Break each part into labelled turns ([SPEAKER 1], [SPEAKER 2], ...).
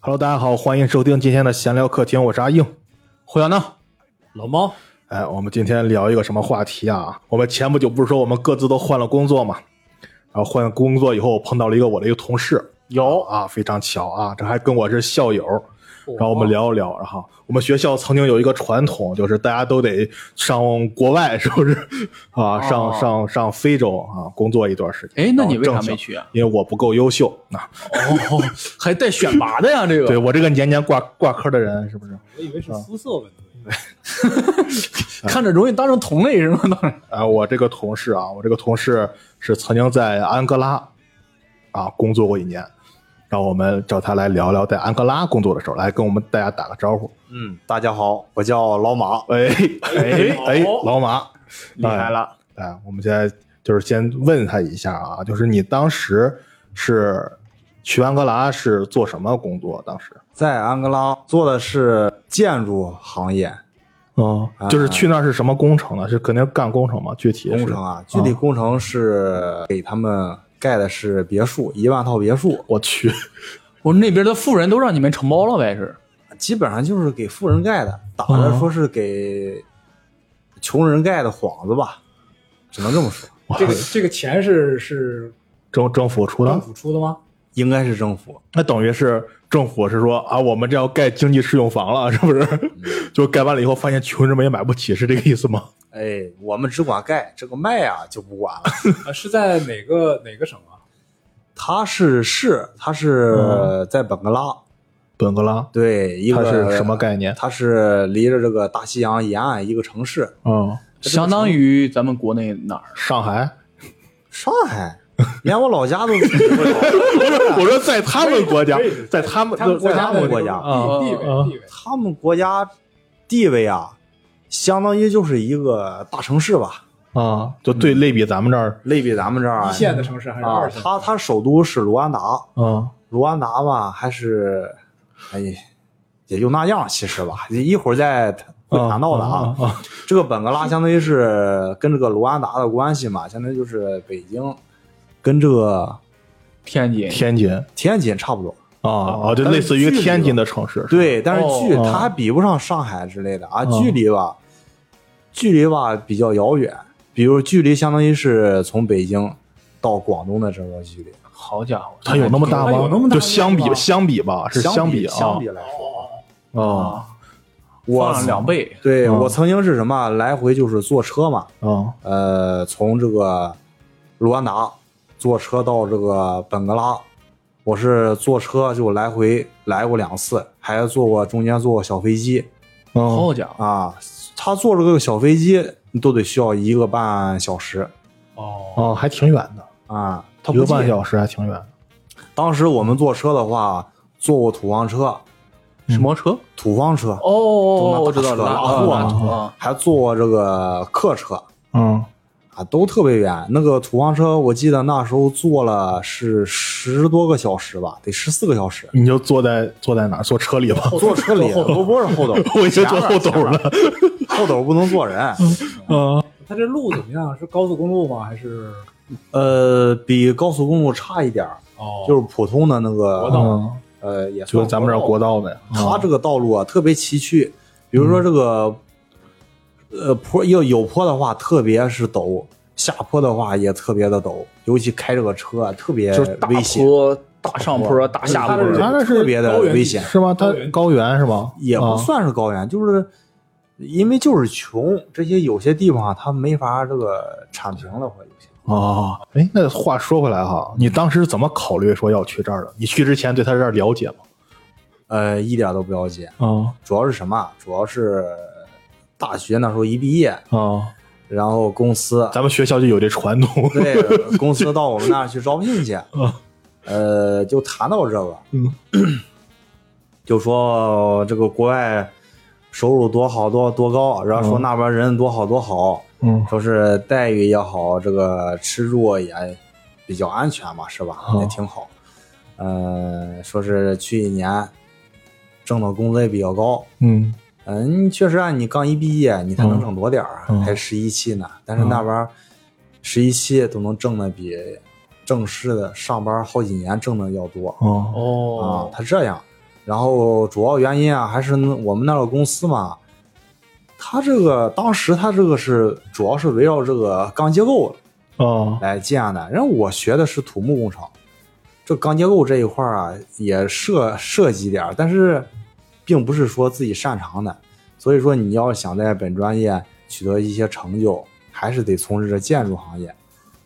[SPEAKER 1] Hello，大家好，欢迎收听今天的闲聊客厅，我是阿硬，胡小闹。
[SPEAKER 2] 老猫，
[SPEAKER 1] 哎，我们今天聊一个什么话题啊？我们前不久不是说我们各自都换了工作嘛？然后换工作以后，我碰到了一个我的一个同事，有啊，非常巧啊，这还跟我是校友。
[SPEAKER 2] 哦
[SPEAKER 1] 然后我们聊一聊，然后我们学校曾经有一个传统，就是大家都得上国外，是 不是？啊，上
[SPEAKER 2] 哦
[SPEAKER 1] 上上非洲啊，工作一段时间。
[SPEAKER 2] 哎那你为啥
[SPEAKER 1] 然后正巧
[SPEAKER 2] 没去啊
[SPEAKER 1] 因为我不够优秀啊。
[SPEAKER 2] 哦，还带选拔的呀？这个
[SPEAKER 1] 对我这个年年挂挂科的人，是不是？
[SPEAKER 3] 我以为是肤色问题。
[SPEAKER 2] 看着容易当成同类是吗？当 然，
[SPEAKER 1] 啊，我这个同事啊，我这个同事是曾经在安哥拉啊工作过一年，让我们找他来聊聊在安哥拉工作的时候，来跟我们大家打个招呼。
[SPEAKER 3] 嗯，大家好，我叫老马，
[SPEAKER 1] 哎哎哎，老马
[SPEAKER 3] 厉害了。
[SPEAKER 1] 哎，我们现在就是先问他一下啊，就是你当时是去安哥拉是做什么工作？当时
[SPEAKER 3] 在安哥拉做的是建筑行业
[SPEAKER 1] 哦，就是去那儿是什么工程呢？是肯定干工程吗？具体是
[SPEAKER 3] 工程？啊，具体工程是给他们盖的是别墅，一万套别墅，
[SPEAKER 1] 我去，
[SPEAKER 2] 我们那边的富人都让你们承包了呗？是
[SPEAKER 3] 基本上就是给富人盖的，打着说是给穷人盖的幌子吧，只能这么说，
[SPEAKER 4] 这个这个钱是是
[SPEAKER 1] 政政府出的
[SPEAKER 4] 政，府出的吗？
[SPEAKER 3] 应该是政府。
[SPEAKER 1] 那等于是政府是说啊，我们这要盖经济适用房了，是不
[SPEAKER 4] 嗯
[SPEAKER 1] 是？ 就盖完了以后，发现穷人们也买不起，是这个意思吗？
[SPEAKER 3] 哎，我们只管盖，这个卖啊就不管了。
[SPEAKER 4] 啊，是在哪个哪个省啊？
[SPEAKER 3] 他是市，他是在本格拉，
[SPEAKER 1] 本格拉，
[SPEAKER 3] 对，一个
[SPEAKER 1] 嗯它是什么概念
[SPEAKER 3] 它是离着这个大西洋沿岸一个城市，
[SPEAKER 1] 嗯，
[SPEAKER 2] 相当于咱们国内哪儿？
[SPEAKER 1] 上海。
[SPEAKER 3] 上海，连我老家都去不了。
[SPEAKER 1] 不是， 我说在他们国家
[SPEAKER 4] 可以可以，
[SPEAKER 1] 在他们
[SPEAKER 4] 他们国
[SPEAKER 1] 在
[SPEAKER 4] 家
[SPEAKER 1] 他
[SPEAKER 4] 的
[SPEAKER 1] 们
[SPEAKER 4] 这
[SPEAKER 3] 国
[SPEAKER 4] 个
[SPEAKER 3] 家
[SPEAKER 2] 嗯
[SPEAKER 4] 地地
[SPEAKER 1] 嗯
[SPEAKER 4] 位地位，
[SPEAKER 3] 他们国家地位啊，相当于就是一个大城市吧，
[SPEAKER 1] 啊，就对类比咱们这儿，
[SPEAKER 3] 类比咱们这儿啊
[SPEAKER 4] 一线的城市还是
[SPEAKER 3] 啊
[SPEAKER 4] 二，线？
[SPEAKER 3] 它它首都是卢安达，
[SPEAKER 1] 嗯，
[SPEAKER 3] 卢安达吧还是，哎，也就那样，其实吧，一会儿再会谈到
[SPEAKER 4] 哦
[SPEAKER 3] 的啊。
[SPEAKER 1] 啊
[SPEAKER 3] 这个本格拉相当于是跟这个卢安达的关系嘛，相当于就是北京跟这个
[SPEAKER 2] 天津
[SPEAKER 1] 天津
[SPEAKER 3] 天津差不多。
[SPEAKER 1] 啊啊，就类似于天津的城市，
[SPEAKER 3] 对，但
[SPEAKER 2] 哦
[SPEAKER 3] 是距
[SPEAKER 1] 哦
[SPEAKER 3] 它还比不上上海之类的啊，
[SPEAKER 1] 哦
[SPEAKER 3] 距离吧，距离吧比较遥远。比如距离相当于是从北京到广东的这个距离，
[SPEAKER 2] 好家伙，
[SPEAKER 1] 它有那么大
[SPEAKER 4] 它有那么
[SPEAKER 1] 吗？
[SPEAKER 4] 大
[SPEAKER 1] 就相比
[SPEAKER 4] 吗
[SPEAKER 1] 相比吧，是
[SPEAKER 3] 相
[SPEAKER 1] 比啊
[SPEAKER 3] 相比来说，
[SPEAKER 1] 啊
[SPEAKER 2] 啊？
[SPEAKER 3] 我
[SPEAKER 2] 放了两倍，
[SPEAKER 3] 对
[SPEAKER 1] 嗯
[SPEAKER 3] 我曾经是什么啊来回就是坐车嘛，
[SPEAKER 1] 啊
[SPEAKER 3] 呃，从这个卢安达坐车到这个本格拉，我是坐车就来回来过两次，还坐过中间坐过小飞机
[SPEAKER 1] 啊
[SPEAKER 2] 好家伙，
[SPEAKER 3] 啊。他坐这个小飞机你都得需要一个半小时
[SPEAKER 4] 哦，
[SPEAKER 1] 啊，还挺远的，
[SPEAKER 3] 啊，他
[SPEAKER 1] 一
[SPEAKER 3] 不
[SPEAKER 1] 个半
[SPEAKER 3] 计
[SPEAKER 1] 小时还挺远的。
[SPEAKER 3] 当时我们坐车的话，坐过土方车、
[SPEAKER 2] 什么车？
[SPEAKER 1] 嗯
[SPEAKER 3] 土方车，
[SPEAKER 2] 哦哦，哦我知道了，
[SPEAKER 3] 拉
[SPEAKER 2] 啊
[SPEAKER 3] 货
[SPEAKER 2] 啊
[SPEAKER 3] 嘛
[SPEAKER 2] 啊啊
[SPEAKER 3] 还坐过这个客车
[SPEAKER 1] 嗯，
[SPEAKER 3] 啊，都特别远。那个土方车，我记得那时候坐了是十多个小时吧，得十四个小时。
[SPEAKER 1] 你就坐在坐在哪儿？坐车里 吧。
[SPEAKER 3] 坐车
[SPEAKER 1] ，
[SPEAKER 3] 里不不是后斗
[SPEAKER 1] 我已经坐后斗嗯
[SPEAKER 3] 前面
[SPEAKER 1] 了，
[SPEAKER 3] 后斗不能坐人。
[SPEAKER 4] 它这路怎么样？是高速公路吗？还是
[SPEAKER 3] 呃，比高速公路差一点儿，
[SPEAKER 4] 哦，
[SPEAKER 3] 就是普通的那
[SPEAKER 4] 国
[SPEAKER 3] 个
[SPEAKER 4] 道
[SPEAKER 1] 嗯，
[SPEAKER 3] 呃，也
[SPEAKER 1] 就
[SPEAKER 3] 算
[SPEAKER 1] 是咱们这儿国道呗。
[SPEAKER 3] 它这个道路啊特别崎岖，比如说这个，呃，坡要有坡的话特别是陡，下坡的话也特别的陡，尤其开这个车啊特别
[SPEAKER 2] 就是大
[SPEAKER 3] 危险，
[SPEAKER 2] 坡、大上坡、大下坡
[SPEAKER 4] 它，是
[SPEAKER 1] 它那是
[SPEAKER 3] 特别的
[SPEAKER 4] 高原
[SPEAKER 3] 危
[SPEAKER 4] 地
[SPEAKER 3] 险，
[SPEAKER 1] 是吗？它
[SPEAKER 4] 高原
[SPEAKER 1] 高原是吗？
[SPEAKER 3] 也不
[SPEAKER 1] 啊
[SPEAKER 3] 算是高原，就是因为就是穷，这些有些地方啊它没法这个铲平了或者有些。
[SPEAKER 1] 哦，哎，那话说回来哈，你当时怎么考虑说要去这儿的？你去之前对他这儿了解吗？
[SPEAKER 3] 呃，一点都不了解，
[SPEAKER 1] 啊
[SPEAKER 3] 主要是什么啊？主要是大学那时候一毕业，
[SPEAKER 1] 啊，
[SPEAKER 3] 然后公司
[SPEAKER 1] 咱们学校就有这传统。
[SPEAKER 3] 对，公司到我们那儿去招 聘去，呃，就谈到这个，
[SPEAKER 1] 嗯
[SPEAKER 3] 就说这个国外收入多好多多高，然后说
[SPEAKER 1] 嗯
[SPEAKER 3] 那边人多好多好，
[SPEAKER 1] 嗯
[SPEAKER 3] 说是待遇也好，这个吃住也比较安全嘛，是吧？
[SPEAKER 1] 嗯
[SPEAKER 3] 也挺好，呃，说是去一年挣的工资也比较高，
[SPEAKER 1] 嗯
[SPEAKER 3] 嗯，确实啊，你刚一毕业，你才能挣多点儿啊，
[SPEAKER 1] 嗯
[SPEAKER 3] 还十一期呢。但是那边儿十一期都能挣的比正式的上班好几年挣的要多、
[SPEAKER 1] 哦
[SPEAKER 3] 啊
[SPEAKER 2] 哦。
[SPEAKER 3] 他这样，然后主要原因啊，还是我们那个公司嘛，它这个当时它这个是主要是围绕这个钢结构
[SPEAKER 1] 哦，
[SPEAKER 3] 来建的。然后我学的是土木工程，这钢结构这一块儿啊也涉涉及点儿，但是并不是说自己擅长的。所以说，你要想在本专业取得一些成就，还是得从事这建筑行业。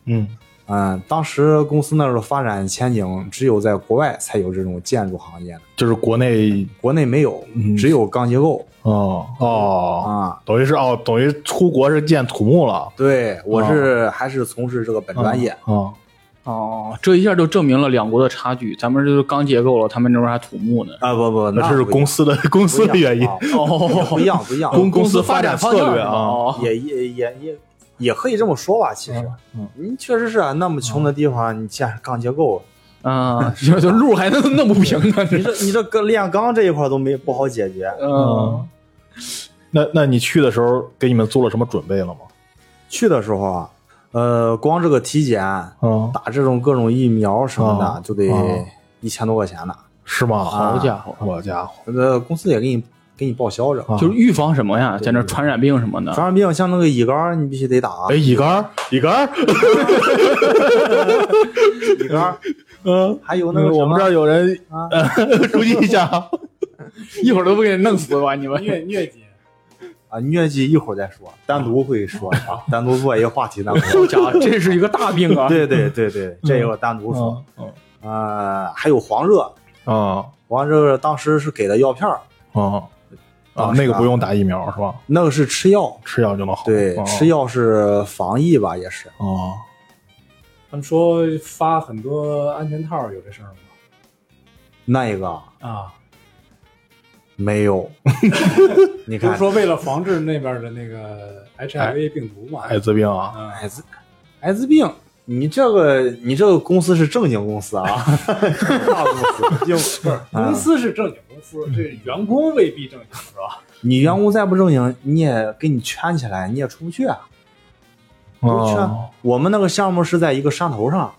[SPEAKER 1] 嗯
[SPEAKER 3] 嗯，当时公司那时候发展前景只有在国外才有这种建筑行业呢，
[SPEAKER 1] 就是国内
[SPEAKER 3] 国内没有
[SPEAKER 1] 嗯，
[SPEAKER 3] 只有钢结构、
[SPEAKER 1] 哦哦，
[SPEAKER 3] 啊。
[SPEAKER 1] 等于是哦，等于出国是建土木了
[SPEAKER 3] 对，我是、
[SPEAKER 1] 哦
[SPEAKER 3] 还是从事这个本专业，
[SPEAKER 1] 啊，
[SPEAKER 2] 哦，这一下就证明了两国的差距。咱们这都钢结构了，他们那边还土木呢。
[SPEAKER 3] 啊，不不，
[SPEAKER 1] 那这是公司的公
[SPEAKER 3] 不
[SPEAKER 1] 司
[SPEAKER 3] 一
[SPEAKER 1] 的
[SPEAKER 3] 样
[SPEAKER 1] 原因
[SPEAKER 3] 啊不
[SPEAKER 2] 哦
[SPEAKER 3] 一，样不一样，
[SPEAKER 1] 公
[SPEAKER 2] 公
[SPEAKER 1] 司
[SPEAKER 2] 司
[SPEAKER 1] 发
[SPEAKER 2] 发
[SPEAKER 1] 展
[SPEAKER 2] 展
[SPEAKER 1] 策
[SPEAKER 2] 策
[SPEAKER 1] 略
[SPEAKER 2] 略
[SPEAKER 1] 啊
[SPEAKER 2] 啊，哦
[SPEAKER 3] 也也也也也可以这么说吧。其实，
[SPEAKER 1] 嗯
[SPEAKER 3] 你确实是啊，那么穷的地方，你建钢结构，
[SPEAKER 2] 啊，这这路还弄弄不平呢，
[SPEAKER 3] 你这你这个炼钢这一块都没不好解决。
[SPEAKER 2] 嗯
[SPEAKER 1] 那那你去的时候给你们做了什么准备了吗？
[SPEAKER 3] 去的时候啊，呃，光这个体检，
[SPEAKER 1] 嗯，
[SPEAKER 3] 打这种各种疫苗什么的，
[SPEAKER 1] 哦
[SPEAKER 3] 就得
[SPEAKER 1] 哦
[SPEAKER 3] 一千多块钱呢。
[SPEAKER 1] 是吗？
[SPEAKER 3] 啊
[SPEAKER 2] 好家伙，
[SPEAKER 1] 好家伙，
[SPEAKER 3] 呃，公司也给你给你报销着。
[SPEAKER 1] 啊
[SPEAKER 2] 就是预防什么呀，在那传染病什么的。
[SPEAKER 3] 传染病像那个乙肝，你必须得打。啊
[SPEAKER 1] 哎，乙肝，乙肝，
[SPEAKER 3] 乙肝，
[SPEAKER 1] 嗯，
[SPEAKER 3] 还有那个
[SPEAKER 1] 我们这儿有人
[SPEAKER 3] 啊，
[SPEAKER 1] 呃 注意一下啊，
[SPEAKER 2] 一会儿都不给你弄死吧，你 们
[SPEAKER 4] 疟疟疾，
[SPEAKER 3] 啊，疟疾一会儿再说，单独会 说啊，单独做一个话 题，单独。
[SPEAKER 2] 家这是一个大病啊！
[SPEAKER 3] 对对对对，
[SPEAKER 1] 嗯
[SPEAKER 3] 这个单独说。呃，还有黄热，
[SPEAKER 1] 啊
[SPEAKER 3] 黄热当时是给的药片儿，
[SPEAKER 1] 啊啊
[SPEAKER 3] 啊，
[SPEAKER 1] 那个
[SPEAKER 3] 是啊
[SPEAKER 1] 不用打疫苗是吧？
[SPEAKER 3] 那个是吃药，
[SPEAKER 1] 吃药就能好。
[SPEAKER 3] 对，
[SPEAKER 1] 哦
[SPEAKER 3] 吃药是防疫吧，也是。
[SPEAKER 1] 哦，
[SPEAKER 4] 他们说发很多安全套，有这事儿吗？
[SPEAKER 3] 那一个
[SPEAKER 4] 啊，
[SPEAKER 3] 没 有，你
[SPEAKER 4] 不是
[SPEAKER 3] 看，
[SPEAKER 4] 说为了防治那边的那个 HIV 病毒嘛？
[SPEAKER 1] 艾滋病啊，
[SPEAKER 4] 嗯
[SPEAKER 3] 艾滋艾滋病，你这个你这个公司是正经公司 啊，大公司，就
[SPEAKER 4] 不是，公司是正经公司，这员工未必正经，是吧？
[SPEAKER 3] 你员工再不正经，你也给你圈起来，你也出不去啊。不啊是圈
[SPEAKER 1] 哦，
[SPEAKER 3] 我们那个项目是在一个山头上，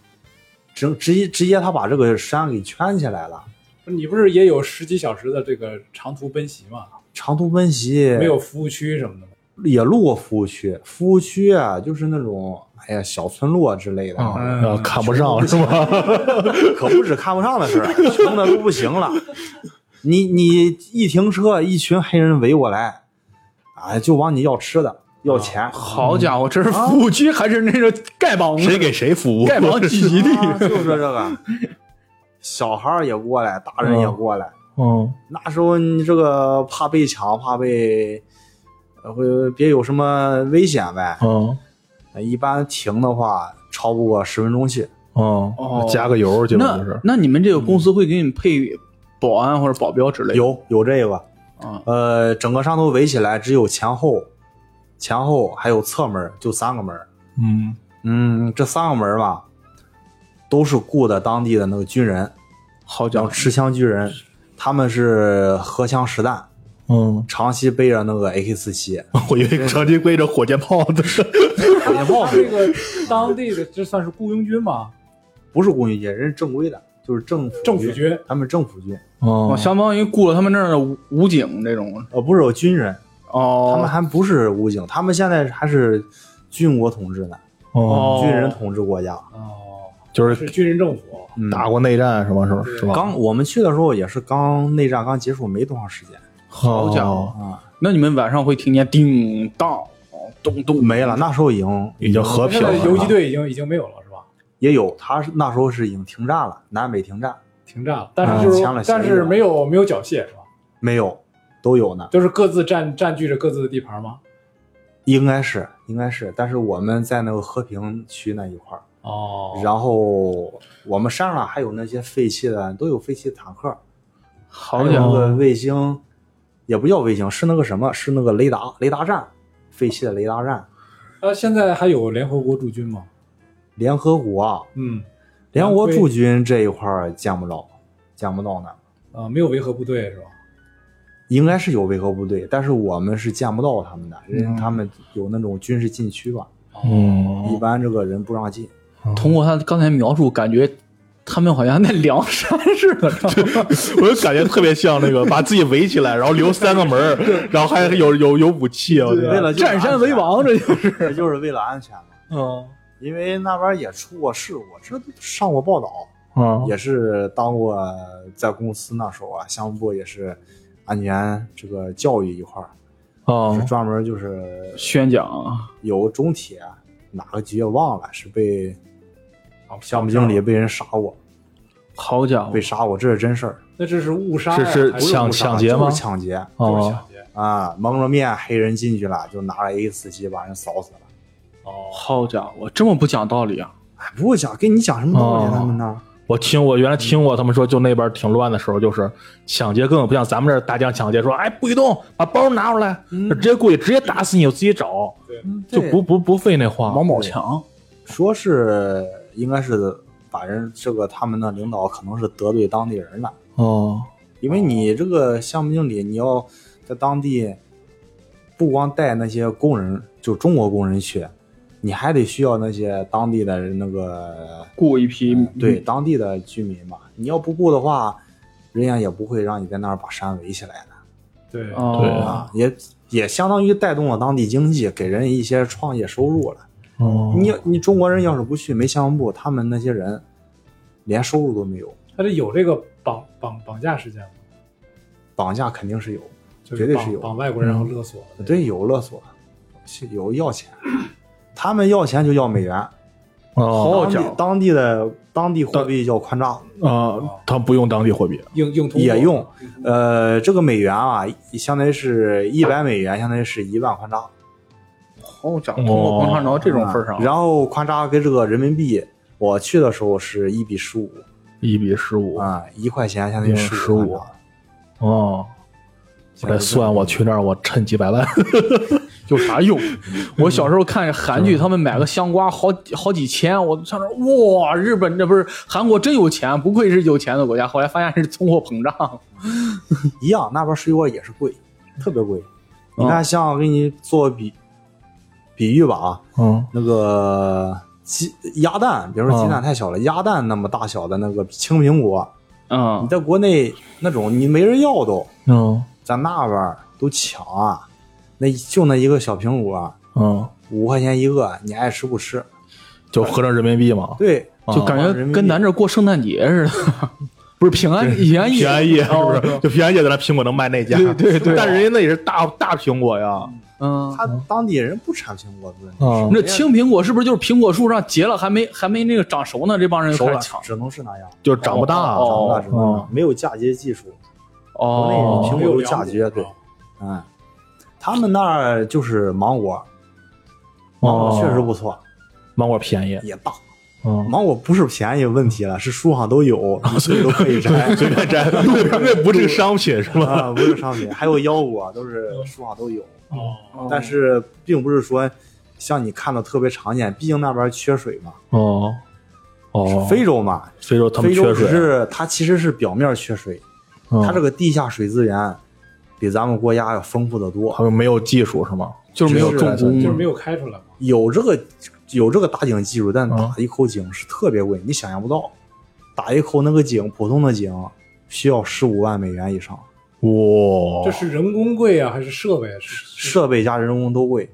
[SPEAKER 3] 直直接直接他把这个山给圈起来了，
[SPEAKER 4] 不是你不是也有十几小时的这个长途奔袭嘛？
[SPEAKER 3] 长途奔袭
[SPEAKER 4] 没有服务区什么的吗？
[SPEAKER 3] 也路过服务区，服务区啊就是那种哎呀小村落之类的，
[SPEAKER 1] 嗯
[SPEAKER 4] 嗯
[SPEAKER 1] 啊看不上是吧？
[SPEAKER 3] 可不止看不上的事儿， 穷的都不行了。你你一停车，一群黑人围过来，哎，就往你要吃的要钱，
[SPEAKER 2] 好家伙，这是服务区还是那个丐帮？
[SPEAKER 1] 谁给谁 服务？
[SPEAKER 2] 丐帮聚 集地？
[SPEAKER 3] 啊就说这个，小孩儿也过来，大人也过来。
[SPEAKER 1] 嗯
[SPEAKER 3] 那时候你这个怕被抢，怕被呃会别有什么危险呗。
[SPEAKER 1] 嗯
[SPEAKER 3] 一般停的话，超不过十分钟去。
[SPEAKER 1] 嗯
[SPEAKER 2] 哦，
[SPEAKER 1] 加个油，基本
[SPEAKER 2] 那
[SPEAKER 1] 就是
[SPEAKER 2] 那你们这个公司会给你配保安或者保镖之类的？
[SPEAKER 3] 有有这个，
[SPEAKER 2] 啊，
[SPEAKER 3] 呃，整个山头围起来，只有前后、前后还有侧门，就三个门。
[SPEAKER 1] 嗯
[SPEAKER 3] 嗯，这三个门吧，都是雇的当地的那个军人，
[SPEAKER 2] 好家
[SPEAKER 3] 叫
[SPEAKER 2] 伙，
[SPEAKER 3] 持枪军人，他们是荷枪实弹，
[SPEAKER 1] 嗯，
[SPEAKER 3] 长期背着那个 AK 四七，
[SPEAKER 1] 我以为长期背着火箭炮的是
[SPEAKER 4] 他他这个当地的这算是雇佣军嘛？
[SPEAKER 3] 不是雇佣军，人是正规的，就是政府
[SPEAKER 4] 政府
[SPEAKER 3] 军，
[SPEAKER 4] 军
[SPEAKER 3] 他们政府军，
[SPEAKER 1] 哦
[SPEAKER 2] 哦，相当于雇了他们那儿的武武警这种
[SPEAKER 3] 呃，不是有军人，他们
[SPEAKER 2] 哦
[SPEAKER 3] 还不是武警，他们现在还是军国统治呢，
[SPEAKER 1] 哦，
[SPEAKER 2] 哦，
[SPEAKER 3] 军人统治国家。
[SPEAKER 4] 哦，
[SPEAKER 1] 就是
[SPEAKER 4] 是军人政府。
[SPEAKER 3] 嗯，
[SPEAKER 1] 打过内战什么时候
[SPEAKER 4] 对
[SPEAKER 1] 是吧？
[SPEAKER 3] 刚我们去的时候也是刚内战刚结束没多长时间
[SPEAKER 1] 好
[SPEAKER 2] 家伙
[SPEAKER 3] 啊，
[SPEAKER 2] 那你们晚上会听见叮当咚咚
[SPEAKER 3] 没了，那时候已经
[SPEAKER 1] 已经和平
[SPEAKER 4] 现
[SPEAKER 1] 了
[SPEAKER 4] 在
[SPEAKER 1] 是吧。
[SPEAKER 4] 游击队已经已经没有了，是吧？
[SPEAKER 3] 也有，他是那时候是已经停战了，南北停战
[SPEAKER 4] 停战了，但是就
[SPEAKER 3] 嗯
[SPEAKER 4] 是
[SPEAKER 3] 签了协议了
[SPEAKER 4] 但是没有没有缴械是吧？
[SPEAKER 3] 没有，都有呢，
[SPEAKER 4] 就是各自占占据着各自的地盘吗？
[SPEAKER 3] 应该是应该是，但是我们在那个和平区那一块儿，
[SPEAKER 4] 哦
[SPEAKER 3] 然后我们山上还有那些废弃的，都有废弃的坦克，还
[SPEAKER 2] 好
[SPEAKER 3] 有
[SPEAKER 2] 家
[SPEAKER 3] 那
[SPEAKER 2] 伙，
[SPEAKER 3] 个卫星，也不叫卫星，是那个什么，是那个雷达雷达站，废弃的雷达站，
[SPEAKER 4] 那呃现在还有联合国驻军吗？
[SPEAKER 3] 联合国啊，
[SPEAKER 4] 嗯，
[SPEAKER 3] 联合国
[SPEAKER 4] 安徽
[SPEAKER 3] 驻军这一块儿见不着，见不到呢。
[SPEAKER 4] 啊，没有维和部队是吧？
[SPEAKER 3] 应该是有维和部队，但是我们是见不到他们的，因
[SPEAKER 1] 嗯
[SPEAKER 3] 为他们有那种军事禁区吧，一
[SPEAKER 1] 嗯
[SPEAKER 3] 般这个人不让进。
[SPEAKER 2] 通过他刚才描述，感觉他们好像在梁山似 的，知道吗
[SPEAKER 1] 我就感觉特别像那个把自己围起来，然后留三个门儿，然后还有有有武器啊，我觉
[SPEAKER 3] 为
[SPEAKER 1] 得
[SPEAKER 3] 了
[SPEAKER 2] 占山为王，这就是。
[SPEAKER 3] 这就是为了安全嘛。
[SPEAKER 2] 嗯
[SPEAKER 3] 因为那边也出过事故，这都上过报道，
[SPEAKER 1] 啊，
[SPEAKER 3] 也是当过在公司那时候啊，项目部也是安全这个教育一块儿，是
[SPEAKER 1] 哦，
[SPEAKER 3] 专门就是
[SPEAKER 2] 宣讲啊
[SPEAKER 3] 有中铁哪个级忘了，是被
[SPEAKER 4] 项
[SPEAKER 3] 项目经理被人杀过，
[SPEAKER 2] 好家伙
[SPEAKER 3] 被，杀过，这是真事儿，
[SPEAKER 4] 那这是误杀呀，
[SPEAKER 1] 是是
[SPEAKER 4] 还是
[SPEAKER 1] 抢
[SPEAKER 4] 误杀
[SPEAKER 1] 抢劫吗
[SPEAKER 3] 就是抢劫
[SPEAKER 4] 就是
[SPEAKER 1] 哦，
[SPEAKER 4] 抢劫。
[SPEAKER 3] 啊，蒙着面黑人进去了，就拿着 A 四七把人扫死了。
[SPEAKER 4] 哦，
[SPEAKER 2] 好家伙，这么不讲道理啊！
[SPEAKER 3] 哎，不会讲，跟你讲什么道理？他们呢？
[SPEAKER 1] 我听我原来听过他们说，就那边挺乱的时候，就是抢劫根本不像咱们这儿大将抢劫，说哎不许动，把包拿出来，直接过去直接打死你，我自己找，就不不不费那
[SPEAKER 3] 哦
[SPEAKER 1] 话
[SPEAKER 2] 王宝强，
[SPEAKER 3] 说是应该是把人这个他们的领导可能是得罪当地人了，
[SPEAKER 1] 哦，
[SPEAKER 3] 因为你这个项目经理，你要在当地不光带那些工人，就中国工人去，你还得需要那些当地的那个呃
[SPEAKER 2] 雇一批
[SPEAKER 3] 对，当地的居民嘛。你要不雇的话，人家也不会让你在那儿把山围起来的
[SPEAKER 4] 对，
[SPEAKER 2] 哦，
[SPEAKER 3] 啊，也也相当于带动了当地经济，给人一些创业收入了。
[SPEAKER 1] 哦
[SPEAKER 3] 你你中国人要是不去没项目部，他们那些人连收入都没有，
[SPEAKER 4] 他这有这个绑绑绑架事件吗？
[SPEAKER 3] 绑架肯定是有，
[SPEAKER 4] 就
[SPEAKER 3] 绝对
[SPEAKER 4] 绑
[SPEAKER 3] 是有嗯
[SPEAKER 4] 绑外国人然后勒索。
[SPEAKER 3] 对，有勒索，是有要钱，他们要钱就要美元，
[SPEAKER 1] 哦
[SPEAKER 3] 当地当地的当地货币叫宽扎，
[SPEAKER 1] 啊，他不用当地货币，
[SPEAKER 4] 硬硬通货
[SPEAKER 3] 也用，
[SPEAKER 2] 嗯
[SPEAKER 3] 呃，这个美元啊，相当于是一百美元，相当于是一万宽扎，
[SPEAKER 2] 好家哦伙，通货膨胀到这种份儿上
[SPEAKER 3] 哦然后宽扎跟这个人民币，我去的时候是一比十五
[SPEAKER 1] 一比十五
[SPEAKER 3] 啊，一块钱相当于
[SPEAKER 1] 嗯
[SPEAKER 3] 十五
[SPEAKER 1] 15哦，我在算，我去那儿我趁几 百万，
[SPEAKER 2] 有啥 用？我小时候看韩剧，他们买个香瓜好几好几千，我想说哇，日本这不是韩国真有钱，不愧是有钱的国家。后来发现是通货膨胀，
[SPEAKER 3] 一样，那边水果也是贵，特别贵。你
[SPEAKER 2] 嗯
[SPEAKER 3] 看，像我给你做比比喻吧啊，
[SPEAKER 1] 嗯，
[SPEAKER 3] 那个鸡鸭蛋，比如
[SPEAKER 2] 嗯
[SPEAKER 3] 说鸡蛋太小了，鸭蛋那么大小的那个青苹果，你
[SPEAKER 2] 嗯，
[SPEAKER 3] 在国内那种你没人要都，
[SPEAKER 1] 嗯
[SPEAKER 3] 在那边儿都抢啊，那就那一个小苹果
[SPEAKER 1] 嗯，
[SPEAKER 3] 五块钱一个，你爱吃不吃？
[SPEAKER 1] 就合成人民币嘛，
[SPEAKER 3] 对，
[SPEAKER 2] 就
[SPEAKER 1] 哦
[SPEAKER 2] 感
[SPEAKER 3] 啊人
[SPEAKER 2] 觉
[SPEAKER 3] 民币
[SPEAKER 2] 跟咱这儿过圣诞节似的，不是平安平安夜
[SPEAKER 1] 平安夜是不
[SPEAKER 2] 哦
[SPEAKER 1] 是？就平安夜在那苹果能卖那价，对对对，但人家那也是大大苹果呀，
[SPEAKER 2] 嗯，
[SPEAKER 3] 他当地人不产苹果子，
[SPEAKER 1] 嗯
[SPEAKER 2] 那青苹果是不是就是苹果树上结了还没还没那个长熟呢？这帮人就
[SPEAKER 3] 熟
[SPEAKER 2] 开始
[SPEAKER 3] 了
[SPEAKER 2] 抢
[SPEAKER 3] 只能是那样，
[SPEAKER 1] 就长不大，
[SPEAKER 2] 哦
[SPEAKER 3] 长不大
[SPEAKER 2] 哦
[SPEAKER 3] 只能是那样，没有嫁接技术。
[SPEAKER 2] 哦，
[SPEAKER 3] 国内
[SPEAKER 4] 没
[SPEAKER 3] 苹果
[SPEAKER 4] 有啊
[SPEAKER 3] 都嫁接，
[SPEAKER 4] 良
[SPEAKER 3] 啊对
[SPEAKER 4] 果，
[SPEAKER 3] 嗯，他们那儿就是芒果，芒
[SPEAKER 1] 哦
[SPEAKER 3] 果确实不错，
[SPEAKER 1] 芒果便宜，
[SPEAKER 3] 也大。
[SPEAKER 1] 嗯，。
[SPEAKER 3] 芒果不是便宜问题了，是树上都有，你自己都可以摘
[SPEAKER 1] 随便 摘，那不是个商品是吧？
[SPEAKER 3] 啊，不是商品，还有腰果都是树上都有，
[SPEAKER 4] 哦，
[SPEAKER 3] 但是并不是说像你看的特别常见，毕竟那边缺水嘛，
[SPEAKER 1] 哦哦，
[SPEAKER 3] 非洲嘛，
[SPEAKER 1] 非洲他们
[SPEAKER 3] 非
[SPEAKER 1] 缺
[SPEAKER 3] 洲只
[SPEAKER 1] 水，
[SPEAKER 3] 是它其实是表面缺水，它这
[SPEAKER 1] 嗯
[SPEAKER 3] 个地下水资源比咱们国家要丰富的多
[SPEAKER 1] 他。们没有技术是吗？
[SPEAKER 2] 就是没有重工，
[SPEAKER 4] 就是没有开出来嘛。
[SPEAKER 3] 有这个有这个打井技术，但
[SPEAKER 1] 嗯
[SPEAKER 3] 打一口井是特别贵，你想象不到，打一口那个井，普通的井需要十五万美元以上，嗯
[SPEAKER 1] 哇，
[SPEAKER 4] 这是人工贵啊，还是设备？是是
[SPEAKER 3] 设备加啊人工都贵，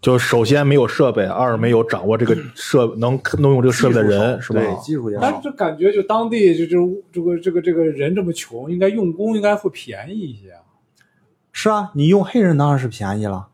[SPEAKER 1] 就首先没有设备，二没有掌握这个设能能用这个设备的人是吧？
[SPEAKER 3] 对，技术也
[SPEAKER 4] 但是
[SPEAKER 3] 好。
[SPEAKER 4] 这感觉就当地就就这个这个这个人这么穷，应该用工应该会便宜一些啊。
[SPEAKER 3] 是啊，你用黑人当然是便宜了，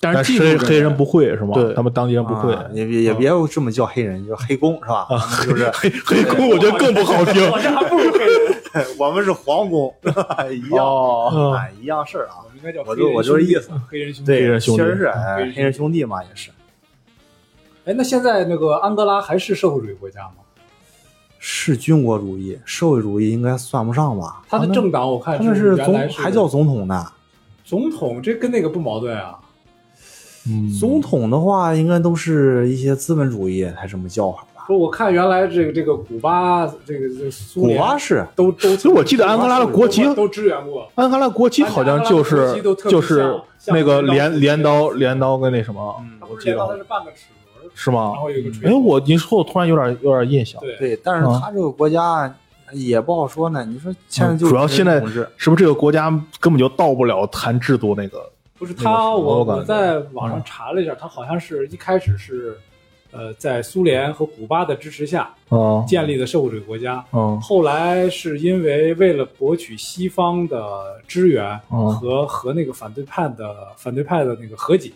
[SPEAKER 2] 但
[SPEAKER 1] 但
[SPEAKER 2] 是技
[SPEAKER 1] 是
[SPEAKER 2] 术
[SPEAKER 1] 黑
[SPEAKER 2] 人
[SPEAKER 1] 黑人不会是吗？
[SPEAKER 2] 对
[SPEAKER 1] 他们当地人不会。啊
[SPEAKER 3] 啊也别也别这么叫黑人，就是黑工是吧？就是
[SPEAKER 1] 黑黑工我觉得更不好 听。
[SPEAKER 4] 这还不如黑人，
[SPEAKER 3] 我们是皇工， 一样
[SPEAKER 2] 哦，
[SPEAKER 1] 嗯
[SPEAKER 3] 哎一样事儿啊
[SPEAKER 4] 我。们应该叫
[SPEAKER 3] 我
[SPEAKER 4] 黑
[SPEAKER 3] 就
[SPEAKER 4] 人
[SPEAKER 3] 我就是
[SPEAKER 4] 兄弟啊
[SPEAKER 3] 意思，
[SPEAKER 4] 黑人兄弟。
[SPEAKER 3] 对，
[SPEAKER 1] 黑人兄弟
[SPEAKER 3] 确实是哎
[SPEAKER 4] 黑人兄弟
[SPEAKER 3] 黑人兄弟嘛，也是
[SPEAKER 4] 哎，那现在那个安哥拉还是社会主义国家吗？
[SPEAKER 3] 是军国主义，社会主义应该算不上吧？
[SPEAKER 4] 他的
[SPEAKER 3] 们
[SPEAKER 4] 政党我看
[SPEAKER 3] 他们是
[SPEAKER 4] 原来
[SPEAKER 3] 总
[SPEAKER 4] 是
[SPEAKER 3] 还叫总统呢，
[SPEAKER 4] 总统，这跟那个不矛盾啊。
[SPEAKER 3] 总统的话，应该都是一些资本主义才这么叫法吧？
[SPEAKER 4] 说我看原来这个这个古巴这个这个苏
[SPEAKER 3] 古
[SPEAKER 4] 联
[SPEAKER 3] 巴是
[SPEAKER 4] 都都，
[SPEAKER 1] 所以我记得安哥拉的国旗
[SPEAKER 4] 都都支援过。
[SPEAKER 1] 安哥拉国旗好像就
[SPEAKER 4] 安哥拉的国
[SPEAKER 1] 是
[SPEAKER 4] 旗都特别
[SPEAKER 1] 就是
[SPEAKER 4] 像
[SPEAKER 1] 那个
[SPEAKER 4] 像
[SPEAKER 1] 镰镰刀镰刀跟那什么，
[SPEAKER 4] 他不是镰刀，他是半个齿轮儿，
[SPEAKER 1] 是吗
[SPEAKER 4] 嗯然？后有一个吹
[SPEAKER 1] 哎，
[SPEAKER 4] 头。
[SPEAKER 1] 我你说我突然有点有点印象，嗯
[SPEAKER 4] 对
[SPEAKER 3] 对，但是他这个国家也不好说呢。你说现在
[SPEAKER 1] 嗯
[SPEAKER 3] 就
[SPEAKER 1] 主要现在
[SPEAKER 3] 统治
[SPEAKER 1] 是不是这个国家根本就到不了谈制度那个？
[SPEAKER 4] 不是
[SPEAKER 1] 那个什
[SPEAKER 4] 他，
[SPEAKER 1] 么
[SPEAKER 4] 我
[SPEAKER 1] 我感
[SPEAKER 4] 我
[SPEAKER 1] 觉
[SPEAKER 4] 在网上查了一下，他好像是一开始是，呃，在苏联和古巴的支持下
[SPEAKER 1] 嗯
[SPEAKER 4] 建立的社会主义国家，
[SPEAKER 1] 嗯
[SPEAKER 4] 后来是因为为了博取西方的支援
[SPEAKER 1] 嗯
[SPEAKER 4] 和和那个反对派的反对派的那个和解，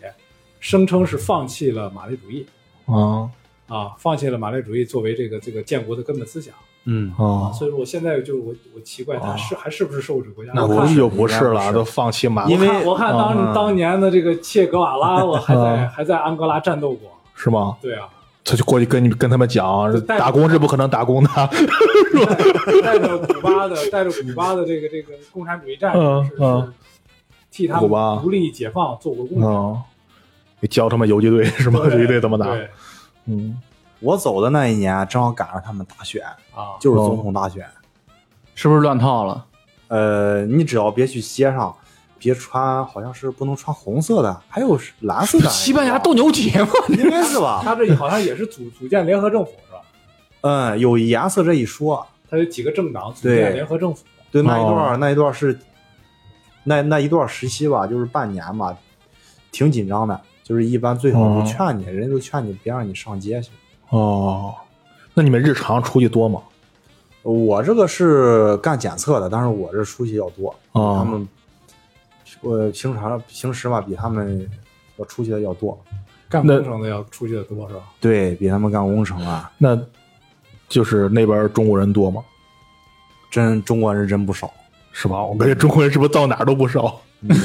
[SPEAKER 4] 声称是放弃了马列主义
[SPEAKER 1] 嗯
[SPEAKER 4] 啊，放弃了马列主义作为这个这个建国的根本思想。
[SPEAKER 2] 嗯，
[SPEAKER 1] 嗯，
[SPEAKER 4] 所以说我现在就我我奇怪他是还是不是社会主义国家？
[SPEAKER 1] 哦那
[SPEAKER 4] 我
[SPEAKER 1] 估
[SPEAKER 4] 看
[SPEAKER 1] 计就不是
[SPEAKER 4] 啊
[SPEAKER 3] 应该
[SPEAKER 1] 了，
[SPEAKER 3] 不是
[SPEAKER 1] 都放弃马
[SPEAKER 4] 我
[SPEAKER 1] 列
[SPEAKER 4] 看我看当
[SPEAKER 1] 嗯
[SPEAKER 4] 当年的这个切格 瓦拉，我还在
[SPEAKER 1] 嗯
[SPEAKER 4] 还在安哥拉战斗过。
[SPEAKER 1] 是吗？
[SPEAKER 4] 对啊，
[SPEAKER 1] 他就过去跟你跟他们讲
[SPEAKER 4] 就，带
[SPEAKER 1] 打工是不可能打工的。
[SPEAKER 4] 带着古巴的，带着古巴的这个这个共产主义战
[SPEAKER 1] 嗯
[SPEAKER 4] 士，是
[SPEAKER 1] 嗯
[SPEAKER 4] 是替他
[SPEAKER 1] 古巴
[SPEAKER 4] 们独立解放做过贡献。
[SPEAKER 1] 嗯，你教他们游击队是吗？游击队怎么打？啊
[SPEAKER 4] 对
[SPEAKER 1] 嗯，
[SPEAKER 3] 我走的那一年，正好赶上他们大选，
[SPEAKER 4] 啊，
[SPEAKER 1] 嗯
[SPEAKER 3] 就是总统大选。
[SPEAKER 2] 是不是乱套了？
[SPEAKER 3] 呃，你只要别去街上，别穿，好像是不能穿红色的，还有是蓝色的。
[SPEAKER 2] 西班牙斗牛节吗？
[SPEAKER 3] 应该是
[SPEAKER 1] 啊
[SPEAKER 3] 吧？
[SPEAKER 4] 他这好像也是组组建联合政府是吧？
[SPEAKER 3] 嗯，有颜色这一说。
[SPEAKER 4] 他有几个政党组建
[SPEAKER 3] 对
[SPEAKER 4] 联合政府，
[SPEAKER 3] 对，那一段儿、
[SPEAKER 1] 哦
[SPEAKER 3] 那一段儿是那那一段儿时期吧，就是半年吧，挺紧张的。就是一般最好
[SPEAKER 1] 哦
[SPEAKER 3] 都劝你，人家都劝你别让你上街去。
[SPEAKER 1] 哦，那你们日常出去多吗？
[SPEAKER 3] 我这个是干检测的，但是我这出去要多，
[SPEAKER 1] 哦
[SPEAKER 3] 他们我平常平时吧比他们要出去的要多，
[SPEAKER 4] 干
[SPEAKER 1] 那
[SPEAKER 4] 工程的要出去的多是吧？
[SPEAKER 3] 对比他们干工程啊，
[SPEAKER 1] 那就是那边中国人多吗？
[SPEAKER 3] 真中国人真不少。
[SPEAKER 1] 是吧？我感觉中国人是不是到哪儿都不少？
[SPEAKER 3] 对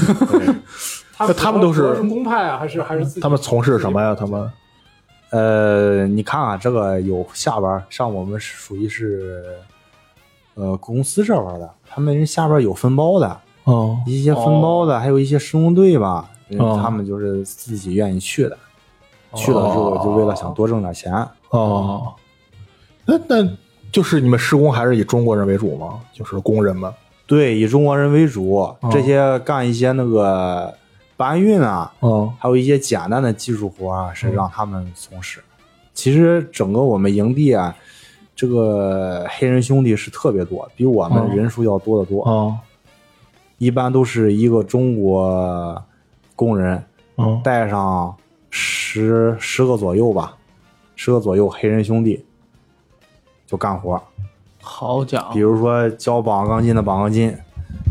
[SPEAKER 4] 他
[SPEAKER 1] 那他们都是
[SPEAKER 4] 主要是公派啊，还是还是自己
[SPEAKER 1] 他们从事什么呀？他们
[SPEAKER 3] 呃，你看啊，这个有下边儿像我们是属于是呃公司这边儿的，他们人下边儿有分包的，
[SPEAKER 1] 哦
[SPEAKER 3] 一些分包的，还有一些施工队吧，人
[SPEAKER 1] 哦
[SPEAKER 3] 他们就是自己愿意去的，去了之后就为了想多挣点钱。
[SPEAKER 1] 哦，那那就是你们施工还是以中国人为主吗？就是工人们？
[SPEAKER 3] 对，以中国人为主，这些干一些那个搬运啊，
[SPEAKER 1] 哦
[SPEAKER 3] 还有一些简单的技术活啊，
[SPEAKER 1] 嗯
[SPEAKER 3] 是让他们从事。其实整个我们营地啊，这个黑人兄弟是特别多，比我
[SPEAKER 1] 哦
[SPEAKER 3] 们人数要多得多。
[SPEAKER 1] 哦
[SPEAKER 3] 一般都是一个中国工人
[SPEAKER 1] 哦
[SPEAKER 3] 带上十十个左右吧，十个左右黑人兄弟就干活。
[SPEAKER 2] 好家伙
[SPEAKER 3] 比，如说教绑钢筋的绑钢筋，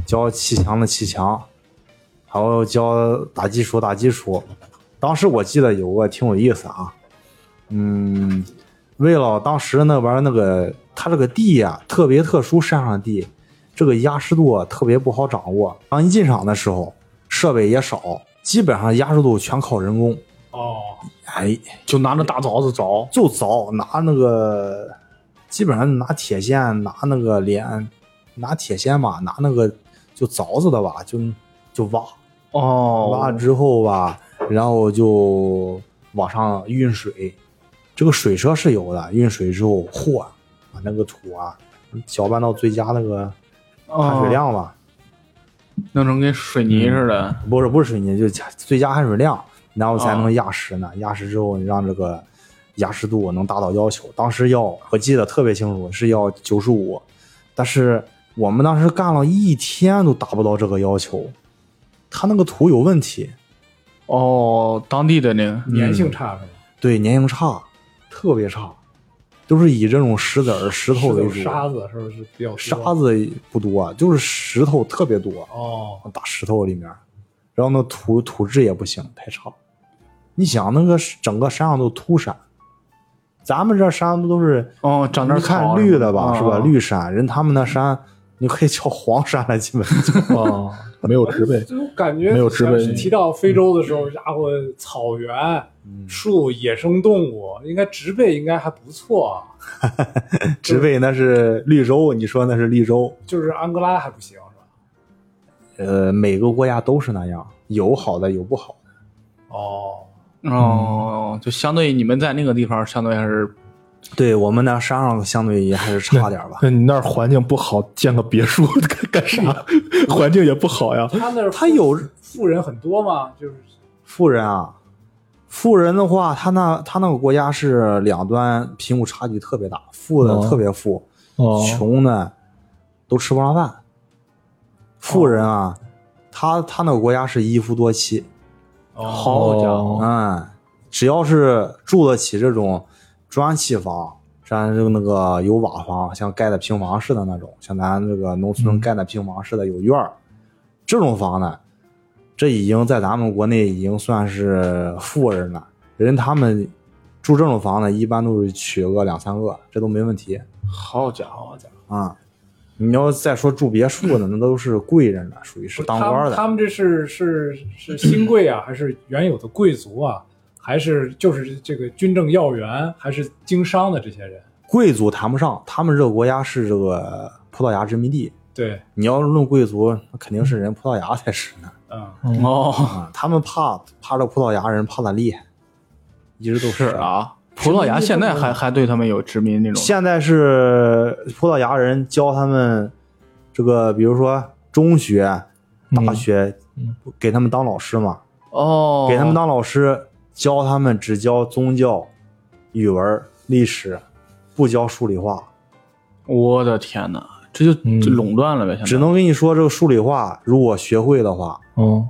[SPEAKER 3] 教砌墙的砌墙，还有教打基础打基础。当时我记得有个挺有意思啊，嗯，为了当时那玩意儿那个它这个地呀、特别特殊，山上的地，这个压实度啊特别不好掌握。当一进场的时候，设备也少，基本上压实度全靠人工。
[SPEAKER 4] 哦，
[SPEAKER 3] 哎，
[SPEAKER 2] 就拿着大凿子凿，
[SPEAKER 3] 就凿，拿那个，基本上拿铁线，拿那个镰，拿铁线吧，拿那个就凿子的吧，就就挖，挖
[SPEAKER 2] 哦，
[SPEAKER 3] 之后吧，然后就往上运水，这个水车是有的，运水之后和把那个土啊搅拌到最佳那个含水
[SPEAKER 2] 哦
[SPEAKER 3] 量嗯吧，
[SPEAKER 2] 弄成跟水泥似的，
[SPEAKER 3] 不是不是水泥，就是加最佳含水量，然后才
[SPEAKER 2] 啊
[SPEAKER 3] 能压实呢。压实之后，你让这个压实度能达到要求。当时要我记得特别清楚，是要九十五，但是我们当时干了一天都达不到这个要求，它那个土有问题，
[SPEAKER 2] 哦，当地的那个，
[SPEAKER 1] 嗯
[SPEAKER 4] 粘性差是吧？
[SPEAKER 3] 对粘性差，特别差，都是以这种石子儿、石头为主，
[SPEAKER 4] 是有沙子是不是比较多
[SPEAKER 3] 沙子不多，就是石头特别多。
[SPEAKER 4] 哦，
[SPEAKER 3] 大石头里面，然后那土土质也不行，太差。你想那个是整个山上都秃山，咱们这山不都是
[SPEAKER 2] 哦，长点
[SPEAKER 3] 你看
[SPEAKER 2] 草
[SPEAKER 3] 绿的吧，是吧？，
[SPEAKER 2] 哦
[SPEAKER 3] 绿山，人他们那山你可以叫黄山了，基本上。
[SPEAKER 1] 哦，没有植被。
[SPEAKER 4] 就感觉
[SPEAKER 1] 没有植被
[SPEAKER 4] 提到非洲的时候，家伙草原、
[SPEAKER 1] 嗯
[SPEAKER 4] 树、野生动物，应该植被应该还不错啊，
[SPEAKER 3] 植被那是绿洲，你说那是绿洲？
[SPEAKER 4] 就是安哥拉还不行是吧？
[SPEAKER 3] 呃，每个国家都是那样，有好的，有不好的。
[SPEAKER 4] 哦，
[SPEAKER 2] 哦，
[SPEAKER 3] 嗯
[SPEAKER 2] 就相对于你们在那个地方，相对还是
[SPEAKER 3] 对我们那山上相对也还是差点 吧。
[SPEAKER 1] 那你那儿环境不好，建个别墅 干干啥？环哎境也不好呀。
[SPEAKER 4] 他那儿
[SPEAKER 3] 他有
[SPEAKER 4] 富人很多吗？就是
[SPEAKER 3] 富人啊，富人的话，他那他那个国家是两端贫富差距特别大，富的
[SPEAKER 2] 哦
[SPEAKER 3] 特别富，
[SPEAKER 2] 哦
[SPEAKER 3] 穷的都吃不上饭。富人啊，他他那个国家是一夫多妻，
[SPEAKER 4] 哦
[SPEAKER 2] 好家
[SPEAKER 1] 哦
[SPEAKER 2] 伙，
[SPEAKER 3] 嗯，只要是住得起这种砖砌房，咱这个那个有瓦房，像盖的平房似的那种，像咱这个农村盖的平房似的有院儿，这种房呢，这已经在咱们国内已经算是富人了。人他们住这种房呢，一般都是娶个两三个，这都没问题
[SPEAKER 2] 好家伙，
[SPEAKER 3] 啊。你要再说住别墅的，那都是贵人了，属于是当官
[SPEAKER 4] 他们他
[SPEAKER 3] 的。
[SPEAKER 4] 们这是是是新贵啊，还是原有的贵族啊，还是就是这个军政要员，还是经商的这些人？
[SPEAKER 3] 贵族谈不上，他们这个国家是这个葡萄牙殖民地，
[SPEAKER 4] 对，
[SPEAKER 3] 你要论贵族，那肯定是人葡萄牙才是呢
[SPEAKER 4] 嗯，
[SPEAKER 2] 哦，
[SPEAKER 3] 啊！他们怕怕这葡萄牙人怕的厉害，一直都
[SPEAKER 2] 是啊，葡萄牙现在还还对他们有殖民那种，
[SPEAKER 3] 现在是葡萄牙人教他们这个，比如说中学、大学，给他们当老师嘛，
[SPEAKER 2] 嗯哦，
[SPEAKER 3] 给他们当老师，教他们只教宗教、语文、历史，不教数理化。
[SPEAKER 2] 我的天哪，这就
[SPEAKER 1] 嗯
[SPEAKER 2] 就垄断了呗，现在
[SPEAKER 3] 只能跟你说，这个数理化如果学会的话，
[SPEAKER 1] 嗯，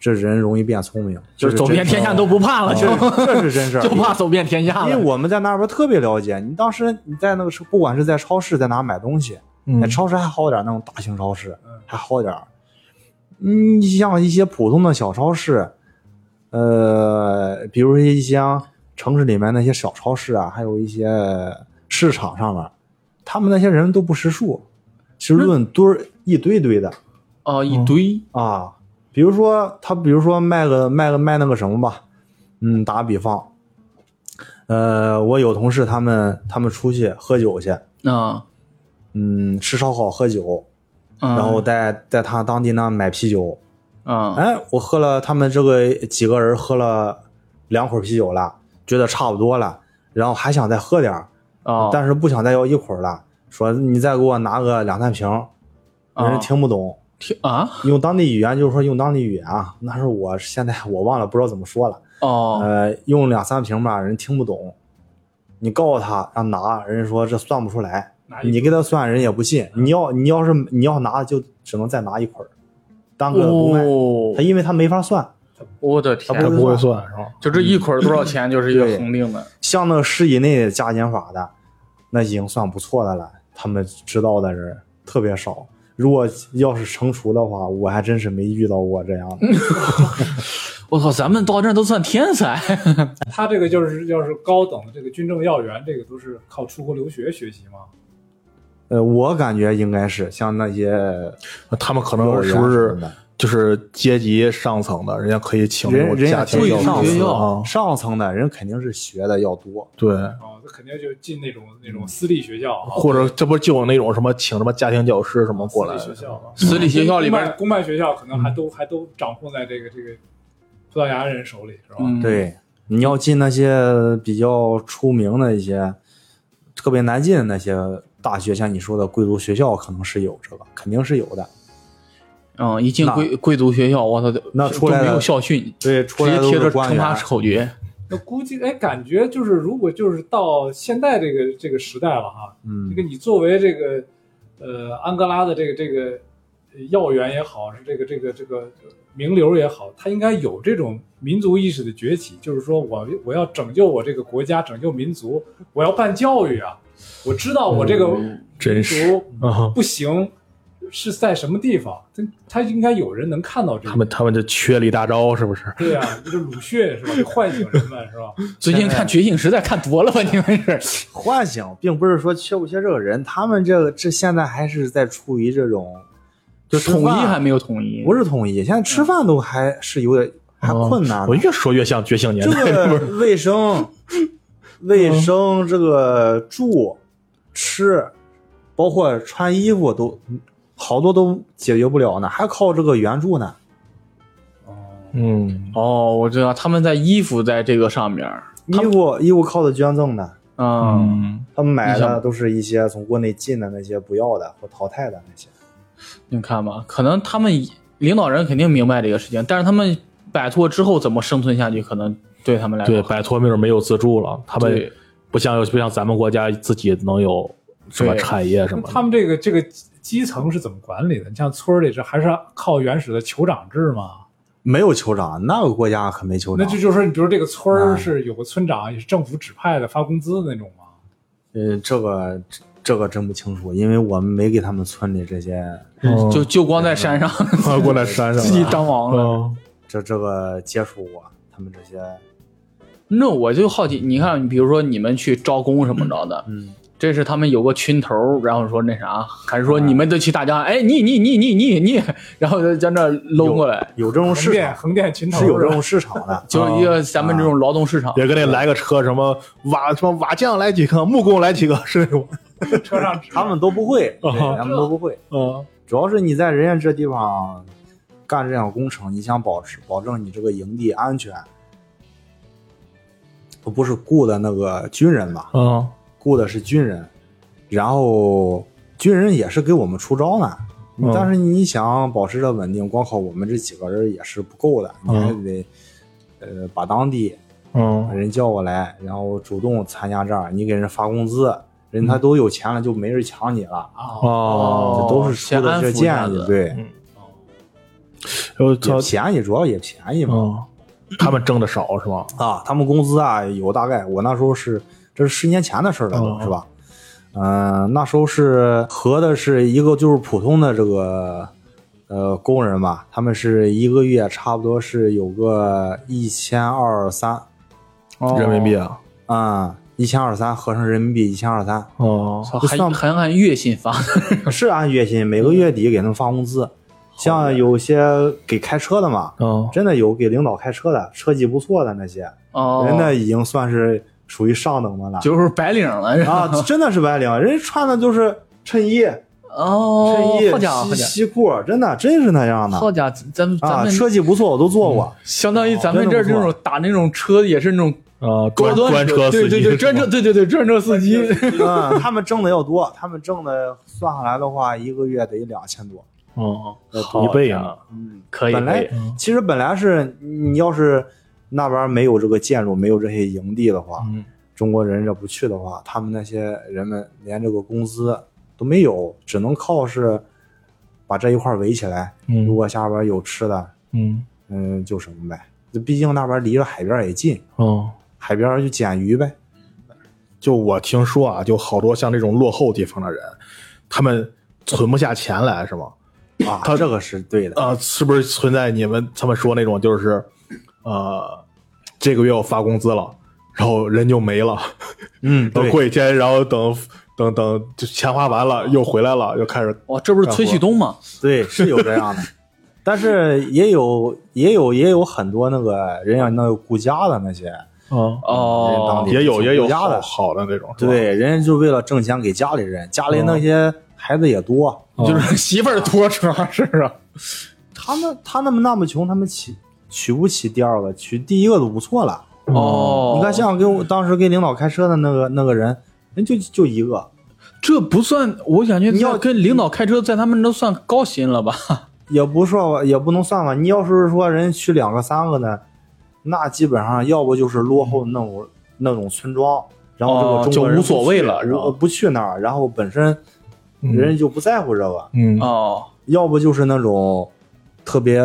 [SPEAKER 3] 这人容易变聪明，
[SPEAKER 2] 哦就是走遍天下都不怕了，就
[SPEAKER 3] 这这嗯是真事儿，
[SPEAKER 2] 就怕走遍天下
[SPEAKER 3] 因为
[SPEAKER 2] 了。
[SPEAKER 3] 我们在那边特别了解，你当时你在那个是不管是在超市在哪买东西，
[SPEAKER 1] 嗯
[SPEAKER 3] 哎超市还好点儿，那种大型超市还好点儿。嗯，你像一些普通的小超市，呃，比如一些城市里面那些小超市啊，还有一些市场上面，他们那些人都不识数，是论堆儿一堆堆的
[SPEAKER 2] 哦，一堆
[SPEAKER 3] 啊。比如说他，比如说卖个卖个卖那个什么吧，嗯，打个比方，呃，我有同事他们他们出去喝酒去，
[SPEAKER 2] 啊，
[SPEAKER 3] 嗯，吃烧烤喝酒，
[SPEAKER 2] 然
[SPEAKER 3] 然后在在他当地那买啤酒，
[SPEAKER 2] 啊，
[SPEAKER 3] 哎，我喝了他们这个几个人喝了两口啤酒了，觉得差不多了，然后还想再喝点儿，
[SPEAKER 2] 哦，
[SPEAKER 3] 但是不想再要一口了，说你再给我拿个两三瓶儿，人
[SPEAKER 2] 哦
[SPEAKER 3] 家听不懂，
[SPEAKER 2] 听啊，
[SPEAKER 3] 用当地语言就是说用当地语言啊，那是我现在我忘了不知道怎么说了，
[SPEAKER 2] 哦，
[SPEAKER 3] 呃，用两三瓶吧，人听不懂，你告诉他让拿，人家说这算不出来
[SPEAKER 4] 拿，一
[SPEAKER 3] 你给他算人也不信，你要你要是你要拿就只能再拿一捆儿，单个的不卖，
[SPEAKER 2] 哦
[SPEAKER 3] 他因为他没法算，
[SPEAKER 2] 我的
[SPEAKER 1] 他
[SPEAKER 2] 天，
[SPEAKER 1] 不会算是吧？
[SPEAKER 2] 就这一捆儿多少钱，就是一个恒定的。
[SPEAKER 3] 像那市以内的加减法的，那已经算不错的了。他们知道的人特别少。如果要是乘除的话，我还真是没遇到过这样的。
[SPEAKER 2] 我靠，咱们到这儿都算天才
[SPEAKER 4] 他这个就是要是高等的这个军政要员，这个都是靠出国留学学习嘛。
[SPEAKER 3] 呃，我感觉应该是像那些
[SPEAKER 1] 他们可
[SPEAKER 3] 幼儿
[SPEAKER 1] 能
[SPEAKER 3] 园
[SPEAKER 1] 是不
[SPEAKER 3] 什
[SPEAKER 1] 是
[SPEAKER 3] 么的
[SPEAKER 1] 就是阶级上层的，人家可以请那
[SPEAKER 3] 人
[SPEAKER 1] 种
[SPEAKER 3] 人
[SPEAKER 1] 家
[SPEAKER 3] 家
[SPEAKER 1] 庭
[SPEAKER 2] 阶
[SPEAKER 1] 教
[SPEAKER 2] 级
[SPEAKER 1] 师
[SPEAKER 2] 上层
[SPEAKER 1] 啊，
[SPEAKER 3] 上层的人肯定是学的要多，
[SPEAKER 1] 对，
[SPEAKER 4] 啊，那肯定就进那种那种私立学校啊，
[SPEAKER 1] 或者这不就有那种什么请什么家庭教师什么嗯过来
[SPEAKER 4] 私立学校啊，
[SPEAKER 2] 私立嗯学校里边
[SPEAKER 4] 公办公办学校可能还都还都掌控在这个这个葡萄牙人手里，是吧？
[SPEAKER 2] 嗯
[SPEAKER 3] 对，你要进那些比较出名的一些特别难进的那些大学，像你说的贵族学校，可能是有这个，肯定是有的。
[SPEAKER 2] 嗯，一进贵贵族学校，我操，
[SPEAKER 3] 那
[SPEAKER 2] 都
[SPEAKER 3] 出来
[SPEAKER 2] 没有
[SPEAKER 3] 的
[SPEAKER 2] 校训，
[SPEAKER 3] 对，
[SPEAKER 2] 直
[SPEAKER 3] 出来
[SPEAKER 2] 接
[SPEAKER 3] 都
[SPEAKER 2] 贴
[SPEAKER 3] 是
[SPEAKER 2] 着
[SPEAKER 3] 官
[SPEAKER 2] 惩罚
[SPEAKER 3] 员。
[SPEAKER 2] 口诀。
[SPEAKER 4] 那估计哎，感觉就是如果就是到现在这个这个时代了哈，
[SPEAKER 3] 嗯
[SPEAKER 4] 这个你作为这个呃安哥拉的这个这个呃要员也好，是这个这个这个名流也好，他应该有这种民族意识的崛起，就是说我我要拯救我这个国家，拯救民族，我要办教育啊，我知道我这个民
[SPEAKER 1] 嗯真是
[SPEAKER 4] 族
[SPEAKER 1] 啊！
[SPEAKER 4] 不行。是在什么地方？他他应该有人能看到这个。
[SPEAKER 1] 他们他们就缺李大钊是不是？
[SPEAKER 4] 对呀、啊，就是鲁迅是吧？就唤醒人们是 吧？
[SPEAKER 2] 最近看《觉醒》实在看多了吧？你们 是？
[SPEAKER 3] 唤醒，并不是说缺不缺这个人，他们这个这现在还是在处于这种
[SPEAKER 2] 就
[SPEAKER 3] 吃
[SPEAKER 2] 统一
[SPEAKER 3] 饭
[SPEAKER 2] 还没有统一，
[SPEAKER 3] 不是统一，现在吃饭都还是有点还
[SPEAKER 2] 哦
[SPEAKER 3] 困难
[SPEAKER 1] 啊
[SPEAKER 3] 的。
[SPEAKER 1] 我越说越像觉醒年
[SPEAKER 3] 这
[SPEAKER 1] 代，
[SPEAKER 3] 个卫生、卫生，这个住、吃，包括穿衣服都好多都解决不了呢，还靠这个援助呢。
[SPEAKER 1] 嗯，
[SPEAKER 2] 哦，我知道他们在衣服在这个上面儿，
[SPEAKER 3] 衣服衣服靠的捐赠呢，
[SPEAKER 2] 嗯，
[SPEAKER 1] 嗯，
[SPEAKER 3] 他们买
[SPEAKER 2] 你想
[SPEAKER 3] 的都是一些从国内进的那些不要的或淘汰的那些。
[SPEAKER 2] 你看吧，可能他们领导人肯定明白这个事情，但是他们摆脱之后怎么生存下去，可能对他们来
[SPEAKER 1] 对，
[SPEAKER 2] 说，
[SPEAKER 1] 摆脱没准没有自助了，他们
[SPEAKER 2] 对
[SPEAKER 1] 不像不像咱们国家自己能有什么
[SPEAKER 2] 对
[SPEAKER 1] 产业什么
[SPEAKER 4] 那
[SPEAKER 1] 的。
[SPEAKER 4] 他们这个这个基层是怎么管理的？你像村儿里这还是靠原始的酋长制嘛？
[SPEAKER 3] 没有酋长，那个国家可没酋长。
[SPEAKER 4] 那这就是说，你比如这个村儿
[SPEAKER 3] 嗯
[SPEAKER 4] 是有个村长，也是政府指派的，发工资的那种吗？
[SPEAKER 3] 呃，这个这这个真不清楚，因为我们没给他们村里这些
[SPEAKER 1] 嗯
[SPEAKER 2] 就就光在山上
[SPEAKER 3] 嗯
[SPEAKER 1] 跨过来山上
[SPEAKER 2] 自己当王了。
[SPEAKER 1] 嗯，
[SPEAKER 3] 这这个接触过他们这些，
[SPEAKER 2] 那我就好奇，你看，比如说你们去招工什么着的，
[SPEAKER 3] 嗯，
[SPEAKER 2] 这是他们有个群头，然后说那啥，还是说
[SPEAKER 3] 嗯
[SPEAKER 2] 你们都去大家，哎，你你你你你你，然后就在那搂过来，。
[SPEAKER 3] 有这种
[SPEAKER 4] 横
[SPEAKER 3] 市
[SPEAKER 4] 店
[SPEAKER 3] 场，
[SPEAKER 4] 横店群头
[SPEAKER 3] 哦是有这
[SPEAKER 4] 吧
[SPEAKER 3] 种市场的
[SPEAKER 2] 就是一个咱们这种劳动市场。
[SPEAKER 1] 也跟那来个车什么瓦什么瓦匠来几个，木工来几个，是那种。
[SPEAKER 4] 车上指
[SPEAKER 3] 他们都不会，对
[SPEAKER 1] 啊
[SPEAKER 3] 他们都不会。
[SPEAKER 1] 嗯
[SPEAKER 3] 主要是你在人家这地方干这样工程，你想保持保证你这个营地安全，我不是雇的那个军人嘛，
[SPEAKER 1] 嗯
[SPEAKER 3] 雇的是军人，然后军人也是给我们出招呢。
[SPEAKER 1] 嗯
[SPEAKER 3] 但是你想保持着稳定，光靠我们这几个人也是不够的，你还得、呃把当地把
[SPEAKER 1] 嗯
[SPEAKER 3] 人叫过来，然后主动参加这儿，你给人发工资，人他都有钱了，就没人抢你了，
[SPEAKER 4] 啊，
[SPEAKER 1] 哦，
[SPEAKER 3] 这都是出
[SPEAKER 2] 先
[SPEAKER 3] 的
[SPEAKER 2] 安
[SPEAKER 3] 这
[SPEAKER 2] 抚一下
[SPEAKER 3] 建议，
[SPEAKER 2] 子。嗯
[SPEAKER 3] 对，
[SPEAKER 1] 我
[SPEAKER 3] 也
[SPEAKER 1] 操，
[SPEAKER 3] 便宜，主要也便宜嘛。
[SPEAKER 1] 嗯，他们挣的少是吧？
[SPEAKER 3] 啊，他们工资啊有大概，我那时候是这是十年前的事儿了，
[SPEAKER 1] 哦
[SPEAKER 3] 是吧？嗯、那时候是合的是一个就是普通的这个呃工人吧，他们是一个月差不多是有个一千二三，
[SPEAKER 2] 哦
[SPEAKER 1] 人民币啊，
[SPEAKER 3] 啊，一千二三合成人民币一千 二三，
[SPEAKER 1] 哦，
[SPEAKER 2] 操，
[SPEAKER 3] 就
[SPEAKER 2] 还
[SPEAKER 3] 算
[SPEAKER 2] 还按月薪发，
[SPEAKER 3] 是按月薪，每个月底给他们发工资。像有些给开车的嘛，
[SPEAKER 1] 嗯，
[SPEAKER 3] 真的有给领导开车的，车技不错的那些，
[SPEAKER 2] 哦，
[SPEAKER 3] 人家已经算是属于上等的了。
[SPEAKER 2] 就是白领了，是吧
[SPEAKER 3] 啊，真的是 白领，人家穿的就是衬衣、
[SPEAKER 2] 哦，
[SPEAKER 3] 衬衣
[SPEAKER 2] 好家伙，好
[SPEAKER 3] 西
[SPEAKER 2] 家
[SPEAKER 3] 西裤，真的真是那样
[SPEAKER 2] 伙，
[SPEAKER 3] 的
[SPEAKER 2] 好家伙，咱们咱
[SPEAKER 3] 啊，
[SPEAKER 2] 们
[SPEAKER 3] 车技不错，我都坐 过。
[SPEAKER 2] 相当于咱们这儿这
[SPEAKER 3] 真的不错
[SPEAKER 2] 种打那种车也是那种
[SPEAKER 1] 啊，
[SPEAKER 2] 高
[SPEAKER 1] 专
[SPEAKER 2] 端
[SPEAKER 1] 专车司机
[SPEAKER 2] 对对对，专车，对对对，专车司机，
[SPEAKER 3] 嗯，他们挣的要多，他们挣的算下来的话，一个月得两千多。
[SPEAKER 1] 哦，
[SPEAKER 2] 好
[SPEAKER 1] 一倍
[SPEAKER 2] 家
[SPEAKER 1] 啊
[SPEAKER 2] 伙，
[SPEAKER 3] 嗯，
[SPEAKER 2] 可以
[SPEAKER 3] 本
[SPEAKER 2] 可
[SPEAKER 3] 来
[SPEAKER 2] 以，
[SPEAKER 3] 其实本来是你要是那边没有这个建筑，没有这些营地的话，
[SPEAKER 1] 嗯
[SPEAKER 3] 中国人要不去的话，他们那些人们连这个工资都没有，只能靠是把这一块围起来。
[SPEAKER 1] 嗯
[SPEAKER 3] 如果下边有吃的，
[SPEAKER 1] 嗯
[SPEAKER 3] 嗯，就什么呗。毕竟那边离着海边也近，
[SPEAKER 1] 哦。
[SPEAKER 3] 海边就捡鱼 呗。
[SPEAKER 1] 就我听说啊，就好多像这种落后地方的人，他们存不下钱来，是吗？
[SPEAKER 3] 啊，他这个是对的。
[SPEAKER 1] 啊，是不是存在你们他们说那种就是，呃，这个月我发工资了，然后人就没了，
[SPEAKER 3] 嗯，
[SPEAKER 1] 等
[SPEAKER 3] 对，
[SPEAKER 1] 过几天，然后等等等，就钱花完了又回来了，又开始
[SPEAKER 2] 哇，哦这不是崔旭东吗？
[SPEAKER 3] 对是有 这样的，但是也有也有也有很多那个人家那个顾家的那些，
[SPEAKER 1] 啊，
[SPEAKER 3] 人当
[SPEAKER 2] 哦
[SPEAKER 3] 地，
[SPEAKER 1] 也有也有
[SPEAKER 3] 家
[SPEAKER 1] 好
[SPEAKER 3] 的
[SPEAKER 1] 好的那种，是吧，
[SPEAKER 3] 对，人家就为了挣钱给家里人，家里那
[SPEAKER 2] 嗯
[SPEAKER 3] 些孩子也多，
[SPEAKER 1] 就是媳妇儿拖车是啊，
[SPEAKER 3] 他们他那么那么穷，他们娶娶不起第二个，娶第一个都不错了。
[SPEAKER 2] 哦，
[SPEAKER 3] 你看，像跟我当时跟领导开车的那个那个人，人就就一个，
[SPEAKER 2] 这不算，我感觉
[SPEAKER 3] 你
[SPEAKER 2] 你
[SPEAKER 3] 要
[SPEAKER 2] 要跟领导开车，在他们那算高薪了吧？
[SPEAKER 3] 也不说也不能算吧。你要是说人娶两个三个的，那基本上要不就是落后那种、那种村庄，然后这
[SPEAKER 2] 哦
[SPEAKER 3] 个中国
[SPEAKER 2] 就无
[SPEAKER 3] 人不去
[SPEAKER 2] 所谓了是吧嗯
[SPEAKER 3] 不不去那儿，然后本身人家就不在乎这个。
[SPEAKER 1] 嗯
[SPEAKER 2] 哦，
[SPEAKER 3] 要不就是那种特别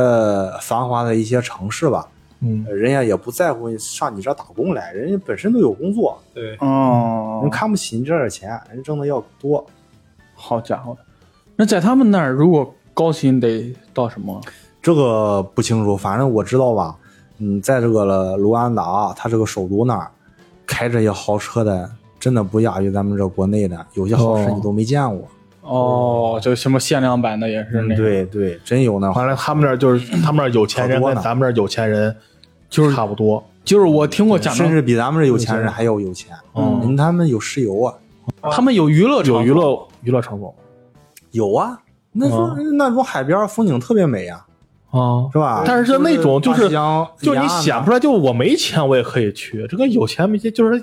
[SPEAKER 3] 繁华的一些城市吧，
[SPEAKER 1] 嗯
[SPEAKER 3] 呃人家也不在乎上你这儿打工来，人家本身都有工作，
[SPEAKER 4] 对，
[SPEAKER 2] 哦
[SPEAKER 3] 人，看不起你这点钱，人挣的要多。
[SPEAKER 2] 好家伙，那在他们那儿，如果高薪得到什么？
[SPEAKER 3] 这个不清楚，反正我知道吧，嗯，在这个卢安达，它这个首都那儿，开这些豪车的，真的不亚于咱们这国内的，有些豪车
[SPEAKER 1] 哦
[SPEAKER 3] 你都没见过。
[SPEAKER 2] 哦，就什么限量版的也是那个。
[SPEAKER 3] 嗯对对，真有那。
[SPEAKER 1] 反正他们那儿就是他们那儿有钱人
[SPEAKER 3] 好多
[SPEAKER 1] 跟
[SPEAKER 3] 呢
[SPEAKER 1] 咱们这儿有钱人就是差不多，
[SPEAKER 2] 就是我听过讲
[SPEAKER 3] 甚
[SPEAKER 2] 的，
[SPEAKER 3] 至比咱们这有钱人还要有钱，
[SPEAKER 2] 嗯
[SPEAKER 3] 人他们有石油啊，
[SPEAKER 2] 他们有娱乐场
[SPEAKER 1] 有
[SPEAKER 2] 所
[SPEAKER 1] 娱乐娱乐场所
[SPEAKER 3] 有啊，那时候
[SPEAKER 1] 哦
[SPEAKER 3] 那种海边风景特别美呀、
[SPEAKER 1] 啊
[SPEAKER 3] 是吧？
[SPEAKER 1] 但是就那种就是
[SPEAKER 3] 大西洋
[SPEAKER 1] 就是你
[SPEAKER 3] 沿岸
[SPEAKER 1] 想
[SPEAKER 3] 的
[SPEAKER 1] 不出来，就我没钱我也可以去，这跟有钱没钱就是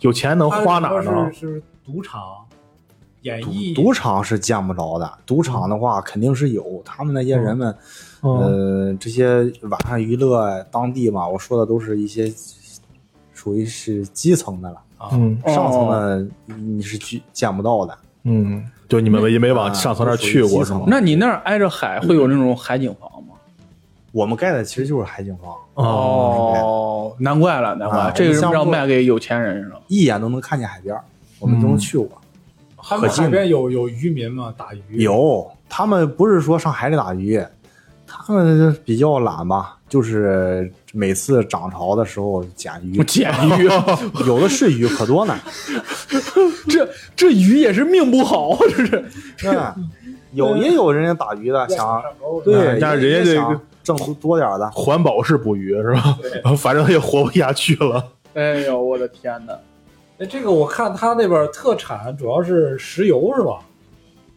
[SPEAKER 1] 有钱能花哪儿呢
[SPEAKER 4] 他？是是赌场、演艺、
[SPEAKER 3] 赌场是见不着的，赌场的话肯定是有，他们那些人们，呃
[SPEAKER 1] 嗯
[SPEAKER 3] 呃，这些晚上娱乐当地嘛，我说的都是一些属于是基层的了，
[SPEAKER 1] 嗯
[SPEAKER 3] 上层的你是去见不到的。
[SPEAKER 1] 嗯，就你们没没往上层那儿去过是吗？嗯
[SPEAKER 2] 那你那儿挨着海，会有那种海景房吗？
[SPEAKER 3] 我们盖的其实就是海景房，
[SPEAKER 1] 哦，
[SPEAKER 2] 哦，难怪了，难怪、
[SPEAKER 3] 啊
[SPEAKER 2] 这个
[SPEAKER 3] 我们
[SPEAKER 2] 是
[SPEAKER 3] 项
[SPEAKER 2] 不
[SPEAKER 3] 目
[SPEAKER 2] 是要卖给有钱人是吧？，
[SPEAKER 3] 一眼都能看见海边儿，我们都
[SPEAKER 1] 嗯
[SPEAKER 3] 能去过。
[SPEAKER 4] 他们海边有有渔民嘛，打鱼。
[SPEAKER 3] 有，他们不是说上海里打鱼，他们比较懒吧，就是每次涨潮的时候捡鱼
[SPEAKER 2] 捡 鱼，
[SPEAKER 3] 有的是鱼，可多呢。
[SPEAKER 2] 这这鱼也是命不
[SPEAKER 1] 啊
[SPEAKER 2] 好，这是
[SPEAKER 3] 嗯，有也有人家打鱼的，想
[SPEAKER 4] 上钩
[SPEAKER 3] 对，
[SPEAKER 1] 人家
[SPEAKER 3] 也
[SPEAKER 1] 人家这
[SPEAKER 3] 想挣多点儿的，
[SPEAKER 1] 环保式捕鱼是吧？反正他也活不下去了。
[SPEAKER 2] 哎呦我的天哪！
[SPEAKER 4] 那这个我看他那边特产主要是石油是吧？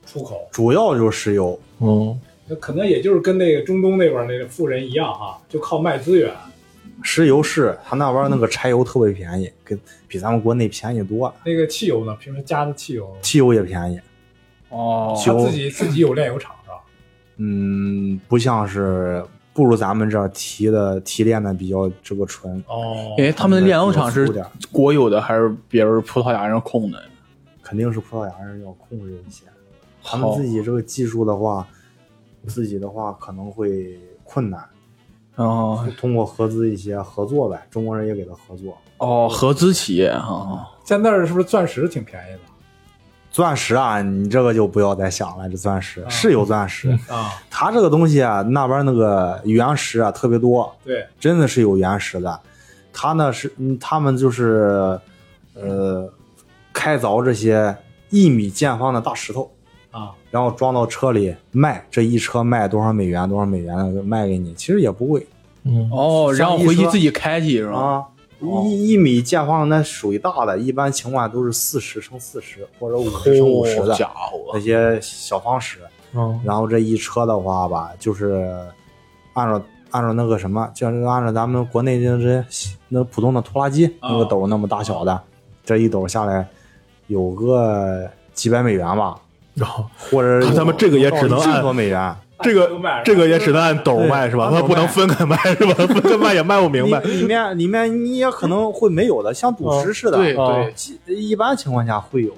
[SPEAKER 4] 出口，
[SPEAKER 3] 主要就是石油。
[SPEAKER 1] 嗯，
[SPEAKER 4] 那可能也就是跟那个中东那边那个富人一样哈、就靠卖资源。
[SPEAKER 3] 石油是他那边儿那个柴油特别便宜，跟比咱们国内便宜多了，
[SPEAKER 4] 那个汽油呢？平时加的汽油，
[SPEAKER 3] 汽油也便宜。
[SPEAKER 2] 哦，
[SPEAKER 4] 他自己自己有炼油厂是吧？
[SPEAKER 3] 嗯，不像是不如咱们这儿提的提炼的比较这个纯，
[SPEAKER 4] 哦，
[SPEAKER 2] 哎，他们的炼油厂是
[SPEAKER 3] 比较粗点儿
[SPEAKER 2] 国有的还是别人葡萄牙人控的？
[SPEAKER 3] 肯定是葡萄牙人要控制一些。他们
[SPEAKER 2] 好
[SPEAKER 3] 自己这个技术的话，自己的话可能会困难，
[SPEAKER 2] 哦
[SPEAKER 3] 通过合资一些合作呗，中国人也给他合作。
[SPEAKER 2] 哦，合资企业哈，
[SPEAKER 4] 在那儿是不是钻石挺便宜
[SPEAKER 3] 钻石啊，你这个就不要再想了，这钻石
[SPEAKER 4] 啊
[SPEAKER 3] 是有钻石，
[SPEAKER 4] 的啊？
[SPEAKER 3] 它这个东西啊，那边那个原石啊特别多，
[SPEAKER 4] 对，
[SPEAKER 3] 真的是有原石的。它呢是，嗯他们就是，呃，开凿这些一米见方的大石头，
[SPEAKER 4] 啊，
[SPEAKER 3] 然后装到车里卖，这一车卖多少美元，多少美元的卖给你，其实也不贵
[SPEAKER 1] 嗯
[SPEAKER 2] 哦，然后回去
[SPEAKER 3] 像一车
[SPEAKER 2] 自己开去是吧？
[SPEAKER 3] 啊。一一米见方那属于大的，一般情况都是四十乘四十或者五十乘五十
[SPEAKER 2] 好
[SPEAKER 3] 的
[SPEAKER 2] 家伙
[SPEAKER 1] 哦
[SPEAKER 3] 那，些小方石。
[SPEAKER 1] 嗯
[SPEAKER 3] 然后这一车的话吧，就是按照按照那个什么，就是按照咱们国内那这那普通的拖拉机、
[SPEAKER 4] 啊
[SPEAKER 3] 那个斗那么大小的，这一斗下来有个几百美元吧，
[SPEAKER 1] 然后
[SPEAKER 3] 或者
[SPEAKER 1] 看啊他们这个也只能
[SPEAKER 3] 一
[SPEAKER 1] 按
[SPEAKER 3] 千多美元。
[SPEAKER 1] 这
[SPEAKER 4] 都
[SPEAKER 1] 个
[SPEAKER 4] 卖了
[SPEAKER 1] 这个也只能按斗卖是吧？
[SPEAKER 3] 按斗
[SPEAKER 1] 他
[SPEAKER 3] 卖
[SPEAKER 1] 不能分开卖是吧？分开卖也卖不明白。
[SPEAKER 3] 里里面里面你也可能会没有的，像赌石似的，
[SPEAKER 2] 对
[SPEAKER 1] 哦
[SPEAKER 2] 对，
[SPEAKER 3] 基一般情况下会有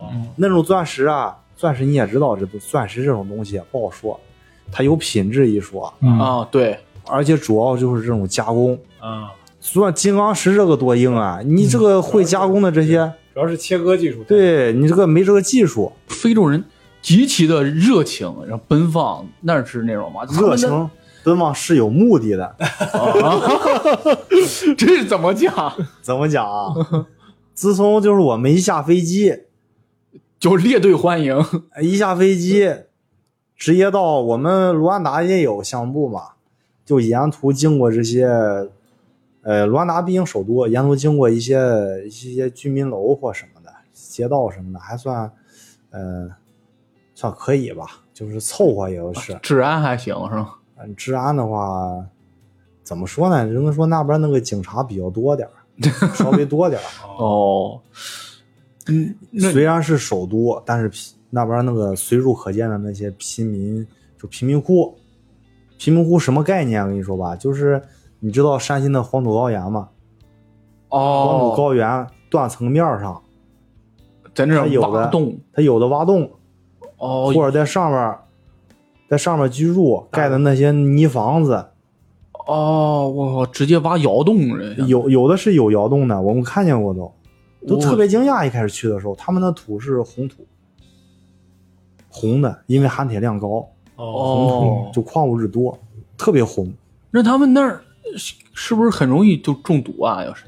[SPEAKER 2] 嗯。
[SPEAKER 3] 那种钻石啊，钻石你也知道，这不钻石这种东西不好说，它有品质一说，
[SPEAKER 4] 啊
[SPEAKER 2] 啊对，
[SPEAKER 3] 而且主要就是这种加工。
[SPEAKER 4] 啊，
[SPEAKER 3] 钻金刚石这个多硬啊！你这个会加工的这些，
[SPEAKER 4] 主要是切割技术。，
[SPEAKER 3] 对你这个没这个技术，
[SPEAKER 2] 非洲人极其的热情，然后奔放，那是那种吗？
[SPEAKER 3] 热情奔放是有目的的。
[SPEAKER 2] 啊这是怎么讲？
[SPEAKER 3] 怎么讲啊？自从就是我们一下飞机，
[SPEAKER 2] 就列队欢迎。
[SPEAKER 3] 一下飞机，直接到我们卢安达也有项目嘛，就沿途经过这些，呃，卢安达毕竟首都，沿途经过一些一些居民楼或什么的街道什么的，还算，呃，算可以吧，就是凑合也就是。
[SPEAKER 2] 治安还行是吧？
[SPEAKER 3] 嗯，治安的话，怎么说呢？只能说那边那个警察比较多点儿，稍微多点儿。
[SPEAKER 2] 哦，嗯，那
[SPEAKER 3] 虽然是首都，但是贫那边那个随处可见的那些贫民，就贫民窟。贫民窟什么概念？我跟你说吧，就是你知道山西的黄土高原吗？黄土
[SPEAKER 2] 哦，
[SPEAKER 3] 高原断层面儿上，
[SPEAKER 2] 在那
[SPEAKER 3] 它
[SPEAKER 2] 儿
[SPEAKER 3] 有
[SPEAKER 2] 挖
[SPEAKER 3] 的
[SPEAKER 2] 洞
[SPEAKER 3] 它有的挖洞，
[SPEAKER 2] 哦
[SPEAKER 3] 或者在上面儿，在上面居住盖的那些泥房子，
[SPEAKER 2] 哦，我靠直接挖窑洞了，
[SPEAKER 3] 有有的是有窑洞的，我们看见过都，都
[SPEAKER 2] 哦
[SPEAKER 3] 特别惊讶。一开始去的时候，他们的土是红土，红的，因为含铁量高，
[SPEAKER 4] 哦，
[SPEAKER 2] 哦，
[SPEAKER 3] 就矿物质多，特别红。
[SPEAKER 2] 那他们那儿是是不是很容易就中毒啊？要是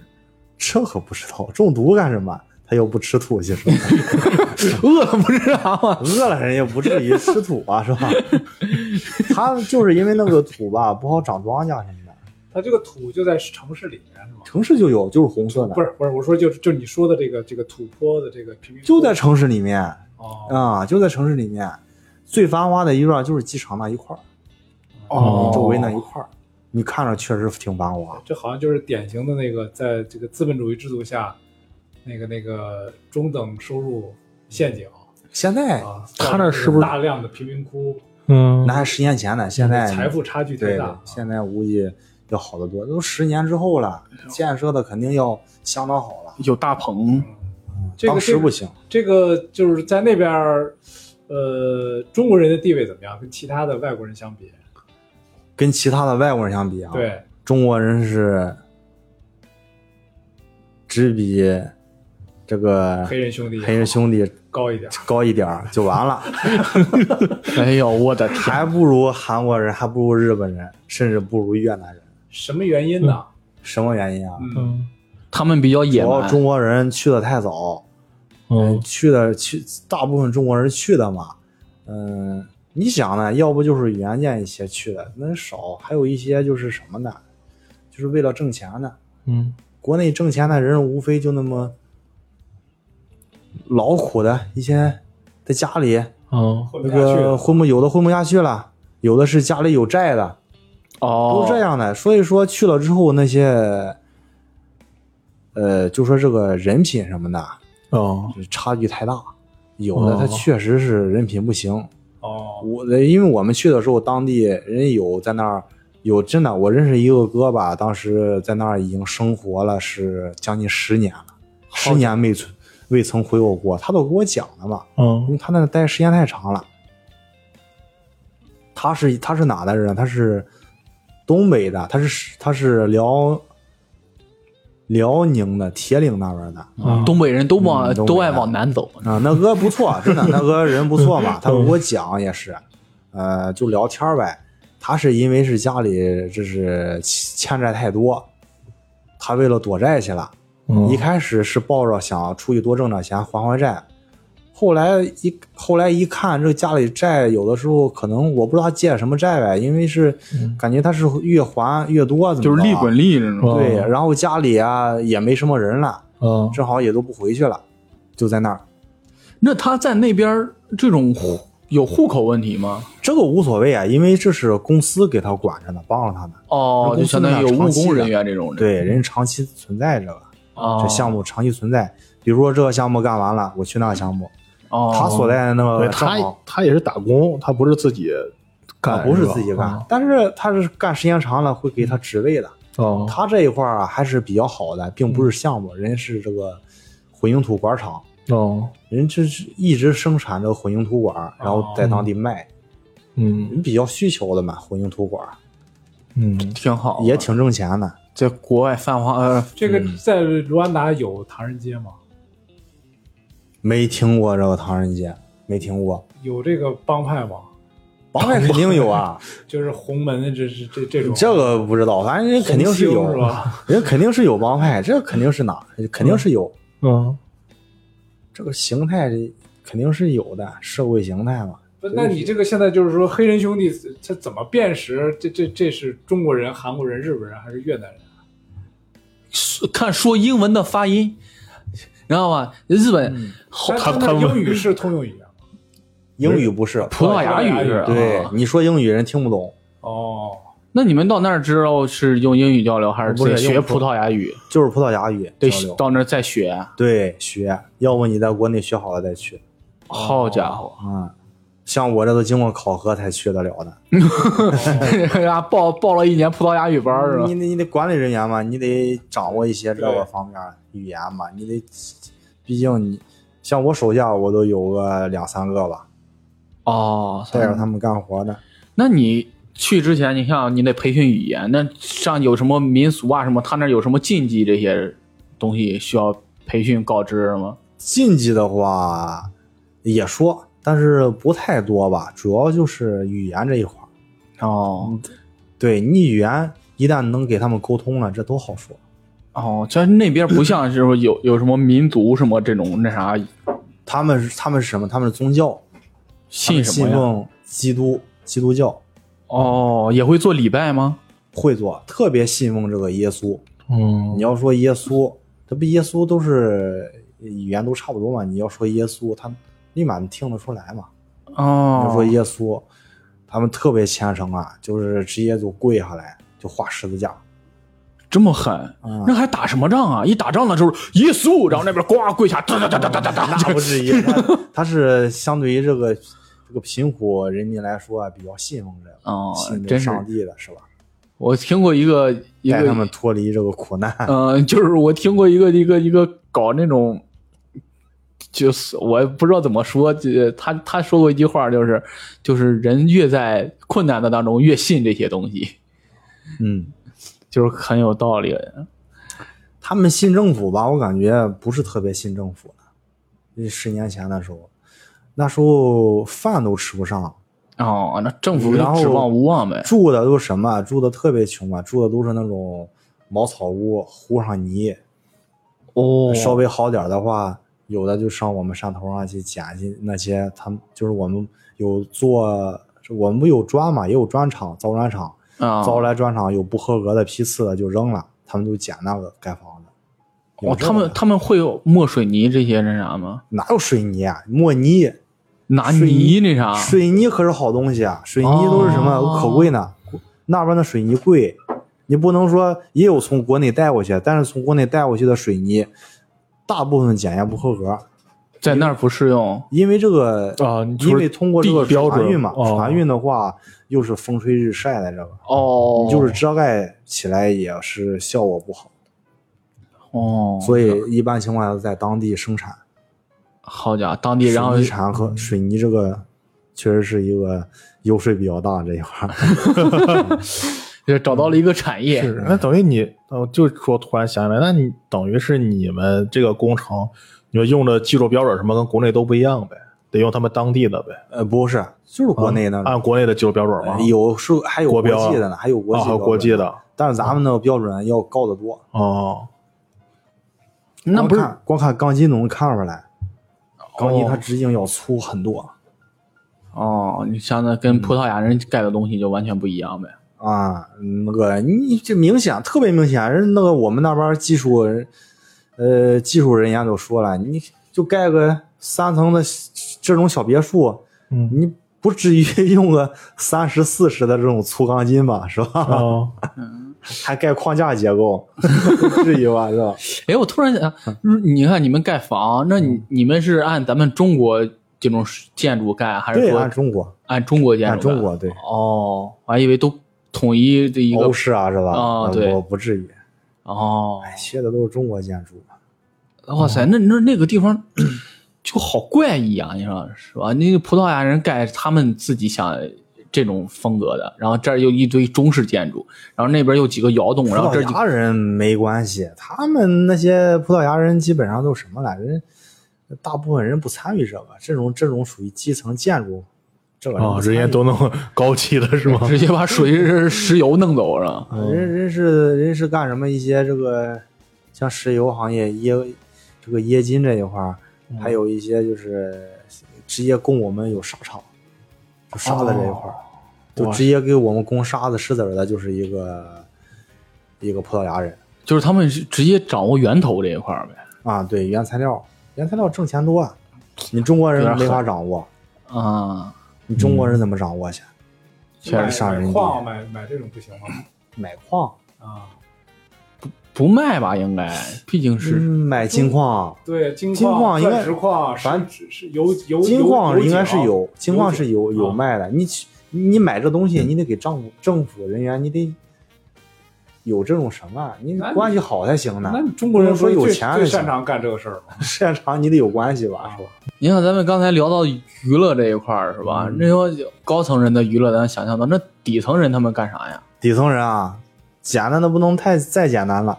[SPEAKER 3] 这可不知道中毒干什么？他又不吃土，其 实
[SPEAKER 2] 饿了不是啊啥吗？
[SPEAKER 3] 饿了人也不至于吃土啊，是吧？他就是因为那个土吧不好长庄稼什么的，
[SPEAKER 4] 它这个土就在城市里面是吗？
[SPEAKER 3] 城市就有，就是红色的，
[SPEAKER 4] 不是不是，我说就是就你说的这个这个土坡的这个贫民窟，
[SPEAKER 3] 就在城市里面
[SPEAKER 4] 哦
[SPEAKER 3] 啊、就在城市里面，最繁华的一段就是机场那一块儿。
[SPEAKER 2] 哦
[SPEAKER 3] 周围那一块儿，你看着确实挺繁华。
[SPEAKER 4] 这好像就是典型的那个，在这个资本主义制度下，那个那个中等收入陷阱
[SPEAKER 3] 现在
[SPEAKER 4] 啊，
[SPEAKER 1] 他那是不是
[SPEAKER 4] 大量的贫民窟，
[SPEAKER 1] 嗯
[SPEAKER 3] 那还十年前呢，现在
[SPEAKER 4] 嗯财富差距
[SPEAKER 3] 哎对
[SPEAKER 4] 太
[SPEAKER 3] 的
[SPEAKER 4] 大，啊
[SPEAKER 3] 现在估计要好得多。都十年之后了，
[SPEAKER 4] 哎
[SPEAKER 3] 建设的肯定要相当好了。
[SPEAKER 2] 有大棚，
[SPEAKER 4] 这个
[SPEAKER 3] 当时
[SPEAKER 4] 这个
[SPEAKER 3] 不行，
[SPEAKER 4] 这个就是在那边儿，呃，中国人的地位怎么样？跟其他的外国人相比，
[SPEAKER 3] 跟其他的外国人相比啊，
[SPEAKER 4] 对，
[SPEAKER 3] 中国人是只比这个
[SPEAKER 4] 黑人兄弟
[SPEAKER 3] 啊黑人兄弟
[SPEAKER 4] 高一点儿。
[SPEAKER 3] 高一点儿就完 了，
[SPEAKER 2] 哎呦我的天！
[SPEAKER 3] 还不如韩国人，还不如日本人，甚至不如越南人。
[SPEAKER 4] 什么原因呢？
[SPEAKER 3] 什么原因啊？
[SPEAKER 4] 嗯，
[SPEAKER 2] 嗯，他们比较野
[SPEAKER 3] 主要
[SPEAKER 2] 蛮，
[SPEAKER 3] 中国人去的太早，
[SPEAKER 2] 嗯，
[SPEAKER 3] 去的去大部分中国人去的嘛，嗯，你想呢？要不就是原件一些去的，那少；还有一些就是什么呢？就是为了挣钱的。
[SPEAKER 2] 嗯，
[SPEAKER 3] 国内挣钱的人无非就那么劳苦的一些，在家里
[SPEAKER 1] 嗯
[SPEAKER 2] 哦，
[SPEAKER 4] 混不
[SPEAKER 3] 那
[SPEAKER 4] 下去
[SPEAKER 3] 个
[SPEAKER 4] 了。
[SPEAKER 3] 混不有的混不下去了，有的是家里有债的，
[SPEAKER 2] 哦
[SPEAKER 3] 都，这样的。所以说去了之后那些，呃，就说这个人品什么的，
[SPEAKER 1] 哦，
[SPEAKER 3] 差距太大。有的他
[SPEAKER 1] 哦
[SPEAKER 3] 确实是人品不行。
[SPEAKER 4] 哦，
[SPEAKER 3] 我因为我们去的时候，当地人有在那儿有真的，我认识一个哥吧，当时在那儿已经生活了是将近十年了，十年没曾未曾回过国，他都跟我讲了嘛，因
[SPEAKER 1] 嗯
[SPEAKER 3] 为他那待时间太长了。他是他是哪的人？啊他是东北的，他是他是辽辽宁的铁岭那边的。
[SPEAKER 4] 啊
[SPEAKER 2] 嗯东北人都往
[SPEAKER 3] 嗯东北
[SPEAKER 2] 都爱
[SPEAKER 3] 人
[SPEAKER 2] 往南走，
[SPEAKER 3] 啊，那哥不错，真的，那哥人不错嘛。他跟我讲也是，呃，就聊天儿呗。他是因为是家里这是欠债太多，他为了躲债去了。
[SPEAKER 1] 嗯哦
[SPEAKER 3] 一开始是抱着想出去多挣点钱还还债，后来一后来一看，这家里债有的时候可能我不知道他借什么债呗，因为是感觉他是越还越多，怎么着啊
[SPEAKER 2] 利那种。
[SPEAKER 3] 对，然后家里啊也没什么人了，
[SPEAKER 1] 嗯
[SPEAKER 3] 正好也都不回去了，就在那儿。
[SPEAKER 2] 那他在那边儿这种户有户口问题吗？
[SPEAKER 3] 这个无所谓啊，因为这是公司给他管着呢，帮着他呢。
[SPEAKER 2] 哦，就
[SPEAKER 3] 公司
[SPEAKER 2] 相当于有务
[SPEAKER 3] 那长期
[SPEAKER 2] 工
[SPEAKER 3] 的
[SPEAKER 2] 人员这种人。
[SPEAKER 3] 对，人家长期存在这个，
[SPEAKER 2] 哦，
[SPEAKER 3] 这项目长期存在。比如说这个项目干完了，我去那个项目，
[SPEAKER 2] 哦，
[SPEAKER 3] 他所在的那个
[SPEAKER 1] 对
[SPEAKER 3] 正
[SPEAKER 1] 他
[SPEAKER 3] 好
[SPEAKER 1] 他也是打工，他不是自己
[SPEAKER 3] 他
[SPEAKER 1] 干，
[SPEAKER 3] 不是
[SPEAKER 1] 吧
[SPEAKER 3] 自己干，但是他是干时间长了会给他职位的。
[SPEAKER 1] 哦，嗯
[SPEAKER 3] 他这一块儿啊还是比较好的，并不是项目，人家是这个混凝土管厂，
[SPEAKER 1] 哦，
[SPEAKER 3] 人家就是一直生产这个混凝土管，然后在当地卖，
[SPEAKER 1] 嗯
[SPEAKER 3] 人比较需求的嘛，混凝土管
[SPEAKER 1] 嗯，
[SPEAKER 2] 挺好，
[SPEAKER 3] 也挺挣钱的。
[SPEAKER 2] 在国外繁华。呃，
[SPEAKER 4] 这个
[SPEAKER 3] 嗯
[SPEAKER 4] 在卢安达有唐人街吗？
[SPEAKER 3] 没听过这个唐人街，没听过。
[SPEAKER 4] 有这个帮派吗？
[SPEAKER 3] 帮派肯定有啊，
[SPEAKER 4] 就是洪门这是这这种
[SPEAKER 3] 这个不知道，反正人肯定是
[SPEAKER 4] 红星
[SPEAKER 3] 有啊
[SPEAKER 4] 是吧，
[SPEAKER 3] 人肯定是有帮派，这肯定是哪，肯定是有
[SPEAKER 1] 嗯，
[SPEAKER 3] 这个形态，肯定是有的，社会形态嘛。
[SPEAKER 4] 不那你这个现在就是说黑人兄弟他怎么辨识？这这这是中国人、韩国人、日本人还是越南人？
[SPEAKER 2] 看说英文的发音，知道吗？日本好
[SPEAKER 4] 但是
[SPEAKER 1] 他
[SPEAKER 4] 那
[SPEAKER 1] 们
[SPEAKER 4] 英语是通用语啊言吗？
[SPEAKER 3] 英语不是，
[SPEAKER 2] 葡萄牙语是
[SPEAKER 3] 对
[SPEAKER 2] 啊，
[SPEAKER 3] 你说英语人听不懂，
[SPEAKER 4] 哦，
[SPEAKER 2] 那你们到那儿之后是用英语交流，还是
[SPEAKER 3] 不是
[SPEAKER 2] 得学
[SPEAKER 3] 用葡
[SPEAKER 2] 葡萄牙语？
[SPEAKER 3] 就是葡萄牙语
[SPEAKER 2] 得
[SPEAKER 3] 交流。
[SPEAKER 2] 到那儿再学。
[SPEAKER 3] 对，学，要不你在国内学好了再去
[SPEAKER 2] 好家伙，
[SPEAKER 3] 啊、嗯像我这都经过考核才去得了的。
[SPEAKER 2] 家啊报报了一年葡萄牙语班儿是吧
[SPEAKER 3] 你？得你得管理人员嘛，你得掌握一些这个方面儿语言嘛，你得，毕竟你像我手下我都有个两三个吧，
[SPEAKER 2] 哦，
[SPEAKER 3] 带着他们干活的。
[SPEAKER 2] 那你去之前，你看你得培训语言，那像有什么民俗啊什么，他那儿有什么禁忌这些东西需要培训告知吗？
[SPEAKER 3] 禁忌的话也说，但是不太多吧，主要就是语言这一块儿。
[SPEAKER 2] 哦
[SPEAKER 3] 对你语言一旦能给他们沟通了，这都好说。
[SPEAKER 2] 哦，这那边不像是不是有有什么民族什么这种那啥
[SPEAKER 3] 他们是他们是什么？他们是宗教，他
[SPEAKER 2] 信
[SPEAKER 3] 们
[SPEAKER 2] 什
[SPEAKER 3] 信
[SPEAKER 2] 么呀？
[SPEAKER 3] 奉基督基督教，
[SPEAKER 2] 哦，也会做礼拜吗？
[SPEAKER 3] 会做特别信奉这个耶稣。
[SPEAKER 1] 嗯
[SPEAKER 3] 你要说耶稣，他不耶稣都是语言都差不多嘛？你要说耶稣，他立马能听得出来嘛？你要
[SPEAKER 2] 哦
[SPEAKER 3] 说，耶稣，他们特别虔诚啊，就是直接就跪下来就画十 字架。
[SPEAKER 2] 这么狠。
[SPEAKER 3] 啊。
[SPEAKER 2] 那还打什么仗啊？一打仗的时候，耶稣，然后那边呱跪下，哒哒哒哒哒哒哒，
[SPEAKER 3] 那不至于，他他是相对于这个这个贫苦人民来说啊，比较信奉这个，
[SPEAKER 2] 哦
[SPEAKER 3] 信这
[SPEAKER 2] 真
[SPEAKER 3] 个
[SPEAKER 2] 是
[SPEAKER 3] 上帝的是吧？
[SPEAKER 2] 我听过一个一
[SPEAKER 3] 带他们
[SPEAKER 2] 个，
[SPEAKER 3] 脱离这个苦难。
[SPEAKER 2] 呃， 就是我听过一个一个一个搞那种，就是我也不知道怎么说，这他他说过一句话，就是就是人越在困难的当中越信这些东西，
[SPEAKER 3] 嗯，
[SPEAKER 2] 就是很有道理。
[SPEAKER 3] 他们信政府吧，我感觉不是特别信政府了。十年前的时候，那时候饭都吃不上，
[SPEAKER 2] 哦，那政府就
[SPEAKER 3] 然后
[SPEAKER 2] 指望无望呗。
[SPEAKER 3] 住的都是什么？住的特别穷啊，住的都是那种茅草屋，糊上泥。
[SPEAKER 2] 哦
[SPEAKER 3] 稍微好点儿的话，有的就上我们山头上去捡去那些，他们就是我们有做，我们不有砖嘛，也有砖厂、造砖厂，
[SPEAKER 2] 啊，
[SPEAKER 3] 造出来砖厂有不合格的批次的就扔了，他们就捡那个盖房子。有
[SPEAKER 2] 哦，
[SPEAKER 3] 这
[SPEAKER 2] 他
[SPEAKER 3] 个
[SPEAKER 2] 们
[SPEAKER 3] 的
[SPEAKER 2] 他们会有抹水泥这些那啥吗？
[SPEAKER 3] 哪有水泥啊？抹泥，
[SPEAKER 2] 拿
[SPEAKER 3] 水
[SPEAKER 2] 泥那啥？
[SPEAKER 3] 水泥可是好东西啊，水泥都是什
[SPEAKER 2] 啊哦
[SPEAKER 3] 么可贵呢？那边的水泥贵，你不能说也有从国内带过去，但是从国内带过去的水泥，大部分检验不合格，
[SPEAKER 2] 在那儿不适用。
[SPEAKER 3] 因为这个
[SPEAKER 4] 啊你
[SPEAKER 3] 因为通过这个
[SPEAKER 4] 地标准
[SPEAKER 3] 船运嘛，
[SPEAKER 4] 哦
[SPEAKER 3] 船运的话又是风吹日晒的，这个
[SPEAKER 2] 哦
[SPEAKER 3] 你就是遮盖起来也是效果不好，
[SPEAKER 2] 哦，
[SPEAKER 3] 所以一般情况下在当地生产
[SPEAKER 2] 好家伙，当地
[SPEAKER 3] 水
[SPEAKER 2] 然后
[SPEAKER 3] 泥产和水泥这个确实是一个优势比较大这一块儿。
[SPEAKER 2] 就找到了一个产业，
[SPEAKER 1] 是，那等于你，呃，就是说突然想起来，那你等于是你们这个工程，你们用的技术标准什么跟国内都不一样呗，得用他们当地的呗，啊
[SPEAKER 3] 呃，不是，就是国内的，
[SPEAKER 1] 按国内的技术标准吗？
[SPEAKER 3] 呃有时候还有
[SPEAKER 1] 啊国
[SPEAKER 3] 国
[SPEAKER 1] 标
[SPEAKER 3] 际的呢，还有国
[SPEAKER 1] 啊，
[SPEAKER 3] 际
[SPEAKER 1] 还有
[SPEAKER 3] 标
[SPEAKER 1] 国
[SPEAKER 3] 准
[SPEAKER 1] 际，的
[SPEAKER 3] 但是咱们那个标准要高得多。
[SPEAKER 1] 哦，
[SPEAKER 2] 那
[SPEAKER 3] 光
[SPEAKER 2] 不是
[SPEAKER 3] 看光看钢筋能看出来，钢筋它
[SPEAKER 2] 哦
[SPEAKER 3] 直径要粗很多。
[SPEAKER 2] 哦？你像那
[SPEAKER 3] 嗯
[SPEAKER 2] 跟葡萄牙人盖的东西就完全不一样呗。
[SPEAKER 3] 啊，那个你这明显特别明显，人那个我们那边技术人，呃，技术人员都说了，你就盖个三层的这种小别墅，
[SPEAKER 1] 嗯，
[SPEAKER 3] 你不至于 用个三十四十的这种粗钢筋吧，是吧？
[SPEAKER 1] 哦，
[SPEAKER 3] 还盖框架结构， 不至于吧，是吧？
[SPEAKER 2] 哎，我突然想，
[SPEAKER 3] 嗯
[SPEAKER 2] 你看你们盖房，那你你们是按咱们中国这种建筑盖，还是
[SPEAKER 3] 对，
[SPEAKER 2] 说
[SPEAKER 3] 按中国，
[SPEAKER 2] 按中国建筑？
[SPEAKER 3] 按中。国对，
[SPEAKER 2] 哦，我还以为都统一的一个
[SPEAKER 3] 欧式啊，是吧？
[SPEAKER 2] 啊
[SPEAKER 3] 呃
[SPEAKER 2] 对
[SPEAKER 3] 不不至于，
[SPEAKER 2] 哦。
[SPEAKER 3] 哎，学的都是中国建筑，
[SPEAKER 2] 哇塞，
[SPEAKER 3] 嗯
[SPEAKER 2] 那那那个地方就好怪异啊，你说是吧？那个葡萄牙人盖他们自己想这种风格的，然后这儿又一堆中式建筑，然后那边又几个窑洞，
[SPEAKER 3] 葡
[SPEAKER 2] 然后这儿
[SPEAKER 3] 萄
[SPEAKER 2] 就
[SPEAKER 3] 牙人没关系，他们那些葡萄牙人基本上都是什么来着？人大部分人不参与这个，这种这种属于基层建筑，这个
[SPEAKER 2] 哦
[SPEAKER 3] 人
[SPEAKER 1] 啊，
[SPEAKER 3] 不参
[SPEAKER 1] 人
[SPEAKER 3] 与
[SPEAKER 1] 家都弄 高级的是吗？
[SPEAKER 2] 直接把水
[SPEAKER 3] 嗯
[SPEAKER 2] 石油弄走了。
[SPEAKER 3] 啊人人是人是干什么？一些这个像石油行业椰这个椰金这一块儿，
[SPEAKER 2] 嗯
[SPEAKER 3] 还有一些就是直接供我们有沙场，就沙子这一
[SPEAKER 2] 哦
[SPEAKER 3] 块儿，就直接给我们供沙子石子儿的，就是一个一个葡萄牙人。
[SPEAKER 2] 就是他们是直接掌握源头这一块儿呗。
[SPEAKER 3] 啊，对，原材料，原材料挣钱多啊，你中国人没法掌握，
[SPEAKER 2] 啊，
[SPEAKER 3] 你中国人怎么掌握去？
[SPEAKER 2] 确实
[SPEAKER 4] 买
[SPEAKER 3] 上人
[SPEAKER 4] 买
[SPEAKER 3] 低
[SPEAKER 4] 矿啊买买这种不行吗？
[SPEAKER 3] 买矿，
[SPEAKER 4] 啊，
[SPEAKER 2] 不卖吧？应该，毕竟
[SPEAKER 3] 嗯，
[SPEAKER 2] 是
[SPEAKER 3] 买金矿，
[SPEAKER 4] 对，金
[SPEAKER 3] 金矿应该
[SPEAKER 4] 钻石矿、
[SPEAKER 3] 反
[SPEAKER 4] 是是油油
[SPEAKER 3] 金矿应该是
[SPEAKER 4] 油
[SPEAKER 3] 有，金矿是有
[SPEAKER 4] 啊
[SPEAKER 3] 有卖的。你去，你买这东西，你得给政府政府人员，你得有这种什么，啊你
[SPEAKER 4] 那你
[SPEAKER 3] 关系好才行
[SPEAKER 4] 井
[SPEAKER 3] 呢
[SPEAKER 4] 啊。那中国人
[SPEAKER 3] 不能说有
[SPEAKER 4] 最
[SPEAKER 3] 钱
[SPEAKER 4] 最
[SPEAKER 3] 就行
[SPEAKER 4] 擅长干这个事 儿嘛？
[SPEAKER 3] 市场你得有关系吧，是吧？
[SPEAKER 2] 你看咱们刚才聊到娱乐这一块儿是
[SPEAKER 3] 嗯
[SPEAKER 2] 吧？那说高层人的娱乐咱想象到，那底层人他们干啥呀？
[SPEAKER 3] 底层人啊，简单的不能太再简单了。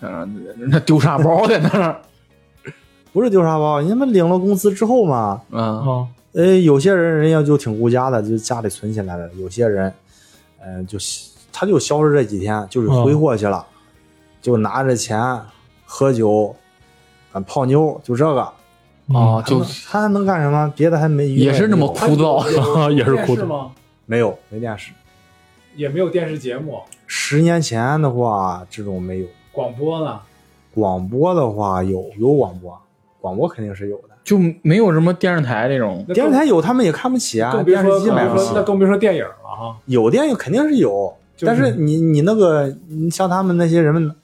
[SPEAKER 2] 嗯，那丢沙包在那 儿，
[SPEAKER 3] 不是丢沙包，你们领了工资之后嘛，
[SPEAKER 2] 嗯，
[SPEAKER 1] 啊，
[SPEAKER 3] 呃，有些人人家就挺顾家的，就家里存起来了；有些人，嗯、就他就消失这几天，就是挥霍去了，就拿着钱喝酒，啊、泡妞，就这个。
[SPEAKER 1] 啊
[SPEAKER 2] 哦，就
[SPEAKER 3] 他还能干什么？别的还没
[SPEAKER 2] 也是那么枯燥，
[SPEAKER 1] 啊也是枯
[SPEAKER 4] 电视
[SPEAKER 1] 燥，
[SPEAKER 4] 吗？
[SPEAKER 3] 没有没电视。
[SPEAKER 4] 也没有电视节目，
[SPEAKER 3] 十年前的话，这种没有。
[SPEAKER 4] 广播呢？
[SPEAKER 3] 广播的话，有有广播，广播肯定是有的。
[SPEAKER 2] 就没有什么电视台这种
[SPEAKER 4] 那更
[SPEAKER 3] 电视台有，他们也看不起啊，
[SPEAKER 4] 更别
[SPEAKER 3] 电
[SPEAKER 4] 说
[SPEAKER 3] 视
[SPEAKER 4] 更
[SPEAKER 3] 机买
[SPEAKER 4] 别
[SPEAKER 3] 不
[SPEAKER 4] 说
[SPEAKER 3] 起
[SPEAKER 4] 那。更别说电影了哈。
[SPEAKER 3] 有电影肯定是有，
[SPEAKER 4] 就是
[SPEAKER 3] 但是你你那个你像他们那些人们，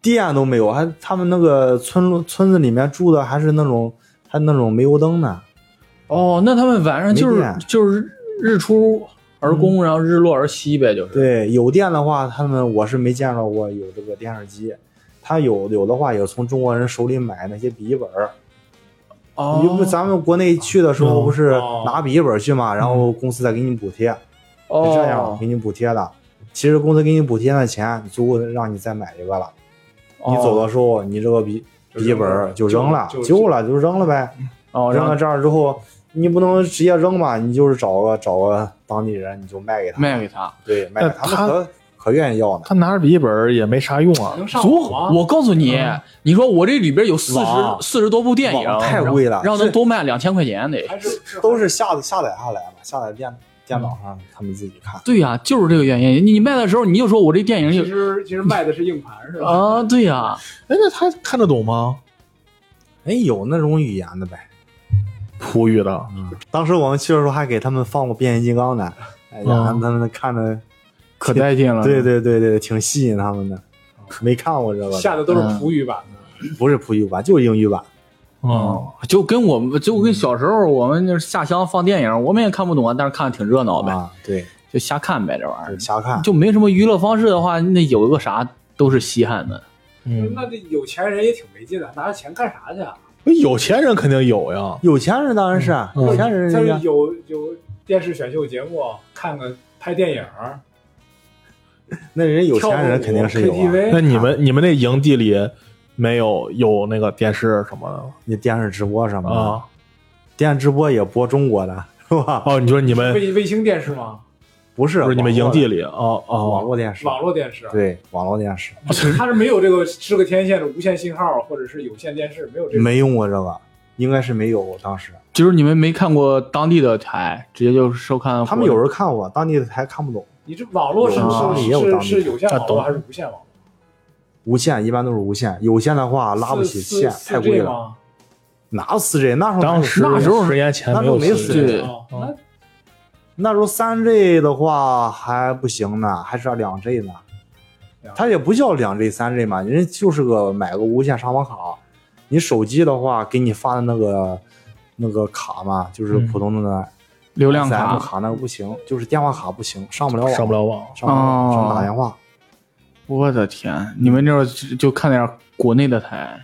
[SPEAKER 3] 电都没有，还他们那个村落村子里面住的还是那种还那种煤油灯呢，
[SPEAKER 2] 哦。那他们晚上就是
[SPEAKER 3] 没电
[SPEAKER 2] 就是日出而攻，然后日落而息呗，就是。
[SPEAKER 3] 对，有电的话，他们我是没见到过有这个电视机。他有有的话，也从中国人手里买那些笔记本儿。
[SPEAKER 2] 哦
[SPEAKER 3] 因为咱们国内去的时候不是
[SPEAKER 4] 哦
[SPEAKER 3] 拿笔记本去嘛，然后公司再给你补贴，
[SPEAKER 2] 哦
[SPEAKER 3] 是这样给你补贴的。其实公司给你补贴的钱足够让你再买一个了。
[SPEAKER 2] 哦
[SPEAKER 3] 你走的时候，你这个笔
[SPEAKER 4] 就
[SPEAKER 3] 笔记本儿就扔了，
[SPEAKER 4] 就
[SPEAKER 3] 旧了就扔了呗。
[SPEAKER 2] 哦，然
[SPEAKER 3] 扔
[SPEAKER 2] 后
[SPEAKER 3] 到这儿之后，你不能直接扔吧？你就是找个找个当地人，你就卖给他。
[SPEAKER 2] 卖给他。
[SPEAKER 3] 对，卖给
[SPEAKER 1] 但
[SPEAKER 3] 他们可可愿意要呢。
[SPEAKER 1] 他拿着笔记本也没啥用啊，
[SPEAKER 4] 能上
[SPEAKER 2] 足
[SPEAKER 4] 网，吗？
[SPEAKER 2] 我告诉你，你说我这里边有四
[SPEAKER 3] 网
[SPEAKER 2] 十四十多部电影
[SPEAKER 3] 网，太贵了
[SPEAKER 2] 让
[SPEAKER 3] 是
[SPEAKER 2] 他多卖两千块钱得。
[SPEAKER 4] 还是
[SPEAKER 3] 都是下下载下来嘛，下载电电脑上他们自己看。
[SPEAKER 2] 对呀、就是这个原因。你你卖的时候，你就说我这电影
[SPEAKER 4] 其
[SPEAKER 2] 有
[SPEAKER 4] 实其实卖的是硬盘是吧？
[SPEAKER 2] 啊，对呀、
[SPEAKER 1] 哎，那他看得懂吗？
[SPEAKER 3] 哎，有那种语言的呗。
[SPEAKER 1] 葡语的，
[SPEAKER 3] 当时我们去的时候还给他们放过变形金刚呢，哎呀，
[SPEAKER 1] 嗯
[SPEAKER 3] 他们看着，
[SPEAKER 2] 可带劲了
[SPEAKER 3] 对对对对，挺吸引他们的。没看过这个
[SPEAKER 4] 下
[SPEAKER 3] 的，
[SPEAKER 4] 的都是葡语版的，
[SPEAKER 3] 不是葡语版，就是英语版。
[SPEAKER 1] 嗯，
[SPEAKER 2] 哦，就跟我们就跟小时候我们那下乡放电影，我们也看不懂啊，但是看的挺热闹呗，
[SPEAKER 3] 啊，对，
[SPEAKER 2] 就瞎看呗，这玩意
[SPEAKER 3] 就
[SPEAKER 2] 儿
[SPEAKER 3] 瞎看。
[SPEAKER 2] 就没什么娱乐方式的话，那有个啥都是稀罕的。
[SPEAKER 1] 嗯，
[SPEAKER 4] 那这有钱人也挺没劲的，拿着钱干啥去啊？
[SPEAKER 1] 有钱人肯定有呀，
[SPEAKER 3] 有钱人当然是，啊有钱人
[SPEAKER 4] 他
[SPEAKER 3] 人
[SPEAKER 4] 是
[SPEAKER 3] 家
[SPEAKER 4] 有有电视选秀节目，看看拍电影儿，
[SPEAKER 3] 那人有钱人肯定是有
[SPEAKER 4] 跳舞
[SPEAKER 3] 啊。
[SPEAKER 4] KTV，
[SPEAKER 1] 那你们你们那营地里没有有那个电视什么
[SPEAKER 3] 你电视直播什
[SPEAKER 1] 的
[SPEAKER 3] 么的，
[SPEAKER 1] 啊？
[SPEAKER 3] 电视直播也播中国的是吧？
[SPEAKER 1] 哦，你说你们
[SPEAKER 4] 卫卫星电视吗？
[SPEAKER 3] 不是，
[SPEAKER 1] 不是你们
[SPEAKER 3] 网
[SPEAKER 1] 营
[SPEAKER 3] 络
[SPEAKER 1] 地
[SPEAKER 3] 的
[SPEAKER 1] 里哦
[SPEAKER 3] 网
[SPEAKER 1] 哦，
[SPEAKER 3] 络电视，
[SPEAKER 4] 网络电视，
[SPEAKER 3] 对网络电视
[SPEAKER 4] 它是没有这个是个天线的无线信号或者是有线电视，没有这个。
[SPEAKER 3] 没用过这个，应该是没有。当时
[SPEAKER 2] 就是你们没看过当地的台，直接就收看
[SPEAKER 3] 他们有人看过，当地的台看不懂。
[SPEAKER 4] 你这网络是
[SPEAKER 2] 有啊
[SPEAKER 4] 是
[SPEAKER 3] 也有
[SPEAKER 4] 是
[SPEAKER 3] 当
[SPEAKER 4] 是
[SPEAKER 3] 地
[SPEAKER 4] 有线网
[SPEAKER 1] 啊懂
[SPEAKER 4] 络还是无线网络？
[SPEAKER 3] 无线一般都是无线，有线的话拉不起
[SPEAKER 4] 四
[SPEAKER 3] 线，
[SPEAKER 4] 四
[SPEAKER 3] 太贵
[SPEAKER 4] 4G
[SPEAKER 3] 了。
[SPEAKER 4] 吗？
[SPEAKER 3] 哪有四 G？那时候啊
[SPEAKER 1] 当时
[SPEAKER 2] 那时候
[SPEAKER 1] 十年前
[SPEAKER 3] 那时候
[SPEAKER 1] 有
[SPEAKER 3] 没有
[SPEAKER 1] 四
[SPEAKER 3] 4G
[SPEAKER 2] 对
[SPEAKER 4] 哦，
[SPEAKER 3] 嗯
[SPEAKER 4] 那
[SPEAKER 3] 那时候三 G 的话还不行呢，还是要两 G 呢。它也不叫两 G、三 G 嘛，人家就是个买个无线上网卡。你手机的话，给你发的那个那个卡嘛，就是
[SPEAKER 1] 嗯
[SPEAKER 3] 普通的那
[SPEAKER 2] 流量
[SPEAKER 3] S
[SPEAKER 2] 卡，
[SPEAKER 3] M 卡，那个不行，就是电话卡不行，上不了网，
[SPEAKER 1] 上不了网，
[SPEAKER 3] 上不了网，
[SPEAKER 2] 哦
[SPEAKER 3] 只能打电话。
[SPEAKER 2] 我的天，你们这儿就就看点国内的台，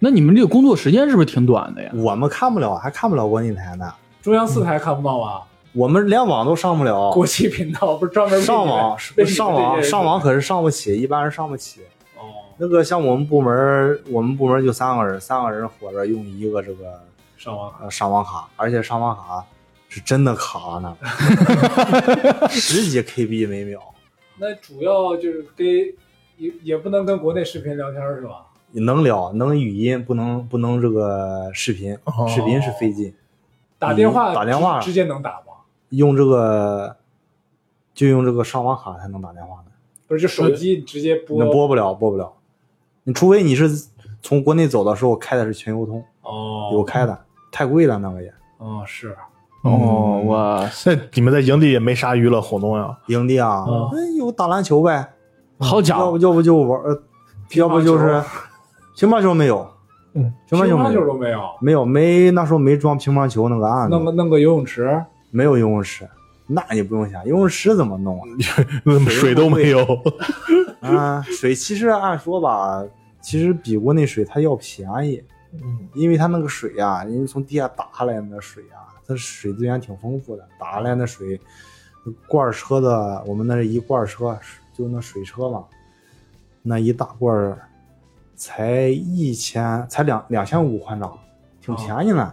[SPEAKER 2] 那你们这个工作时间是不是挺短的呀？
[SPEAKER 3] 我们看不了，还看不了国内台呢，
[SPEAKER 4] 中央四台看不到吗？
[SPEAKER 3] 我们连网都上不了。
[SPEAKER 4] 国际频道不是专门为
[SPEAKER 3] 哦上
[SPEAKER 4] 你
[SPEAKER 3] 网
[SPEAKER 4] 为你们
[SPEAKER 3] 上
[SPEAKER 4] 这
[SPEAKER 3] 网
[SPEAKER 4] 些
[SPEAKER 3] 上网
[SPEAKER 4] 人
[SPEAKER 3] 可是上不起，一般人上不起。
[SPEAKER 4] 哦，
[SPEAKER 3] 那个像我们部门儿，我们部门儿就三个人，三个人伙着用一个这个
[SPEAKER 4] 上网
[SPEAKER 3] 呃上网卡，而且上网卡是真的卡呢， 十几 KB 每秒，
[SPEAKER 4] 那主要就是跟也也不能跟国内视频聊天儿是吧？
[SPEAKER 3] 能聊能语音，不能不能这个视频，
[SPEAKER 1] 哦
[SPEAKER 3] 视频是费劲，
[SPEAKER 4] 打电话
[SPEAKER 3] 嗯打电话
[SPEAKER 4] 直直接能打吗？
[SPEAKER 3] 用这个就用这个上网卡才能打电话呢，
[SPEAKER 4] 不是，就手机直接
[SPEAKER 3] 那
[SPEAKER 4] 拨
[SPEAKER 3] 播不了播不了，你除非你是从国内走的时候开的是全优通，
[SPEAKER 4] 哦，
[SPEAKER 3] 有开的，太贵了那个也。
[SPEAKER 4] 哦是
[SPEAKER 3] 嗯
[SPEAKER 2] 哦，哇塞，
[SPEAKER 1] 嗯那你们在营地也没啥娱乐活动呀？
[SPEAKER 3] 营地啊，
[SPEAKER 4] 嗯
[SPEAKER 3] 那有打篮球呗，
[SPEAKER 2] 好家
[SPEAKER 3] 要
[SPEAKER 2] 伙
[SPEAKER 3] 不，要不就玩，呃，要不就是乒乓球没有，
[SPEAKER 1] 嗯，
[SPEAKER 3] 乒乓球
[SPEAKER 4] 乓
[SPEAKER 3] 没
[SPEAKER 4] 球
[SPEAKER 3] 有，
[SPEAKER 4] 都没有，
[SPEAKER 3] 没有没那时候没装乒乓球那个案
[SPEAKER 4] 弄
[SPEAKER 3] 子，
[SPEAKER 4] 个弄个游泳池，
[SPEAKER 3] 没有游泳池，那你不用想，游泳池怎么弄
[SPEAKER 1] 水都没有，
[SPEAKER 3] 啊？ 啊，水其实按说吧，其实比国内水它要便宜，
[SPEAKER 1] 嗯
[SPEAKER 3] 因为它那个水啊，人家从地下打下来的那水啊，它水资源挺丰富的，打下来的水，罐儿车的，我们那是一罐儿车，就那水车嘛，那一大罐儿才一千，才两两千五换张，挺
[SPEAKER 4] 哦
[SPEAKER 3] 便宜呢，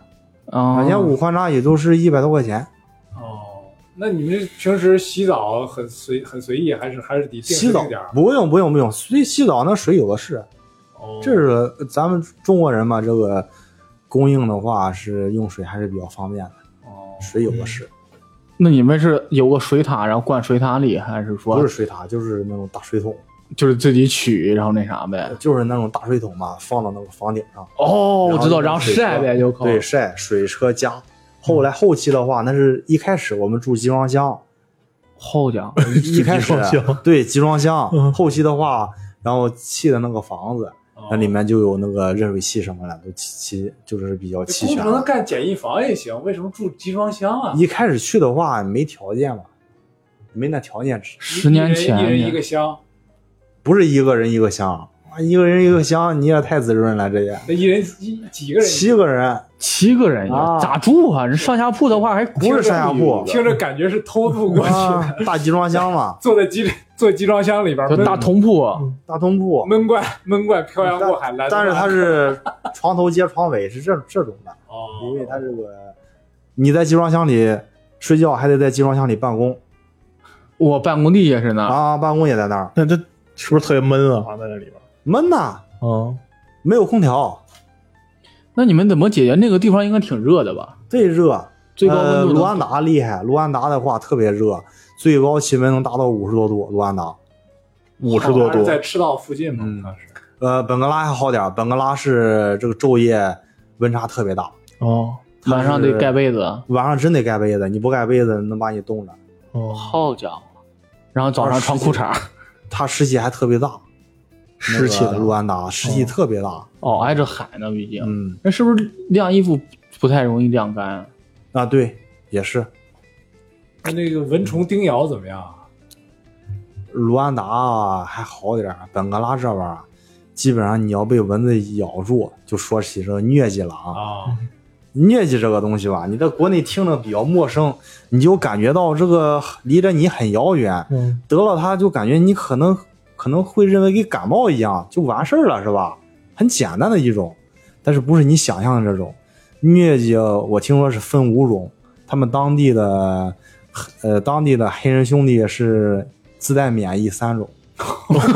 [SPEAKER 2] 啊
[SPEAKER 3] 两千五换张也就是一百多块钱。
[SPEAKER 4] 哦，那你们平时洗澡很随很随意，还是还是得定时
[SPEAKER 3] 洗澡
[SPEAKER 4] 定点儿？
[SPEAKER 3] 不用不用不用，洗洗澡那水有的是，
[SPEAKER 4] 哦，
[SPEAKER 3] 这是呃咱们中国人嘛，这个供应的话是用水还是比较方便的，
[SPEAKER 4] 哦
[SPEAKER 3] 水有的
[SPEAKER 1] 嗯
[SPEAKER 3] 是。
[SPEAKER 2] 那你们是有个水塔，然后灌水塔里，还是说
[SPEAKER 3] 不是水塔，就是那种大水桶，呃
[SPEAKER 2] 就是自己取，然后那啥呗？
[SPEAKER 3] 就是那种大水桶嘛，放到那个房顶上，
[SPEAKER 2] 哦，我知道，
[SPEAKER 3] 然
[SPEAKER 2] 然
[SPEAKER 3] 后
[SPEAKER 2] 后
[SPEAKER 3] 就水车
[SPEAKER 2] 晒呗就可
[SPEAKER 3] 对，晒水车加。后
[SPEAKER 1] 嗯
[SPEAKER 3] 来后期的话，那是一开始我们住集装 箱，
[SPEAKER 2] 好家伙，
[SPEAKER 3] 一开始
[SPEAKER 1] 集装箱
[SPEAKER 3] 对集装箱
[SPEAKER 1] 嗯，哦
[SPEAKER 3] 后期的话，然后砌的那个房子，那
[SPEAKER 4] 哦
[SPEAKER 3] 里面就有那个热水器什么的，都齐齐就是比较齐
[SPEAKER 4] 工
[SPEAKER 3] 全
[SPEAKER 4] 程
[SPEAKER 3] 了。
[SPEAKER 4] 干简易房也行，为什么住集装箱啊？
[SPEAKER 3] 一开始去的话没条件嘛，没那条件吃，
[SPEAKER 2] 十年前
[SPEAKER 4] 一人一人一个香，
[SPEAKER 3] 不是一个人一个箱，啊一个人一个箱，你也太滋润了，这也
[SPEAKER 4] 那一人一几个人
[SPEAKER 3] 七个人，
[SPEAKER 2] 七个人呀
[SPEAKER 3] 啊
[SPEAKER 2] 咋住啊？人上下铺的话还
[SPEAKER 3] 不是上下铺
[SPEAKER 4] 听着感觉是偷渡过去
[SPEAKER 3] 啊
[SPEAKER 4] 的，，
[SPEAKER 3] 大集装箱 嘛，
[SPEAKER 4] 坐在集坐集装箱里边
[SPEAKER 2] 就
[SPEAKER 4] 闷
[SPEAKER 2] 大通铺，啊
[SPEAKER 3] 大通铺，
[SPEAKER 4] 闷怪闷怪漂洋过海来到
[SPEAKER 3] 但
[SPEAKER 4] 南
[SPEAKER 3] 是
[SPEAKER 4] 方，
[SPEAKER 3] 它是床头接床尾，是这这种的，因 为
[SPEAKER 4] 哦，
[SPEAKER 3] 它这个你在集装箱里睡觉，还得在集装箱里办公
[SPEAKER 2] 我办公地也是呢。
[SPEAKER 3] 啊，办公也在那儿
[SPEAKER 1] 那这是不是特别闷啊？在那里边，
[SPEAKER 3] 闷呐，
[SPEAKER 1] 嗯，
[SPEAKER 3] 没有空调，
[SPEAKER 2] 那你们怎么解决？那个地方应该挺热的吧？
[SPEAKER 3] 最热。
[SPEAKER 2] 最高温
[SPEAKER 3] 呃，
[SPEAKER 2] 度能
[SPEAKER 3] 卢安达厉害，卢安达的话特别热，最高气温能达到五十多度。卢安达，
[SPEAKER 1] 五十多
[SPEAKER 4] 还是
[SPEAKER 1] 度，
[SPEAKER 4] 在赤道附近嘛，
[SPEAKER 3] 嗯
[SPEAKER 4] 当时
[SPEAKER 3] 呃，本格拉还好点儿，本格拉是这个昼夜温差特别大，
[SPEAKER 1] 哦
[SPEAKER 2] 晚上得
[SPEAKER 3] 它是
[SPEAKER 2] 盖被子，
[SPEAKER 3] 晚上真得盖被子，你不盖被子能把你冻着。
[SPEAKER 1] 哦，
[SPEAKER 2] 好家伙！然后早上穿裤 衩，
[SPEAKER 3] 它湿气还特别大，
[SPEAKER 1] 湿气
[SPEAKER 3] 那
[SPEAKER 1] 的
[SPEAKER 3] 个卢安达湿气特别大，
[SPEAKER 2] 哦，挨着海呢，毕竟。
[SPEAKER 3] 嗯
[SPEAKER 2] 那是不是晾衣服不太容易晾干啊？
[SPEAKER 3] 啊，对，也是
[SPEAKER 4] 那那个蚊虫叮咬怎么样啊？
[SPEAKER 3] 卢安达啊还好点儿，本格拉这边儿啊，基本上你要被蚊子咬住，就说起这个疟疾了啊。
[SPEAKER 4] 啊，
[SPEAKER 3] 疟疾这个东西吧，你在国内听着比较陌生，你就感觉到这个离着你很遥远，
[SPEAKER 1] 嗯，
[SPEAKER 3] 得了它就感觉你可能可能会认为跟感冒一样就完事儿了，是吧？很简单的一种，但是不是你想象的这种疟疾？我听说是分五种，他们当地的呃当地的黑人兄弟是自带免疫三种，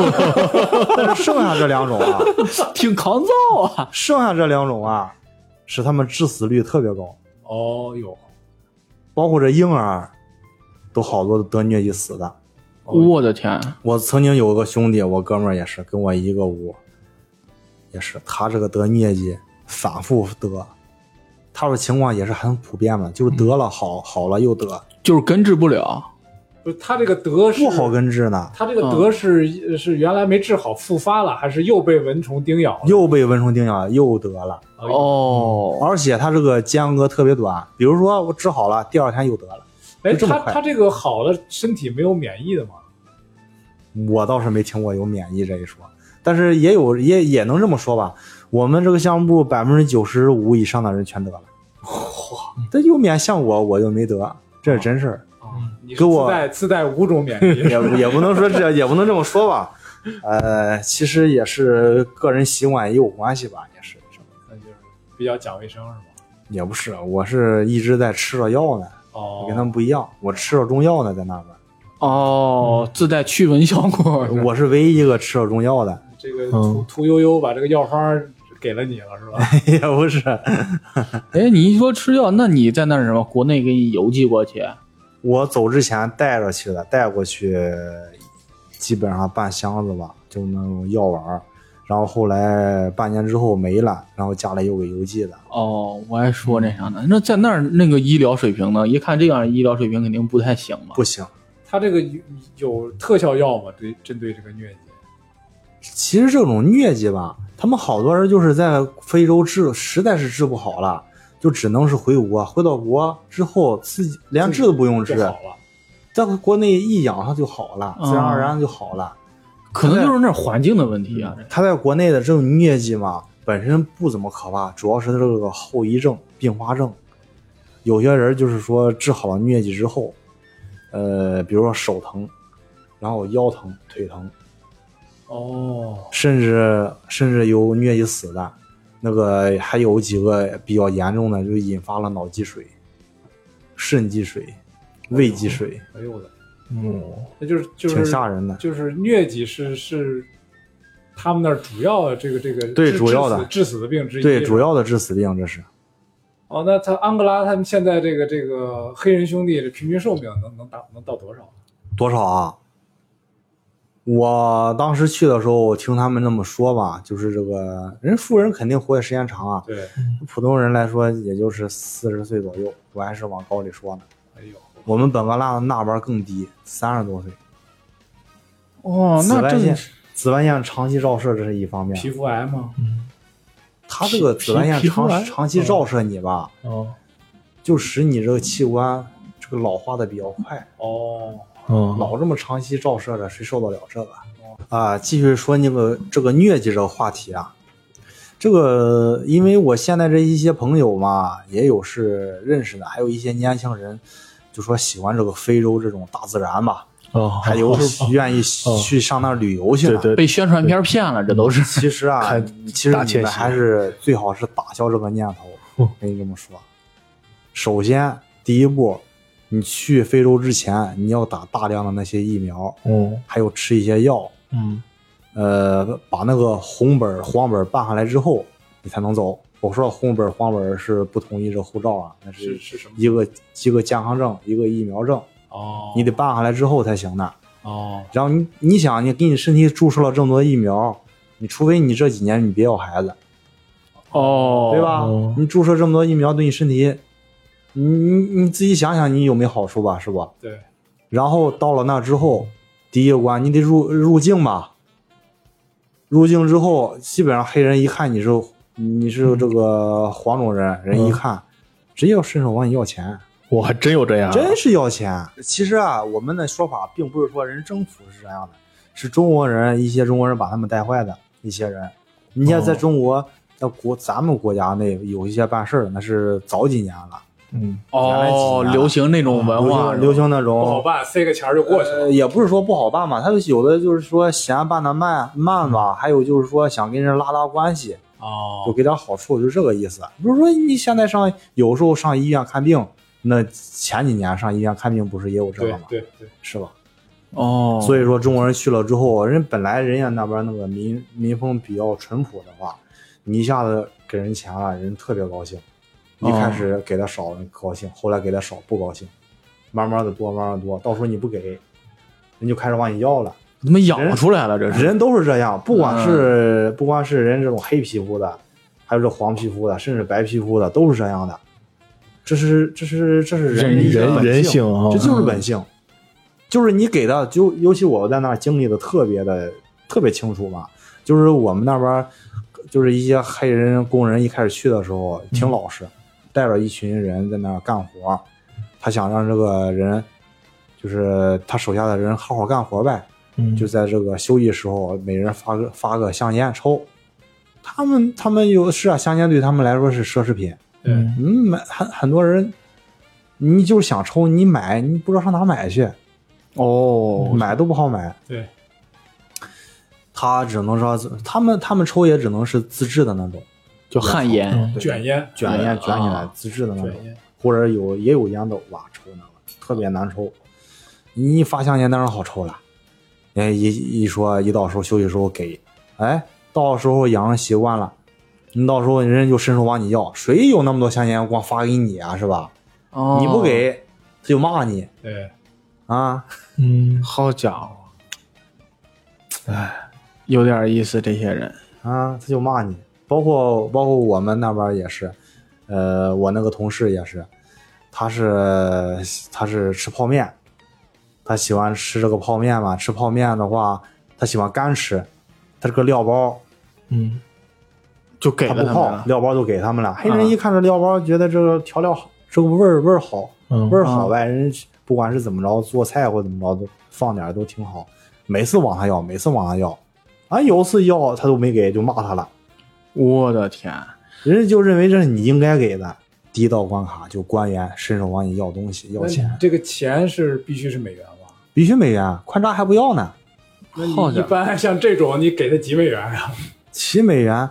[SPEAKER 3] 但是剩下这两种啊，
[SPEAKER 2] 挺抗造啊！
[SPEAKER 3] 剩下这两种啊，使他们致死率特别高。
[SPEAKER 4] 哦哟，
[SPEAKER 3] 包括这婴儿，都好多得疟疾死的。
[SPEAKER 2] 我的天，
[SPEAKER 3] 我曾经有个兄弟，我哥们儿也是跟我一个屋，也是他这个得疟疾，反复得，他说情况也是很普遍的，就是得了好好了又得，
[SPEAKER 2] 就是根治不了。
[SPEAKER 4] 不是他这个德是
[SPEAKER 3] 不好嗯根治呢，
[SPEAKER 4] 他这个德是是原来没治好复发了，还是又被蚊虫叮咬了？
[SPEAKER 3] 又被蚊虫叮咬又得了，
[SPEAKER 4] 哎呦，
[SPEAKER 2] 哦，
[SPEAKER 3] 而且他这个间隔特别短，比如说我治好了，第二天又得了，
[SPEAKER 4] 哎，
[SPEAKER 3] 就这么
[SPEAKER 4] 他
[SPEAKER 3] 快
[SPEAKER 4] 他这个好了，身体没有免疫的嘛？
[SPEAKER 3] 我倒是没听过有免疫这一说，但是也有也也能这么说吧。我们这个项目百分之九十五以上的人全得了，嚯！这有免像我我就没得，这是真事儿，
[SPEAKER 4] 啊，你是
[SPEAKER 3] 给我
[SPEAKER 4] 自带自带五种免疫
[SPEAKER 3] 也不也不能说这也不能这么说吧。呃，其实也是个人习惯也有关系吧，也是
[SPEAKER 4] 那就是比较讲卫 生是吗？
[SPEAKER 3] 也不是，我是一直在吃着药呢，
[SPEAKER 4] 哦，
[SPEAKER 3] 我跟他们不一样，我吃着中药呢，在那边，
[SPEAKER 2] 哦，自带驱蚊效果。
[SPEAKER 3] 我是唯一一个吃着中药的，
[SPEAKER 4] 这个
[SPEAKER 1] 嗯
[SPEAKER 4] 屠屠呦呦把这个药方给了你了是 吧？
[SPEAKER 3] 也不是，
[SPEAKER 2] 哎，你一说吃药，那你在那儿什么？国内给你邮寄过去？
[SPEAKER 3] 我走之前带着去的，带过去基本上半箱子吧，就那种药丸儿。然后后来半年之后没了，然后家里又给邮寄的。
[SPEAKER 2] 哦，我还说
[SPEAKER 3] 嗯
[SPEAKER 2] 那啥呢？那在那儿那个医疗水平呢？一看这样医疗水平肯定不太行吧？
[SPEAKER 3] 不行，
[SPEAKER 4] 他这个有有特效药吗？对，针对这个疟疾？
[SPEAKER 3] 其实这种疟疾吧，他们好多人就是在非洲治，实在是治不好了，就只能是回国。回到国之后，自己连治都不用治
[SPEAKER 4] 就，好了。
[SPEAKER 3] 在国内一养它就好了，自然而然就好了。
[SPEAKER 2] 可能就是那儿环境的问题啊。
[SPEAKER 3] 他在国内的这种疟疾嘛，本身不怎么可怕，主要是这个后遗症、并发症。有些人就是说治好了疟疾之后，呃，比如说手疼，然后腰疼、腿疼，
[SPEAKER 4] 哦，
[SPEAKER 3] 甚至甚至有疟疾死的。那个还有几个比较严重的，就引发了脑积水、肾积水、胃积水，
[SPEAKER 4] 哎呦我的，
[SPEAKER 1] 嗯，
[SPEAKER 4] 那就是就是
[SPEAKER 3] 挺吓人的。
[SPEAKER 4] 就是疟疾是是他们那儿主要的这个这个
[SPEAKER 3] 对
[SPEAKER 4] 致
[SPEAKER 3] 主要的
[SPEAKER 4] 致死致死的病之一。
[SPEAKER 3] 对，主
[SPEAKER 4] 要
[SPEAKER 3] 要的致死病这是。
[SPEAKER 4] 哦，那他安哥拉他们现在这个这个黑人兄弟的平均寿命能能达能到多少？
[SPEAKER 3] 多少啊？我当时去的时候，我听他们那么说吧，就是这个人富人肯定活得时间长啊，
[SPEAKER 4] 对，
[SPEAKER 3] 普通人来说也就是四十岁左右，我还是往高里说呢。
[SPEAKER 4] 哎呦，
[SPEAKER 3] 我们本格拉那边更低，三十多岁。
[SPEAKER 2] 哦，
[SPEAKER 3] 嗯紫
[SPEAKER 2] 那
[SPEAKER 3] 外
[SPEAKER 2] 这
[SPEAKER 3] 线，紫外线长期照射这是一方面
[SPEAKER 4] 皮，肤癌吗？
[SPEAKER 3] 它这个紫外线
[SPEAKER 1] 皮皮肤啊
[SPEAKER 3] 长
[SPEAKER 1] 癌
[SPEAKER 3] 长期照射你吧，
[SPEAKER 1] 哦，
[SPEAKER 3] 就使你这个器官这个老化的比较快，
[SPEAKER 4] 哦，
[SPEAKER 1] 嗯
[SPEAKER 3] 老这么长期照射着，谁受得了这个？啊，继续说那个这个疟疾这个话题啊，这个因为我现在这一些朋友嘛，也有是认识的，还有一些年轻人就说喜欢这个非洲这种大自然吧，
[SPEAKER 1] 哦，
[SPEAKER 3] 还有愿意去上那儿旅游去
[SPEAKER 1] 对
[SPEAKER 3] 呢。
[SPEAKER 1] 对，
[SPEAKER 2] 被宣传片骗了，这都是。
[SPEAKER 3] 其实啊
[SPEAKER 1] 看，
[SPEAKER 3] 其实
[SPEAKER 1] 大
[SPEAKER 3] 你
[SPEAKER 1] 迁
[SPEAKER 3] 们
[SPEAKER 1] 徙
[SPEAKER 3] 还是最好是打消这个念头
[SPEAKER 1] 嗯。
[SPEAKER 3] 跟你这么说，首先第一步，你去非洲之前，你要打大量的那些疫苗，
[SPEAKER 1] 嗯
[SPEAKER 3] 还有吃一些药，
[SPEAKER 1] 嗯
[SPEAKER 3] 呃，把那个红本儿、黄本儿办下来之后，你才能走。我说的红本儿、黄本儿是不同意这护照啊，那是
[SPEAKER 4] 是是什么？
[SPEAKER 3] 一个一个健康证，一个疫苗证，
[SPEAKER 4] 哦，
[SPEAKER 3] 你得办下来之后才行的。
[SPEAKER 4] 哦，
[SPEAKER 3] 然后你你想，你给你身体注射了这么多疫苗，你除非你这几年你别要孩子，
[SPEAKER 2] 哦
[SPEAKER 3] 对？吧？
[SPEAKER 1] 哦
[SPEAKER 3] 你注射这么多疫苗对你身体，你你你自己想想你有没有好处吧，是吧？
[SPEAKER 4] 对，
[SPEAKER 3] 然后到了那之后，第一关你得入入境吧。入境之后，基本上黑人一看你是你是这个黄种人，人一看，直接要伸手管你要钱，
[SPEAKER 1] 我还真有这样，
[SPEAKER 3] 真是要钱。其实啊，我们的说法并不是说人政府是这样的，是中国人一些中国人把他们带坏的一些人。你看，在中国，在国咱们国家内有一些办事儿的，那是早几年了，
[SPEAKER 1] 嗯
[SPEAKER 2] 哦，流行那种文
[SPEAKER 3] 流
[SPEAKER 2] 化，
[SPEAKER 3] 啊行流行那
[SPEAKER 4] 不好
[SPEAKER 3] 种。
[SPEAKER 4] 办，塞个钱儿就过去了。
[SPEAKER 3] 呃，也不是说不好办吧，他有的就是说嫌办的慢慢吧，还有就是说想跟人拉拉关系，就
[SPEAKER 4] 哦，
[SPEAKER 3] 给点好处，就这个意思。不是说你现在上有时候上医院看病，那前几年上医院看病不是也有这
[SPEAKER 4] 对
[SPEAKER 3] 个吗？
[SPEAKER 4] 对对，
[SPEAKER 3] 是吧？
[SPEAKER 2] 哦，
[SPEAKER 3] 所以说中国人去了之后，人本来人家那边那个民民风比较淳朴的话，你一下子给人钱了，人特别高兴。
[SPEAKER 1] 哦
[SPEAKER 3] 一开始给的少，人高兴；后来给的少，不高兴。慢慢的多，慢慢的多，到时候你不给，人就开始往你要了。
[SPEAKER 2] 怎么养出来了？这是
[SPEAKER 3] 人都是这样，不管
[SPEAKER 1] 嗯
[SPEAKER 3] 是、不光是人这种黑皮肤的，还有这黄皮肤的，甚至白皮肤的，都是这样的。这是这是这是人的一个
[SPEAKER 1] 人
[SPEAKER 3] 本
[SPEAKER 1] 人性啊
[SPEAKER 3] 这，就是本性，就是你给的，就尤其我在那儿经历的特别的特别清楚嘛，就是我们那边儿就是一些黑人工人一开始去的时候挺老实，带着一群人在那儿干活，他想让这个人就是他手下的人好好干活呗，
[SPEAKER 1] 嗯
[SPEAKER 3] 就在这个休息时候每人发个发个香烟抽，他们他们有是啊，香烟对他们来说是奢侈品，
[SPEAKER 1] 嗯
[SPEAKER 3] 嗯，买很很多人，你就是想抽，你买，你不知道上哪买去，
[SPEAKER 2] 哦，
[SPEAKER 3] 买都不好买。
[SPEAKER 4] 对，
[SPEAKER 3] 他只能说，他们他们抽也只能是自制的那种，
[SPEAKER 2] 就汗颜，
[SPEAKER 3] 对嗯
[SPEAKER 4] 卷烟，
[SPEAKER 3] 卷烟
[SPEAKER 2] 对
[SPEAKER 3] 卷起来
[SPEAKER 2] 啊
[SPEAKER 3] 自制的那种
[SPEAKER 4] 卷，烟，
[SPEAKER 3] 或者有也有烟斗吧，抽那个特别难抽。你一发香烟当然好抽了，哎一一说一到时候休息时候给，哎到时候养成习惯了，你到时候人家就伸手往你要，谁有那么多香烟光发给你啊，是吧？
[SPEAKER 2] 哦
[SPEAKER 3] 你不，给他就骂你
[SPEAKER 4] 对，
[SPEAKER 3] 啊。
[SPEAKER 1] 嗯，
[SPEAKER 2] 好家伙，哎，有点意思，这些人，
[SPEAKER 3] 啊，他就骂你。包括包括我们那边儿也是，呃，我那个同事也是，他是他是吃泡面，他喜欢吃这个泡面嘛。吃泡面的话，他喜欢干吃，他这个料包
[SPEAKER 1] 嗯
[SPEAKER 2] 就给
[SPEAKER 3] 他
[SPEAKER 2] 了
[SPEAKER 3] 不
[SPEAKER 2] 他们
[SPEAKER 3] 泡，
[SPEAKER 2] 了，
[SPEAKER 3] 料包就给他们了。黑人
[SPEAKER 2] 啊
[SPEAKER 3] 一看这料包，觉得这个调料好，这个味儿味儿好，
[SPEAKER 1] 嗯
[SPEAKER 3] 味儿好呗。人家不管是怎么着做菜或怎么着，都放点儿都挺好。每次往他要，每次往他要，啊，有一次要他都没给，就骂他了。
[SPEAKER 2] 我的天，
[SPEAKER 3] 人家就认为这是你应该给的。第一道关卡就官员伸手往你要东西，要
[SPEAKER 4] 那
[SPEAKER 3] 钱，
[SPEAKER 4] 这个钱是必须是美元吧？
[SPEAKER 3] 必须美元，宽扎还不要呢，
[SPEAKER 4] 那
[SPEAKER 2] 好
[SPEAKER 4] 你
[SPEAKER 2] 家
[SPEAKER 4] 一
[SPEAKER 2] 伙
[SPEAKER 4] 般像这种，你给他几美元啊？
[SPEAKER 3] 七美元。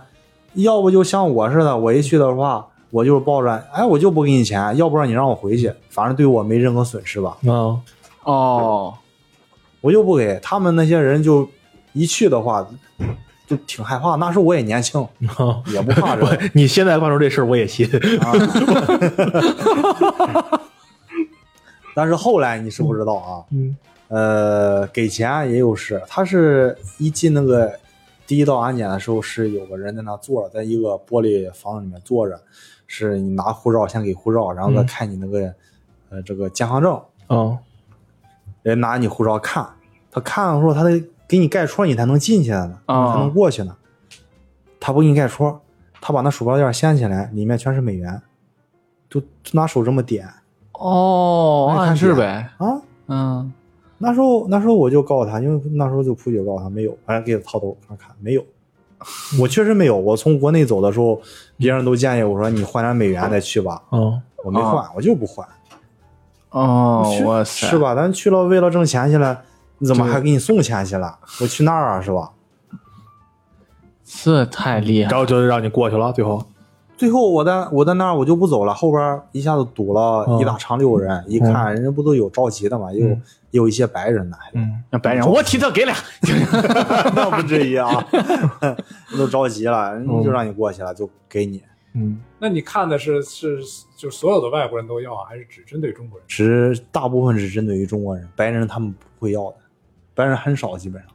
[SPEAKER 3] 要不就像我似的，我一去的话，我就是抱着，哎，我就不给你钱，要不然你让我回去，反正对我没任何损失吧，
[SPEAKER 1] 啊，
[SPEAKER 2] 哦，
[SPEAKER 3] 我就不给。他们那些人就一去的话，就挺害怕。那时候我也年轻，也不怕这个。
[SPEAKER 1] 你现在干出这事儿我也信，
[SPEAKER 3] 但是后来你是不知道啊，
[SPEAKER 1] 嗯，
[SPEAKER 3] 呃，给钱也有是，他是一进那个第一道安检的时候，是有个人在那坐着，在一个玻璃房子里面坐着，是你拿护照先给护照，然后再
[SPEAKER 1] 嗯
[SPEAKER 3] 看你那个、呃这个健康证，
[SPEAKER 1] 啊，
[SPEAKER 3] 人拿你护照看，他看的时候，他得给你盖戳，你才能进去呢，
[SPEAKER 1] 哦
[SPEAKER 2] 啊
[SPEAKER 3] 才能过去呢。他不给你盖戳，他把那鼠标垫掀起来，里面全是美元，就就拿手这么点
[SPEAKER 2] 哦，
[SPEAKER 3] 哎看
[SPEAKER 2] 暗示
[SPEAKER 3] 起
[SPEAKER 2] 呗，
[SPEAKER 3] 啊，
[SPEAKER 2] 嗯，
[SPEAKER 3] 那时候那时候我就告诉他，因为那时候就普姐告诉他没有，哎反正给他掏兜儿看看没 有。我确实没有，我从国内走的时候，别人都建议我说你换点美元再去吧，
[SPEAKER 1] 嗯，
[SPEAKER 3] 我没换，我就不换，
[SPEAKER 2] 哦，
[SPEAKER 3] 去
[SPEAKER 2] 哇塞，
[SPEAKER 3] 是？吧？咱去了为了挣钱去了，你怎么还给你送钱去了？我去那儿啊，是吧？
[SPEAKER 2] 这太厉
[SPEAKER 1] 然
[SPEAKER 2] 害了，
[SPEAKER 1] 后就让你过去了，最后
[SPEAKER 3] 最后我在我在那儿我就不走了，后边儿一下子堵
[SPEAKER 2] 哦
[SPEAKER 3] 了一大长溜人，一
[SPEAKER 2] 嗯
[SPEAKER 3] 看人家不都有着急的嘛，也有也有一些白人呢，
[SPEAKER 1] 嗯，
[SPEAKER 2] 让白人，我提特给俩，
[SPEAKER 3] 那不 至于啊， 都着急了，人
[SPEAKER 2] 嗯
[SPEAKER 3] 家就让你过去了，就给你，
[SPEAKER 1] 嗯，
[SPEAKER 4] 那你看的是是就所有的外国人都要啊，还是只针对中国人？
[SPEAKER 3] 只大部分只针对于中国人，白人他们不会要的，白人很少，基本上，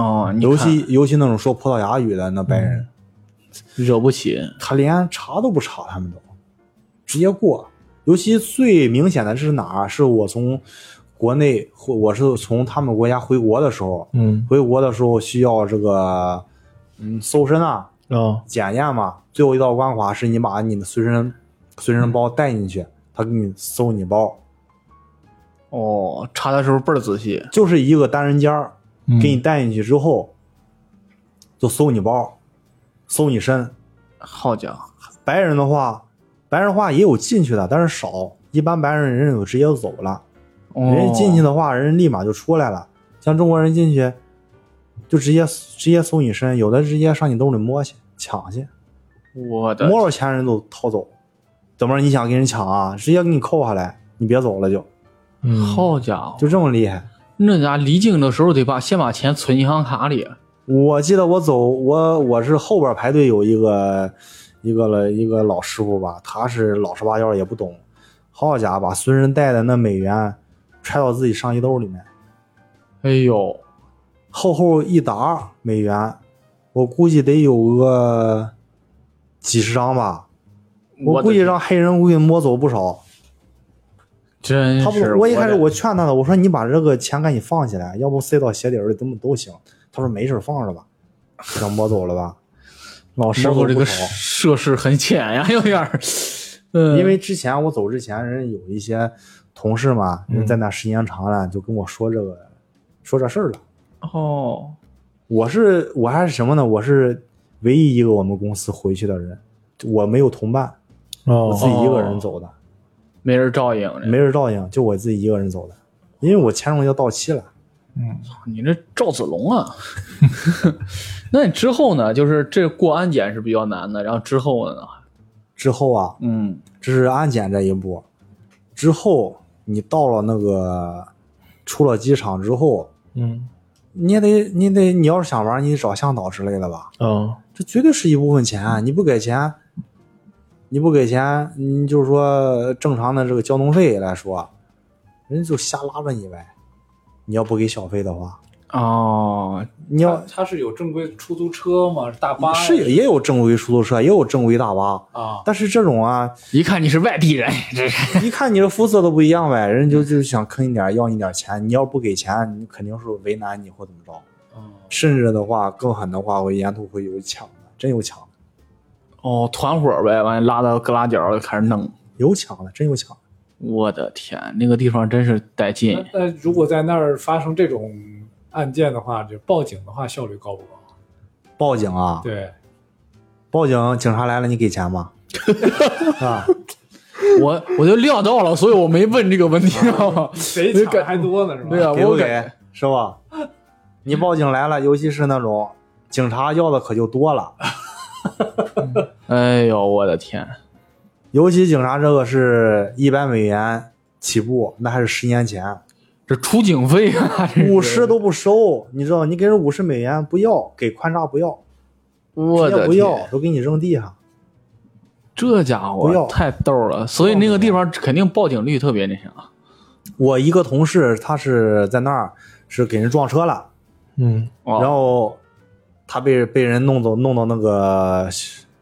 [SPEAKER 2] 哦，你看嗯
[SPEAKER 3] 尤其尤其那种说葡萄牙语的那白人，
[SPEAKER 2] 惹不起，
[SPEAKER 3] 他连查都不查，他们都直接过。尤其最明显的是哪儿？是我从国内，或我是从他们国家回国的时候，
[SPEAKER 1] 嗯，
[SPEAKER 3] 回国的时候需要这个嗯搜身啊、
[SPEAKER 1] 啊，
[SPEAKER 3] 检验嘛。最后一道关卡是你把你的随身随身包带进去，他给你搜你包，
[SPEAKER 2] 哦，查的时候倍儿仔细，
[SPEAKER 3] 就是一个单人间儿，
[SPEAKER 1] 嗯
[SPEAKER 3] 给你带进去之后，就搜你包，搜你身。
[SPEAKER 2] 好家伙，
[SPEAKER 3] 白人的话，白人的话也有进去的，但是少。一般白人人就直接走了，
[SPEAKER 2] 哦
[SPEAKER 3] 人家进去的话，人家立马就出来了。像中国人进去，就直接直接搜你身，有的直接上你兜里摸去抢去，
[SPEAKER 2] 我的
[SPEAKER 3] 摸着钱人都掏走。怎么着你想跟人抢啊？直接给你扣下来，你别走了就，
[SPEAKER 1] 嗯，
[SPEAKER 2] 好家伙，
[SPEAKER 3] 就这么厉害。
[SPEAKER 2] 那家离境的时候得把先把钱存银行卡里，
[SPEAKER 3] 我记得我走，我我是后边排队有一个一个了一个老师傅吧，他是老实巴交也不懂，好家伙，把随身带的那美元揣到自己上衣兜里面，
[SPEAKER 2] 哎呦，
[SPEAKER 3] 厚厚一沓美元，我估计得有个几十张吧，我
[SPEAKER 2] 的
[SPEAKER 3] 估计让黑人估计摸走不少。
[SPEAKER 2] 真
[SPEAKER 3] 他不
[SPEAKER 2] 是，，
[SPEAKER 3] 我一开始
[SPEAKER 2] 的
[SPEAKER 3] 我劝他的，我说你把这个钱赶紧放起来，要不塞到鞋底儿里怎么都行。他说没事儿放着吧，给他摸走了吧。老师
[SPEAKER 2] 师
[SPEAKER 3] 傅
[SPEAKER 2] 傅这个
[SPEAKER 3] 不少
[SPEAKER 2] 涉世很浅呀， 有点儿，嗯，
[SPEAKER 3] 因为之前我走之前，人有一些同事嘛，
[SPEAKER 1] 嗯
[SPEAKER 3] 人在那时间长了，就跟我说这个，说这事儿了。
[SPEAKER 2] 哦，
[SPEAKER 3] 我是我还是什么呢？我是唯一一个我们公司回去的人，我没有同伴，我自
[SPEAKER 1] 哦，
[SPEAKER 3] 己一个人走的，
[SPEAKER 2] 没人照应着，
[SPEAKER 3] 没人照应，就我自己一个人走的，因为我签证要到期了。
[SPEAKER 1] 嗯，
[SPEAKER 2] 你这赵子龙啊， 那你之后呢？就是这过安检是比较难的，然后之后呢？
[SPEAKER 3] 之后啊，
[SPEAKER 2] 嗯，
[SPEAKER 3] 这是安检这一步，之后你到了那个出了机场之后，
[SPEAKER 1] 嗯，
[SPEAKER 3] 你也得你得你要是想玩，你得找向导之类的吧。
[SPEAKER 1] 啊，
[SPEAKER 3] 这绝对是一部分钱，啊你不给钱，你不给钱，你就是说正常的这个交通费来说，人家就瞎拉着你呗。你要不给小费的话，
[SPEAKER 2] 哦，
[SPEAKER 3] 你要嗯
[SPEAKER 4] 他是有正规出租车吗？是大巴呀
[SPEAKER 3] 是有也有正规出租车，也有正规大巴，
[SPEAKER 4] 啊，
[SPEAKER 3] 但是这种啊，
[SPEAKER 2] 一看你是外地人， 这是
[SPEAKER 3] 一看你的肤色都不一样呗，人家就就想坑你点儿，要你点儿钱。你要不给钱，你肯定是为难你或怎么着，
[SPEAKER 4] 嗯
[SPEAKER 3] 甚至的话更狠的话，我沿途会有抢的，真有抢的，
[SPEAKER 2] 哦，团伙呗，完了拉到旮旯角就开始弄。
[SPEAKER 3] 有抢的，真有抢的。
[SPEAKER 2] 我的天，那个地方真是带
[SPEAKER 3] 嗯
[SPEAKER 4] 那
[SPEAKER 3] 呃
[SPEAKER 2] 劲，
[SPEAKER 4] 那如果在那儿发生这种案件的话，就报警的话效率高不啊高？
[SPEAKER 3] 报警啊！
[SPEAKER 4] 对，
[SPEAKER 3] 报警，警察来了，你给 钱吗？啊，
[SPEAKER 2] 我我就料到了，所以我没问这个问题，知道 吗？
[SPEAKER 4] 谁抢得还多呢是吧？
[SPEAKER 2] 对啊，
[SPEAKER 3] 给不
[SPEAKER 2] 我感
[SPEAKER 3] 给是吧？你报警来了，尤其是那种警察要的可就多了，
[SPEAKER 2] 哎呦，我的天，
[SPEAKER 3] 尤其警察这个是一百美元起步，那还是十 年前，
[SPEAKER 2] 这出警费啊， 这是
[SPEAKER 3] 五十都不收，你知道？你给人五十美元不要，给宽扎不要，
[SPEAKER 2] 我
[SPEAKER 3] 直接
[SPEAKER 2] 的
[SPEAKER 3] 不要，
[SPEAKER 2] 天，
[SPEAKER 3] 都给你扔地上。
[SPEAKER 2] 这家
[SPEAKER 3] 不要
[SPEAKER 2] 伙太逗了，所以那个地方肯定报警率特别那啥。
[SPEAKER 3] 我一个同事他是在那儿是给人撞车了，
[SPEAKER 1] 嗯，
[SPEAKER 2] 哦
[SPEAKER 3] 然后他被被人弄走，弄到那个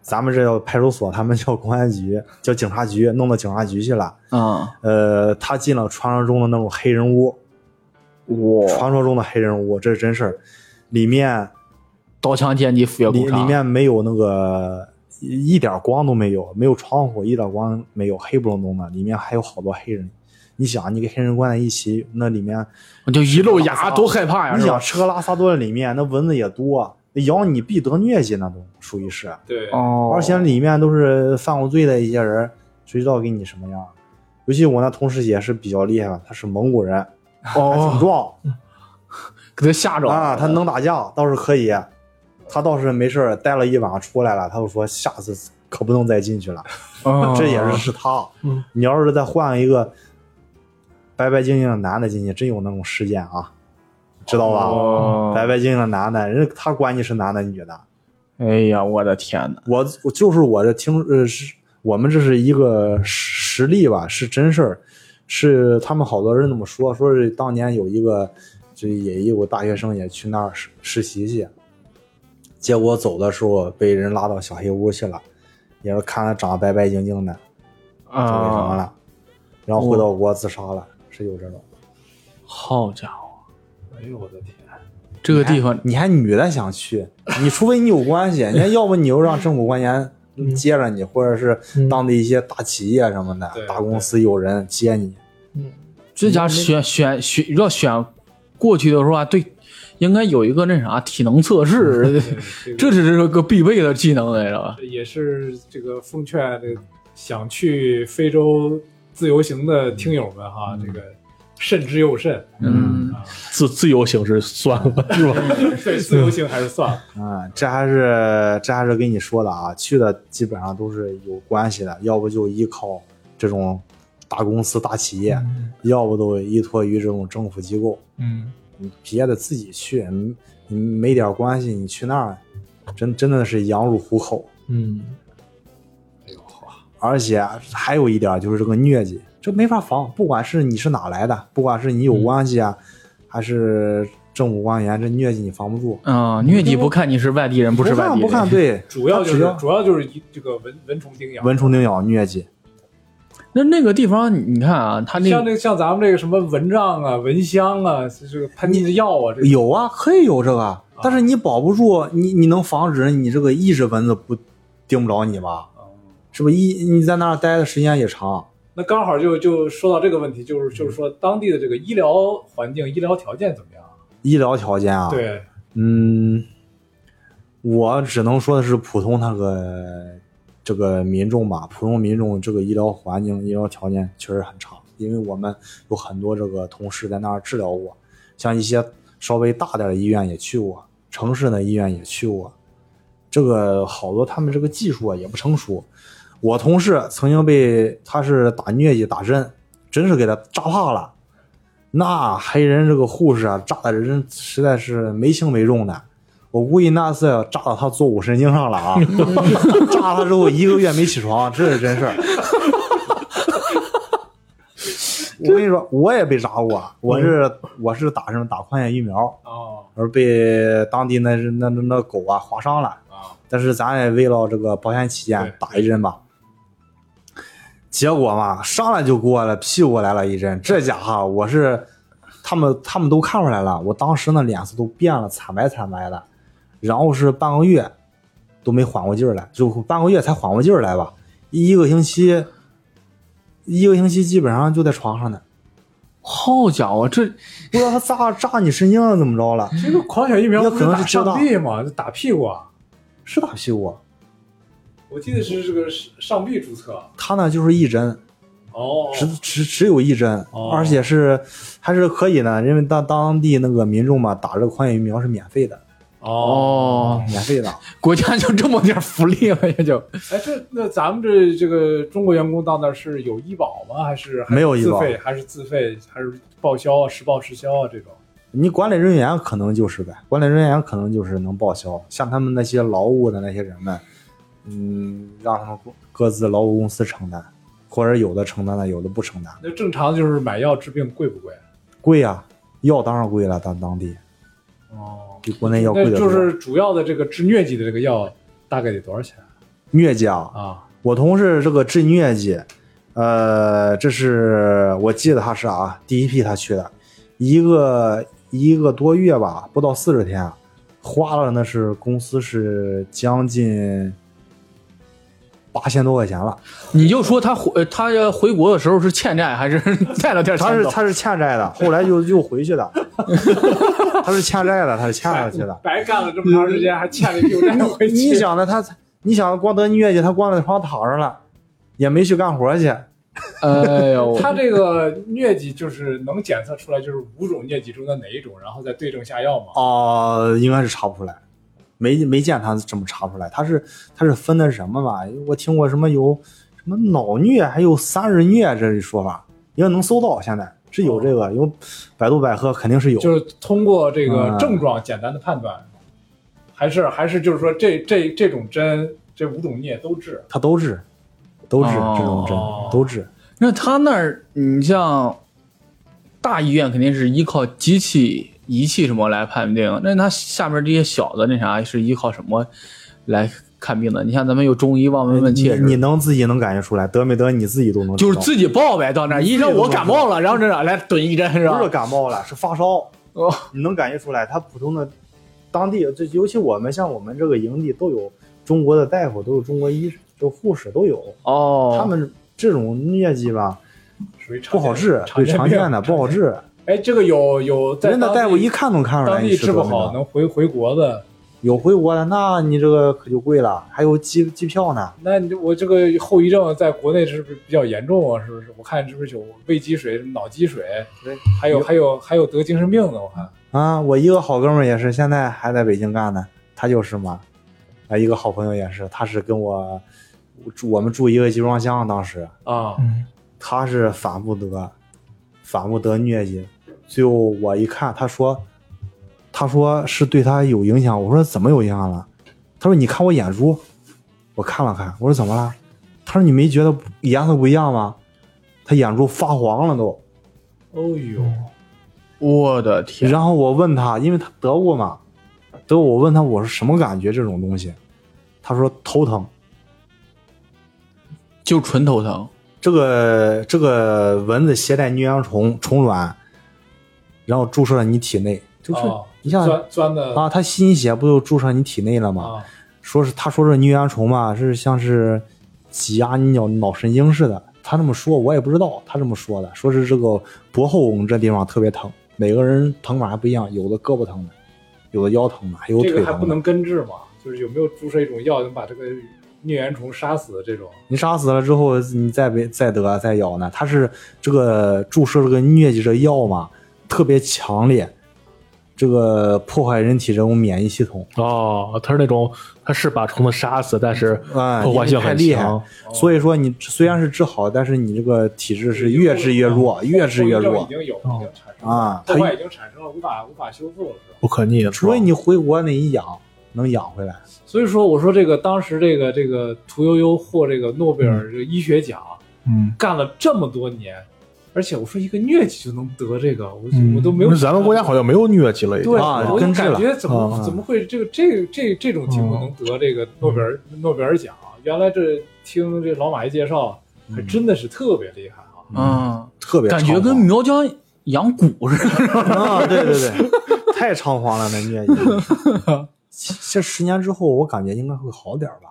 [SPEAKER 3] 咱们这叫派出所，他们叫公安局，叫警察局，弄到警察局去了。
[SPEAKER 2] 嗯，
[SPEAKER 3] 呃，他进了传说中的那种黑人屋，
[SPEAKER 2] 哇，
[SPEAKER 3] 传说中的黑人屋，这是真事儿。里面
[SPEAKER 2] 刀枪剑戟斧钺
[SPEAKER 3] 里
[SPEAKER 2] 钩叉，
[SPEAKER 3] 里面没有那个一一点光都没有，没有窗户，一点光没有，黑不隆咚的。里面还有好多黑人，你想，你给黑人关在一起，那里面
[SPEAKER 2] 我就一露
[SPEAKER 3] 是吧
[SPEAKER 2] 牙，多害怕呀！
[SPEAKER 3] 你
[SPEAKER 2] 是吧
[SPEAKER 3] 想吃个拉萨多的里面，那蚊子也多，啊那咬你必得疟疾，那都属于是。啊
[SPEAKER 4] 对，
[SPEAKER 2] 哦，
[SPEAKER 3] 而且里面都是犯过罪的一些人，谁知道给你什么样？尤其我那同事也是比较厉害吧，他是蒙古人，他挺
[SPEAKER 2] 哦，
[SPEAKER 3] 壮
[SPEAKER 2] 给他吓着了
[SPEAKER 3] 啊，他能打架倒是可以。他倒是没事儿待了一晚上出来了，他就说下次可不能再进去了。
[SPEAKER 2] 哦
[SPEAKER 3] 这也是是他。
[SPEAKER 1] 嗯
[SPEAKER 3] 你要是再换一个白白净净的男的进去，真有那种事件啊，知道吧？
[SPEAKER 2] 哦
[SPEAKER 3] 白白净净的男的，人家他管你是男的女的，
[SPEAKER 2] 哎呀，我的天哪！
[SPEAKER 3] 我我就是我这听呃是我们这是一个实实例吧，是真事儿，是他们好多人这么说，说是当年有一个就也有个大学生也去那儿实实习去，结果走的时候被人拉到小黑屋去了，也是看他长得白白净净的，就那什么
[SPEAKER 2] 啊，
[SPEAKER 3] 了，然后回到国自杀了，是有这种。
[SPEAKER 2] 好家伙，
[SPEAKER 4] 哎呦我的天，
[SPEAKER 2] 这个地方
[SPEAKER 3] 你还女的想去，你除非你有关 系，你看要不你又让政府官员
[SPEAKER 4] 嗯
[SPEAKER 3] 接着你，或者是当地一些大企业什么的、
[SPEAKER 4] 对
[SPEAKER 3] 大公司有人接你，
[SPEAKER 2] 这家选选选要选过去的时候啊，对，应该有一个那啥体能测试， 这是个必备的技能来着。
[SPEAKER 4] 这也是这个奉劝这个想去非洲自由行的听友们哈，这个慎之又慎，啊
[SPEAKER 2] 嗯，
[SPEAKER 1] 自自由行是算 了，是吧？
[SPEAKER 4] 对自由行还是算了。
[SPEAKER 3] 嗯，这还是这还是跟你说的啊，去的基本上都是有关系的，要不就依靠这种大公司、大企业，要不都依托于这种政府机构。
[SPEAKER 4] 嗯，
[SPEAKER 3] 你别的自己去，你你没点关系，你去那儿，真真的是羊入虎口。
[SPEAKER 1] 嗯，
[SPEAKER 4] 哎呦哇，
[SPEAKER 3] 而且还有一点就是这个疟疾，这没法防，不管是你是哪来的，不管是你有
[SPEAKER 4] 嗯
[SPEAKER 3] 关系啊，还是政府官员，这疟疾你防不住。
[SPEAKER 2] 啊，疟疾不看你是外地人，不是外
[SPEAKER 3] 看
[SPEAKER 2] 地人，
[SPEAKER 3] 不看，对，
[SPEAKER 4] 主要
[SPEAKER 3] 啊
[SPEAKER 4] 就
[SPEAKER 3] 它只
[SPEAKER 4] 是
[SPEAKER 3] 要
[SPEAKER 4] 主要就是一这个蚊蚊虫叮咬，
[SPEAKER 3] 蚊虫叮咬、疟疾。
[SPEAKER 2] 那那个地方，你看啊，他那
[SPEAKER 4] 像那个像咱们这个什么蚊帐啊、蚊香啊，这个喷的药啊，这个
[SPEAKER 3] 有啊，可以有这个，但是你保不住，你你能防止你这个一只蚊子不叮不着你吧？是不是一你在那儿待的时间也长，
[SPEAKER 4] 那刚好就就说到这个问题，就是就是说
[SPEAKER 3] 嗯
[SPEAKER 4] 当地的这个医疗环境、医疗条件怎么样？
[SPEAKER 3] 医疗条件啊，，
[SPEAKER 4] 对，
[SPEAKER 3] 嗯，我只能说的是普通那个这个民众吧，普通民众这个医疗环境、医疗条件确实很差，因为我们有很多这个同事在那儿治疗过，像一些稍微大点的医院也去过，城市的医院也去过，这个好多他们这个技术啊也不成熟。我同事曾经被他是打疟疾打针，真是给他扎怕了。那黑人这个护士啊，炸的人实在是没轻没重的。我估计那次炸到他坐骨神经上了啊！炸了之后一个月没起床，这是真事儿。我跟你说，我也被炸过，啊我是我是打什么打狂犬疫苗，
[SPEAKER 4] 哦
[SPEAKER 3] 而被当地那那那那狗啊划伤了。
[SPEAKER 4] 啊，
[SPEAKER 3] 但是咱也为了这个保险起见
[SPEAKER 4] 对
[SPEAKER 3] 打一针吧。结果嘛，上来就给我了屁股来了一针，这家伙我是他们他们都看出来了，我当时那脸色都变了，惨白惨白的，然后是半个月都没缓过劲儿来，就半个月才缓过劲儿来吧，一个星期，一个星期基本上就在床上呢，
[SPEAKER 2] 好家伙，啊这
[SPEAKER 3] 不知道他炸炸你神经了怎么着了，
[SPEAKER 4] 这个狂犬疫苗
[SPEAKER 3] 也
[SPEAKER 4] 不
[SPEAKER 3] 可能
[SPEAKER 4] 打
[SPEAKER 3] 是遮
[SPEAKER 4] 上
[SPEAKER 3] 挡
[SPEAKER 4] 臂吗？打屁股啊？
[SPEAKER 3] 是打屁股，
[SPEAKER 4] 我记得是这个上上臂注册。
[SPEAKER 3] 他呢就是一针，
[SPEAKER 4] 哦，
[SPEAKER 3] 只只只有一针，
[SPEAKER 4] 哦
[SPEAKER 3] 而且是还是可以的，因为当当地那个民众嘛，打这个狂犬疫苗是免费的，嗯
[SPEAKER 2] 哦，
[SPEAKER 3] 免费的。
[SPEAKER 2] 国家就这么点福利了，也 就
[SPEAKER 4] 哎，这那咱们这这个中国员工到那儿是有医保吗？还是还是
[SPEAKER 3] 没有医保
[SPEAKER 4] 自费还是自费还是报销啊？实报实销啊？这种
[SPEAKER 3] 你管理人员可能就是呗，管理人员可能就是能报销，像他们那些劳务的那些人们，嗯，让他们各各自劳务公司承担，或者有的承担了，有的不承担。
[SPEAKER 4] 那正常就是买药治病贵不啊贵？
[SPEAKER 3] 贵呀、药当然贵了，当当地
[SPEAKER 4] 哦，
[SPEAKER 3] 比国内要贵
[SPEAKER 4] 那
[SPEAKER 3] 的多。
[SPEAKER 4] 就是主要的这个治疟疾的这个药大概得多少钱
[SPEAKER 3] 疟疾啊，
[SPEAKER 4] 啊？
[SPEAKER 3] 我同事这个治疟疾，呃，这是我记得他是啊，第一批他去的，一个一个多月吧，不到四十天，啊花了那是公司是将近八千多块钱了。
[SPEAKER 2] 你就说他回呃他要回国的时候是欠债还是 贷了点钱
[SPEAKER 3] 他是
[SPEAKER 2] 走
[SPEAKER 3] 他是欠债的，后来又又回去的。他是欠债的，他是欠下去 的。
[SPEAKER 4] 白干了这么长时间，还欠了一屁 股债回
[SPEAKER 3] 你
[SPEAKER 4] 去。
[SPEAKER 3] 想的他，你想光得音乐节，他光在床上躺着了，也没去干活去。
[SPEAKER 2] 哎 呦，
[SPEAKER 4] 他这个疟疾就是能检测出来，就是五种疟疾中的哪一种，然后再对症下药嘛。
[SPEAKER 3] 哦、应该是查不出来，没没见他这么查出来。他是他是分的什么嘛？我听过什么有什么脑虐，还有三日虐这一说法，应该能搜到。现在是有这
[SPEAKER 2] 哦
[SPEAKER 3] 个，有百度百科肯定是有。
[SPEAKER 4] 就是通过这个
[SPEAKER 3] 嗯
[SPEAKER 4] 症状简单的判断，还是还是就是说这这这种针这五种疟都治。
[SPEAKER 3] 他都治，都治、
[SPEAKER 2] 哦
[SPEAKER 3] 这种针都治。
[SPEAKER 2] 那他那儿你像大医院肯定是依靠机器仪器什么来判定，那他下面这些小的那啥是依靠什么来看病的？你像咱们有中医望闻问切
[SPEAKER 3] 你
[SPEAKER 2] 是吧
[SPEAKER 3] 你能自己能感觉出来得没得，你自己都能知
[SPEAKER 2] 就
[SPEAKER 3] 道
[SPEAKER 2] 是自己报呗，到那儿医生我感冒了，然后这哪来蹲一针是
[SPEAKER 3] 不是
[SPEAKER 2] 吧？
[SPEAKER 3] 感冒了，是发烧。
[SPEAKER 2] 啊哦
[SPEAKER 3] 你能感觉出来，他普通的当地，这尤其我们像我们这个营地都有中国的大夫，都有中国医生、都护士都有。
[SPEAKER 2] 哦，
[SPEAKER 3] 他们这种疟疾吧，
[SPEAKER 4] 属于常
[SPEAKER 3] 不
[SPEAKER 4] 见
[SPEAKER 3] 好治，
[SPEAKER 4] 常
[SPEAKER 3] 对
[SPEAKER 4] 见
[SPEAKER 3] 常
[SPEAKER 4] 病
[SPEAKER 3] 见的不好。治。
[SPEAKER 4] 哎，这个有有 在
[SPEAKER 3] 人家
[SPEAKER 4] 当地
[SPEAKER 3] 大夫一看能看出来
[SPEAKER 4] 当
[SPEAKER 3] 你
[SPEAKER 4] 地
[SPEAKER 3] 是
[SPEAKER 4] 治
[SPEAKER 3] 多
[SPEAKER 4] 不
[SPEAKER 3] 没得
[SPEAKER 4] 好，能回回国的，
[SPEAKER 3] 有回国的，那你这个可就贵了，还有机机票呢。
[SPEAKER 4] 那你我这个后遗症在国内是不是比较严重啊？是不是？我看是不是有胃积水、什么脑积水，还有还有还有得精神病的，我看。
[SPEAKER 3] 啊，我一个好哥们儿也是，现在还在北京干呢，他就是嘛，啊，一个好朋友也是，他是跟我住我们住一个集装箱，当时
[SPEAKER 4] 啊，
[SPEAKER 3] 他是反复得，反复得疟疾，最后我一看，他说，他说是对他有影响，我说怎么有影响了？他说你看我眼珠，我看了看，我说怎么了？他说你没觉得颜色不一样吗？他眼珠发黄了都，
[SPEAKER 4] 哦呦，
[SPEAKER 2] 我的天，
[SPEAKER 3] 然后我问他，因为他得过嘛，得过我问他我是什么感觉这种东西，他说头疼。
[SPEAKER 2] 就纯头疼。
[SPEAKER 3] 这个这个蚊子携带疟羊虫虫卵，然后注射到你体内，就是
[SPEAKER 4] 啊
[SPEAKER 3] 你像
[SPEAKER 4] 钻钻的
[SPEAKER 3] 啊，它吸血不就注射你体内了吗？
[SPEAKER 4] 啊
[SPEAKER 3] 说是他说这疟羊虫嘛，是像是挤压你脑脑神经似的。他这么说，我也不知道他这么说的，说是这个脖后梗这地方特别疼，每个人疼法还不一样，有的胳膊疼的，有的腰疼的，还有
[SPEAKER 4] 这
[SPEAKER 3] 腿
[SPEAKER 4] 个还
[SPEAKER 3] 疼
[SPEAKER 4] 不
[SPEAKER 3] 的。
[SPEAKER 4] 能根治嘛？就是有没有注射一种药能把这个疟原虫杀死的这种？
[SPEAKER 3] 你杀死了之后，你再被再得再咬呢？它是这个注射这个疟疾这个药嘛，特别强烈，这个破坏人体这种免疫系统，
[SPEAKER 1] 哦，他是那种他是把虫子杀死，但是
[SPEAKER 3] 啊、
[SPEAKER 1] 破坏性
[SPEAKER 3] 太
[SPEAKER 1] 很
[SPEAKER 3] 厉害。
[SPEAKER 1] 强。
[SPEAKER 4] 哦
[SPEAKER 3] 所以说你虽然是治好，但是你这个体质是越治越弱，越治越
[SPEAKER 4] 后遗
[SPEAKER 3] 弱
[SPEAKER 4] 症已经有，已经产生了
[SPEAKER 3] 啊！
[SPEAKER 4] 破坏
[SPEAKER 3] 它
[SPEAKER 4] 已经产生了，无法无法修复了，是吧？
[SPEAKER 1] 不可逆的，
[SPEAKER 3] 除非你回国那一养能养回来，
[SPEAKER 4] 所以说，我说这个当时这个这个屠呦呦获这个诺贝尔这个医学奖，
[SPEAKER 1] 嗯，
[SPEAKER 4] 干了这么多年，而且我说一个疟疾就能得这个，我就、
[SPEAKER 1] 嗯
[SPEAKER 4] 我都没有
[SPEAKER 1] 那
[SPEAKER 4] 想到。
[SPEAKER 1] 咱们国家好像没有疟疾了，已经
[SPEAKER 4] 对
[SPEAKER 3] 啊
[SPEAKER 4] 我就
[SPEAKER 3] 根治了
[SPEAKER 4] 感觉怎么、
[SPEAKER 3] 嗯嗯
[SPEAKER 4] 怎么会这个这这这种情况能得这个诺贝尔、诺贝尔奖？原来这听这老马一介绍，还真的是特别厉害啊！
[SPEAKER 2] 嗯，
[SPEAKER 3] 特别
[SPEAKER 2] 感觉
[SPEAKER 3] 猖
[SPEAKER 2] 跟
[SPEAKER 3] 狂
[SPEAKER 2] 苗疆养蛊似的。
[SPEAKER 3] 啊，对对对，太猖狂了那疟疾。其这十年之后，我感觉应该会好点儿吧，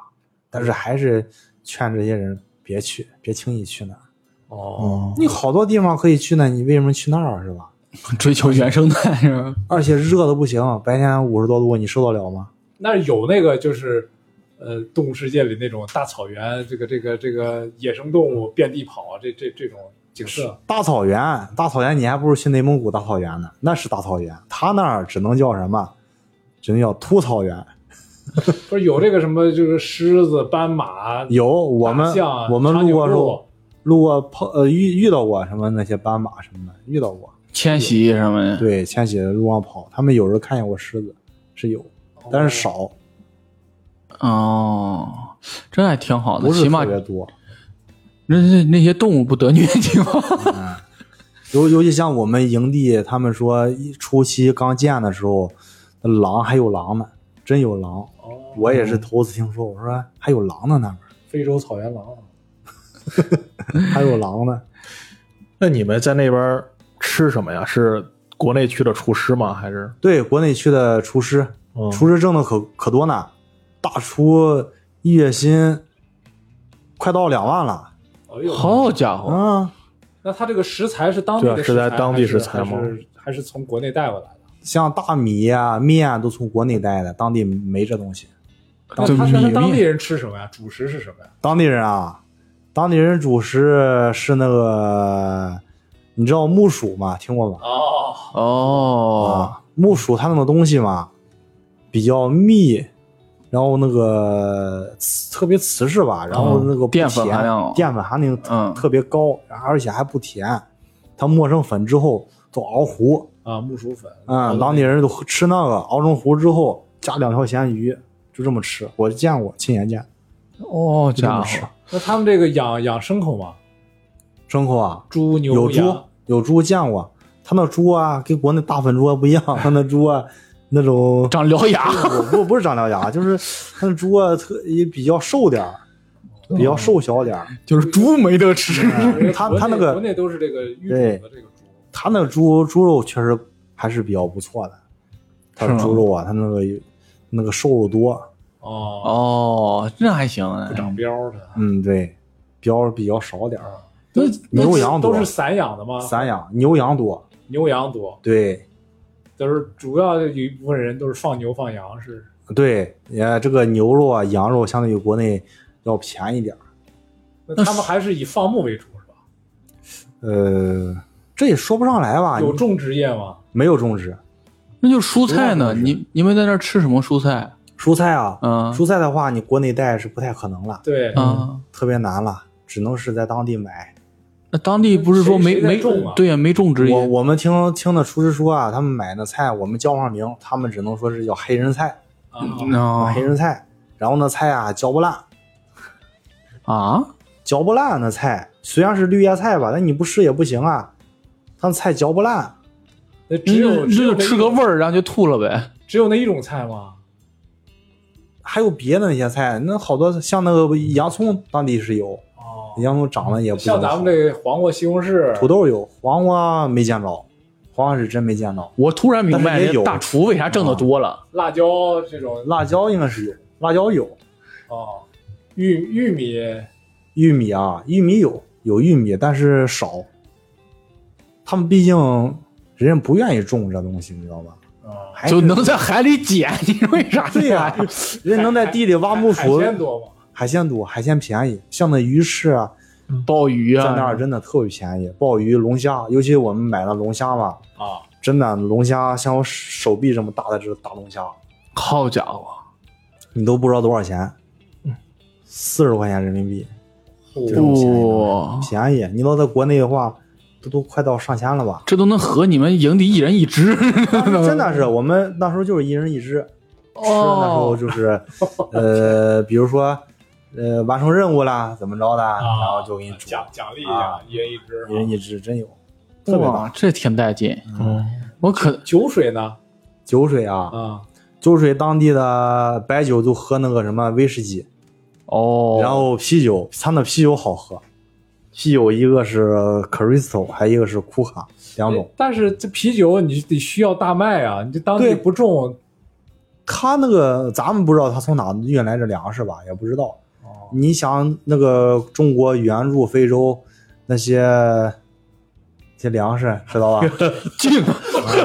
[SPEAKER 3] 但是还是劝这些人别去，别轻易去那儿。
[SPEAKER 1] 嗯
[SPEAKER 4] 哦，
[SPEAKER 3] 你好多地方可以去呢，你为什么去那儿是吧？
[SPEAKER 2] 追求原生态是吧？
[SPEAKER 3] 而且热的不行，白天五十多度，你受得了吗？
[SPEAKER 4] 那有那个就是，呃，动物世界里那种大草原，这个这个这个野生动物遍地跑，啊这这这种景色
[SPEAKER 3] 大草原，大草原，你还不如去内蒙古大草原呢，那是大草原，他那儿只能叫什么？只能叫秃草原。
[SPEAKER 4] 不是有这个什么就是狮子、斑马、
[SPEAKER 3] 有我们
[SPEAKER 4] 大象、
[SPEAKER 3] 我们
[SPEAKER 4] 长
[SPEAKER 3] 路
[SPEAKER 4] 颈
[SPEAKER 3] 过时
[SPEAKER 4] 鹿
[SPEAKER 3] 候，路过碰呃遇遇到过什么那些斑马什么的，遇到过。
[SPEAKER 2] 迁徙什么的。
[SPEAKER 3] 对，迁徙的路上跑，他们有时候看见过狮子，是有，但是少，
[SPEAKER 2] 哦，这还挺好的，
[SPEAKER 3] 不是
[SPEAKER 2] 起码
[SPEAKER 3] 特别多。
[SPEAKER 2] 那那那些动物不得疟疾吗？
[SPEAKER 3] 尤尤其像我们营地，他们说一初期刚建的时候，那狼还有狼呢，真有狼。
[SPEAKER 4] 哦，
[SPEAKER 3] 我也是头次听说，我说还有狼呢，那边
[SPEAKER 4] 非洲草原狼。啊
[SPEAKER 3] 儿还有狼呢。
[SPEAKER 1] 那你们在那边吃什么呀？是国内去的厨师吗？还是
[SPEAKER 3] 对，国内去的厨师，
[SPEAKER 4] 哦
[SPEAKER 1] 嗯
[SPEAKER 3] 厨师挣的可可多呢，大厨月薪快到两万了
[SPEAKER 4] 哦呦，
[SPEAKER 2] 好家伙，
[SPEAKER 3] 啊！
[SPEAKER 4] 那它这个食材是当地的
[SPEAKER 1] 对
[SPEAKER 4] 食
[SPEAKER 1] 是
[SPEAKER 4] 材，
[SPEAKER 1] 在当地食材
[SPEAKER 4] 还是
[SPEAKER 1] 吗
[SPEAKER 4] 还是还是从国内带过来的？
[SPEAKER 3] 像大米呀、面啊都从国内带的，当地没这东西。
[SPEAKER 4] 那
[SPEAKER 2] 对
[SPEAKER 4] 他那他
[SPEAKER 2] 米
[SPEAKER 4] 当地
[SPEAKER 2] 面
[SPEAKER 4] 人吃什么呀？主食是什么呀？
[SPEAKER 3] 当地人啊，当地人主食是那个，你知道木薯吗？听过吗？
[SPEAKER 4] 哦，
[SPEAKER 2] 哦，
[SPEAKER 3] 啊，木薯它那种东西嘛，比较密，然后那个瓷特别瓷实吧，然后那个
[SPEAKER 2] 嗯
[SPEAKER 3] 不
[SPEAKER 2] 淀粉
[SPEAKER 3] 甜
[SPEAKER 2] 含量
[SPEAKER 3] 淀粉含量特,、
[SPEAKER 2] 嗯
[SPEAKER 3] 特别高，然后而且还不甜。它磨成粉之后都熬糊，
[SPEAKER 4] 啊，木薯粉
[SPEAKER 3] 嗯，当地人都吃那个，熬成糊之后加两条咸鱼，就这么吃。我见过，亲眼见，
[SPEAKER 2] 哦
[SPEAKER 3] 就这
[SPEAKER 2] 家
[SPEAKER 3] 么
[SPEAKER 2] 伙，
[SPEAKER 3] 吃。
[SPEAKER 4] 那他们这个养养牲口吗？
[SPEAKER 3] 牲口啊，
[SPEAKER 4] 猪、
[SPEAKER 3] 有
[SPEAKER 4] 牛、
[SPEAKER 3] 猪
[SPEAKER 4] 羊，
[SPEAKER 3] 有猪见过，他那猪啊，跟国内大粉猪还不一样，他那猪啊，那种
[SPEAKER 2] 长獠牙，
[SPEAKER 3] 不不不是长獠牙，就是它的猪啊，特也比较瘦点儿，比较瘦小点儿。
[SPEAKER 2] 就是猪没得吃。
[SPEAKER 4] 因为
[SPEAKER 3] 它
[SPEAKER 4] 国内
[SPEAKER 3] 它那
[SPEAKER 4] 国
[SPEAKER 3] 个
[SPEAKER 4] 内都是这个育种的这个猪，
[SPEAKER 3] 它那个猪猪肉确实还是比较不错的，它
[SPEAKER 2] 是吗
[SPEAKER 3] 猪肉啊，它那个那个瘦肉多，
[SPEAKER 4] 哦，
[SPEAKER 2] 哦，这还行啊
[SPEAKER 4] 不，长膘的，
[SPEAKER 3] 嗯，对，膘比较少点儿。
[SPEAKER 2] 那
[SPEAKER 3] 牛羊
[SPEAKER 4] 都
[SPEAKER 3] 多，
[SPEAKER 4] 是散养的吗？
[SPEAKER 3] 散养，牛羊多，
[SPEAKER 4] 牛羊多，
[SPEAKER 3] 对
[SPEAKER 4] 就是主要有一部分人都是放牛放羊是
[SPEAKER 3] 对，呃，这个牛肉啊，羊肉相对于国内要便宜点儿。
[SPEAKER 4] 那他们还是以放牧为主是吧？
[SPEAKER 3] 呃，这也说不上来吧，
[SPEAKER 4] 有种植业吗？
[SPEAKER 3] 没有种植
[SPEAKER 2] 那就是蔬菜呢？
[SPEAKER 3] 牛羊都是
[SPEAKER 2] 你你们在那儿吃什么蔬菜？
[SPEAKER 3] 蔬菜啊，
[SPEAKER 2] 嗯
[SPEAKER 3] 蔬嗯菜的话，你国内带是不太可能了。
[SPEAKER 4] 对，
[SPEAKER 2] 啊，
[SPEAKER 3] 特别难了，只能是在当地买。
[SPEAKER 2] 那当地不是说没
[SPEAKER 4] 谁谁在
[SPEAKER 2] 没
[SPEAKER 4] 种啊
[SPEAKER 2] 对呀，没种植
[SPEAKER 3] 我
[SPEAKER 2] 业
[SPEAKER 3] 我们听听那厨师说啊，他们买那菜我们叫不上名，他们只能说是叫黑人菜，
[SPEAKER 4] 啊，
[SPEAKER 2] 啊
[SPEAKER 3] 黑人菜。然后那菜啊嚼不烂，
[SPEAKER 2] 啊，
[SPEAKER 3] 嚼不烂那菜虽然是绿叶菜吧，但你不吃也不行啊。他那菜嚼不烂，
[SPEAKER 4] 那只有
[SPEAKER 2] 那
[SPEAKER 4] 只有
[SPEAKER 2] 嗯就
[SPEAKER 4] 那一
[SPEAKER 2] 吃个味儿，然后就吐了呗。
[SPEAKER 4] 只有那一种菜吗？
[SPEAKER 3] 还有别的那些菜，那好多像那个洋葱，当地是有，
[SPEAKER 4] 哦，
[SPEAKER 3] 洋葱长得也不怎
[SPEAKER 4] 像
[SPEAKER 3] 么
[SPEAKER 4] 咱
[SPEAKER 3] 好
[SPEAKER 4] 们这黄瓜、西红柿、
[SPEAKER 3] 土豆有，黄瓜没见着，黄瓜是真没见着，
[SPEAKER 2] 我突然明
[SPEAKER 3] 但
[SPEAKER 2] 白，
[SPEAKER 3] 是也有
[SPEAKER 2] 人家大厨为啥挣得多了。
[SPEAKER 4] 辣椒这种
[SPEAKER 3] 辣椒应该是有，辣椒有，
[SPEAKER 4] 哦，玉玉米
[SPEAKER 3] 玉米啊，玉米有有玉米，但是少。他们毕竟人家不愿意种这东西，你知道吧？
[SPEAKER 4] 啊，
[SPEAKER 3] 还是
[SPEAKER 2] 就能在海里捡，你说为啥？
[SPEAKER 3] 哎对呀、 人家能在地里挖木
[SPEAKER 4] 海
[SPEAKER 3] 薯，
[SPEAKER 4] 鲜多吗？
[SPEAKER 3] 海鲜多，海鲜便宜。像那鱼市啊，
[SPEAKER 2] 鲍鱼
[SPEAKER 3] 在
[SPEAKER 2] 啊，
[SPEAKER 3] 那儿真的特别便宜，鲍鱼、龙虾，尤其我们买的龙虾嘛，
[SPEAKER 4] 啊，
[SPEAKER 3] 真的龙虾像我手臂这么大的这个大龙虾，
[SPEAKER 2] 好家伙，
[SPEAKER 3] 你都不知道多少钱，
[SPEAKER 4] 嗯
[SPEAKER 3] 四十块钱人民币，这种便宜吗
[SPEAKER 2] 哇，
[SPEAKER 3] 便宜。你要在国内的话，都都快到上千了吧？
[SPEAKER 2] 这都能和你们营地一人一只，
[SPEAKER 3] 当时真的 是，我们那时候就是一人一只，吃的那时候
[SPEAKER 2] 哦，
[SPEAKER 3] 就是 呃，比如说呃完成任务啦，怎么着的，
[SPEAKER 4] 啊
[SPEAKER 3] 然后就给你煮，
[SPEAKER 4] 奖奖励一下
[SPEAKER 3] 啊，
[SPEAKER 4] 一人一只。
[SPEAKER 3] 一人一只，真有。啊特别
[SPEAKER 2] 哇
[SPEAKER 3] 棒，
[SPEAKER 2] 这挺带劲。我可
[SPEAKER 4] 酒水呢？
[SPEAKER 3] 酒水啊，
[SPEAKER 4] 啊，
[SPEAKER 3] 酒水当地的白酒就喝那个什么威士忌，
[SPEAKER 2] 哦，
[SPEAKER 3] 然后啤酒，他那啤酒好喝，啤酒一个是 Crystal，还一个是库卡，两种。
[SPEAKER 4] 但是这啤酒你得需要大麦啊，你这当地
[SPEAKER 3] 对
[SPEAKER 4] 不种，
[SPEAKER 3] 他那个咱们不知道他从哪运来这粮食吧，也不知道。
[SPEAKER 4] 哦
[SPEAKER 3] 你想那个中国援助非洲那些那些粮食，知 道吧？
[SPEAKER 2] 净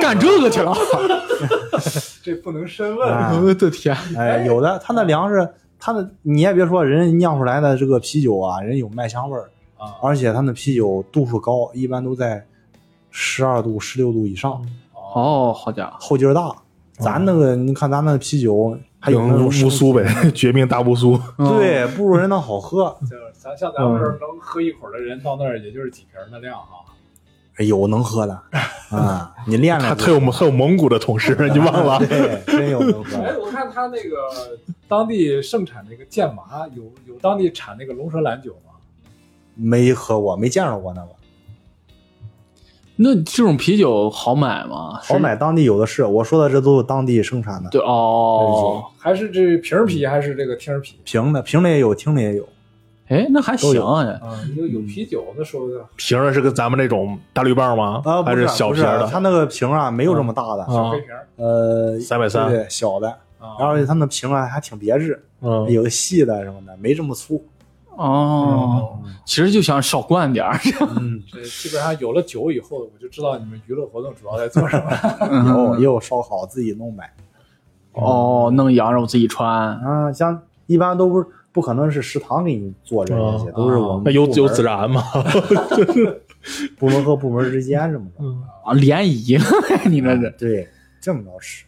[SPEAKER 2] 干这个去了，
[SPEAKER 4] 这不能深
[SPEAKER 3] 啊
[SPEAKER 2] 我的天，
[SPEAKER 3] 哎，有的他那粮食，他那你也别说，人家酿出来的这个啤酒啊，人有麦香味儿，
[SPEAKER 4] 啊。
[SPEAKER 3] 而且他那啤酒度数高，一般都在十二度、十六度以上，
[SPEAKER 1] 嗯
[SPEAKER 2] 哦，好家伙，
[SPEAKER 3] 后劲儿大。咱那个，你看咱那啤酒，还有那
[SPEAKER 1] 用
[SPEAKER 3] 种
[SPEAKER 1] 乌
[SPEAKER 3] 生
[SPEAKER 1] 苏呗， 绝命大乌苏。
[SPEAKER 2] 嗯，
[SPEAKER 3] 对，不如人那好喝。
[SPEAKER 4] 就是咱像咱们
[SPEAKER 3] 嗯
[SPEAKER 4] 这儿能喝一口的人，到那儿也就是几瓶的量啊。
[SPEAKER 3] 哎有能 喝的，啊，你练
[SPEAKER 1] 他
[SPEAKER 3] 练。
[SPEAKER 1] 他有还有蒙古的同 事，你忘了？
[SPEAKER 3] 对，真有能喝
[SPEAKER 4] 哎，
[SPEAKER 3] 的。
[SPEAKER 4] 我看他那个当地盛产那个剑麻，有有当地产那个龙舌兰酒吗？
[SPEAKER 3] 没喝过，没见着过那个。
[SPEAKER 2] 那这种啤酒好买吗？
[SPEAKER 3] 好买，当地有的是。我说的这都是当地生产的，
[SPEAKER 2] 对哦，
[SPEAKER 4] 还是这瓶儿啤，还是这个听儿啤？
[SPEAKER 3] 瓶的，瓶的也有，听的也有。
[SPEAKER 2] 哎，那还行啊，
[SPEAKER 4] 啊，有有啤酒那说的
[SPEAKER 1] 瓶儿的是跟咱们这种大绿棒吗？
[SPEAKER 3] 啊，不
[SPEAKER 1] 还
[SPEAKER 3] 是
[SPEAKER 1] 小
[SPEAKER 3] 不
[SPEAKER 1] 瓶儿的？
[SPEAKER 3] 它那个瓶啊没有这么大的，
[SPEAKER 1] 啊
[SPEAKER 4] 黑瓶儿
[SPEAKER 3] 呃，
[SPEAKER 1] 330
[SPEAKER 3] 对，小的。
[SPEAKER 4] 啊，
[SPEAKER 3] 然后它那瓶啊还挺别致，
[SPEAKER 1] 嗯，
[SPEAKER 3] 有细的什么的，没这么粗。
[SPEAKER 2] 哦，其实就想少灌点儿，
[SPEAKER 3] 嗯，
[SPEAKER 4] 呃基本上有了酒以后，我就知道你们娱乐活动主要在做什么了。
[SPEAKER 3] 有
[SPEAKER 2] 嗯
[SPEAKER 3] 也有烧烤自己弄呗。
[SPEAKER 2] 哦，弄羊肉自己穿，
[SPEAKER 3] 啊，像一般都不是不可能是食堂给你做这些，
[SPEAKER 1] 啊
[SPEAKER 3] 都是我们
[SPEAKER 1] 那有
[SPEAKER 3] 部门
[SPEAKER 1] 有孜然吗？
[SPEAKER 3] 部门和部门之间这么着。
[SPEAKER 2] 啊，联谊了，你这是，
[SPEAKER 3] 对，这么着吃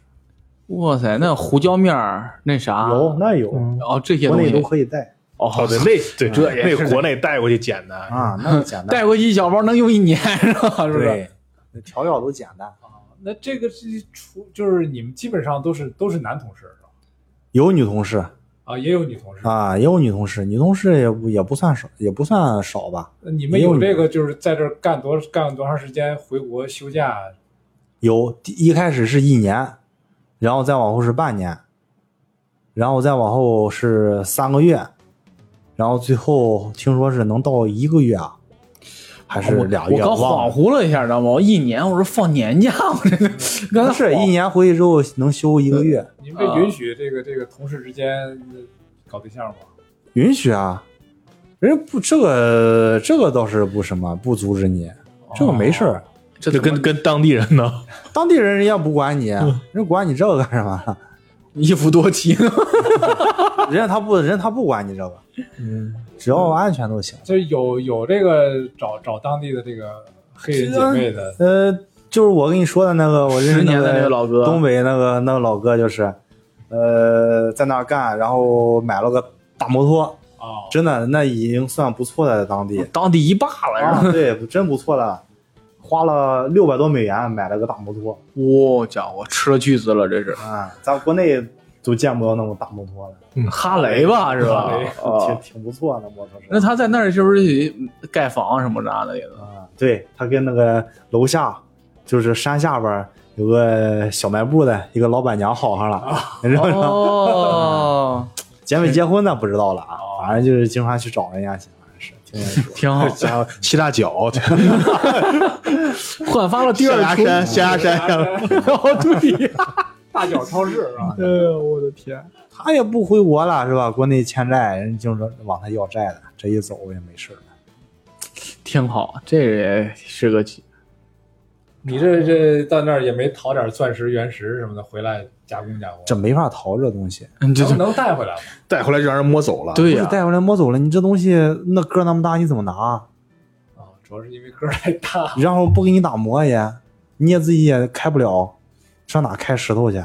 [SPEAKER 2] 哇塞，那胡椒面儿那啥，
[SPEAKER 3] 嗯有那有，
[SPEAKER 2] 哦，这些
[SPEAKER 3] 国
[SPEAKER 2] 啊东
[SPEAKER 3] 内
[SPEAKER 2] 西
[SPEAKER 3] 都可以带
[SPEAKER 1] 哦， 对，那对
[SPEAKER 2] 这也是
[SPEAKER 1] 那国内带过去简单，
[SPEAKER 3] 啊，那简单。
[SPEAKER 2] 带过去一小包能用一年，是吧？是不是？
[SPEAKER 3] 对，那调料都简单。
[SPEAKER 4] 啊那这个是除就是你们基本上都是都是男同事是吧？
[SPEAKER 3] 有女同事
[SPEAKER 4] 啊，也有女同事。
[SPEAKER 3] 啊，也有女同事，女同事也不也不算少，也不算少吧。
[SPEAKER 4] 你们有这个就是在这儿干多干多长时间，回国休假
[SPEAKER 3] 有第一开始是一年，然后再往后是半年，然后再往后是三个月，然后最后听说是能到一个月啊，还是
[SPEAKER 2] 我
[SPEAKER 3] 俩
[SPEAKER 2] 我
[SPEAKER 3] 月？
[SPEAKER 2] 刚恍
[SPEAKER 3] 忘了。
[SPEAKER 2] 惚了一下，知道吗？我一年，我说放年假，我这刚才
[SPEAKER 3] 不是
[SPEAKER 2] 恍
[SPEAKER 3] 一年回去之后能休一个
[SPEAKER 2] 呃
[SPEAKER 3] 月，
[SPEAKER 4] 你们被允许这个这个同事之间呃搞对象吗？
[SPEAKER 3] 允许啊。人家不，这个这个倒是不什么，不阻止你，这个没事
[SPEAKER 2] 哦
[SPEAKER 3] 儿。
[SPEAKER 2] 这
[SPEAKER 1] 就
[SPEAKER 2] 怎么
[SPEAKER 1] 跟跟当地人呢，
[SPEAKER 3] 当地人人家不管
[SPEAKER 2] 嗯
[SPEAKER 3] 你，人管你这个干什么？ 啊
[SPEAKER 2] 一夫多妻呢？
[SPEAKER 3] 人家他不，人家他不管你这个，嗯，只要安全都行。
[SPEAKER 4] 就是有有这个找找当地的这个黑人姐妹的，
[SPEAKER 3] 呃，就是我跟你说的那个， 我认识
[SPEAKER 2] 十年的那
[SPEAKER 3] 那
[SPEAKER 2] 个老哥
[SPEAKER 3] 东北那个那个老哥就是，呃，在那儿干，然后买了个大摩托，
[SPEAKER 4] 啊，
[SPEAKER 3] 真的那已经算不错的在当地
[SPEAKER 2] 当地一霸了，是吧？
[SPEAKER 3] 啊，对，真不错了，花了六百多美元买了个大摩托
[SPEAKER 2] 我家伙，吃了巨资了，这是
[SPEAKER 3] 啊，咱国内都见不到那种大摩托了，
[SPEAKER 2] 哈雷吧，是吧
[SPEAKER 4] 哈雷？
[SPEAKER 2] 啊
[SPEAKER 3] 挺挺不错的摩托车。
[SPEAKER 2] 那他在那儿是不是盖房什么啥的也 都？
[SPEAKER 3] 啊，对他跟那个楼下，就是山下边儿有个小卖部的一个老板娘好上了，然后
[SPEAKER 2] 哦，
[SPEAKER 3] 结没结婚咱不知道了啊，反正就是经常去找人家去，反正是听
[SPEAKER 2] 挺好。
[SPEAKER 3] 人说。
[SPEAKER 1] 加七大脚，
[SPEAKER 2] 焕发了第
[SPEAKER 1] 象
[SPEAKER 2] 二
[SPEAKER 1] 牙
[SPEAKER 2] 春。
[SPEAKER 1] 山，象牙山，
[SPEAKER 2] 哦，对 呀，
[SPEAKER 4] 大脚超市啊是 吧？
[SPEAKER 2] 呃，我的天，
[SPEAKER 3] 他也不回国了是吧？国内欠债，人经常往他要债的，这一走也没事儿了。
[SPEAKER 2] 挺好，这也是个
[SPEAKER 4] 你这这到那儿也没淘点钻石、原石什么的回来加工加工，
[SPEAKER 3] 这没法逃，这东西
[SPEAKER 2] 嗯，这
[SPEAKER 4] 能
[SPEAKER 2] 这
[SPEAKER 4] 能带回来吗？
[SPEAKER 1] 带回来就让人摸走了。，
[SPEAKER 2] 对
[SPEAKER 3] 不是
[SPEAKER 2] 呀，
[SPEAKER 3] 带回来摸走了，你这东西那个儿那么大，你怎么拿？
[SPEAKER 4] 啊，主要是因为个儿太 大，
[SPEAKER 3] 然后不给你打磨也，你也自己也开不了，上哪开石头去？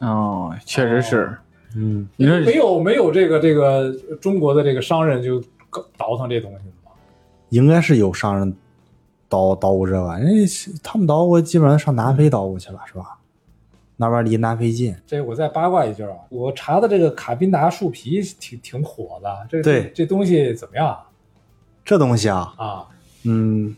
[SPEAKER 2] 哦，确实是。
[SPEAKER 3] 嗯，
[SPEAKER 2] 你说
[SPEAKER 4] 没有没有这个这个中国的这个商人就搞倒腾这东西吗？
[SPEAKER 3] 应该是有商人捣捣鼓这个，人家他们捣鼓基本上上南非捣鼓去了，是吧？那边离南非近，
[SPEAKER 4] 这我再八卦一句啊，我查的这个卡宾达树皮挺挺火的，这
[SPEAKER 3] 对
[SPEAKER 4] 这东西怎么样啊
[SPEAKER 3] 这东西啊，
[SPEAKER 4] 啊？
[SPEAKER 3] 嗯，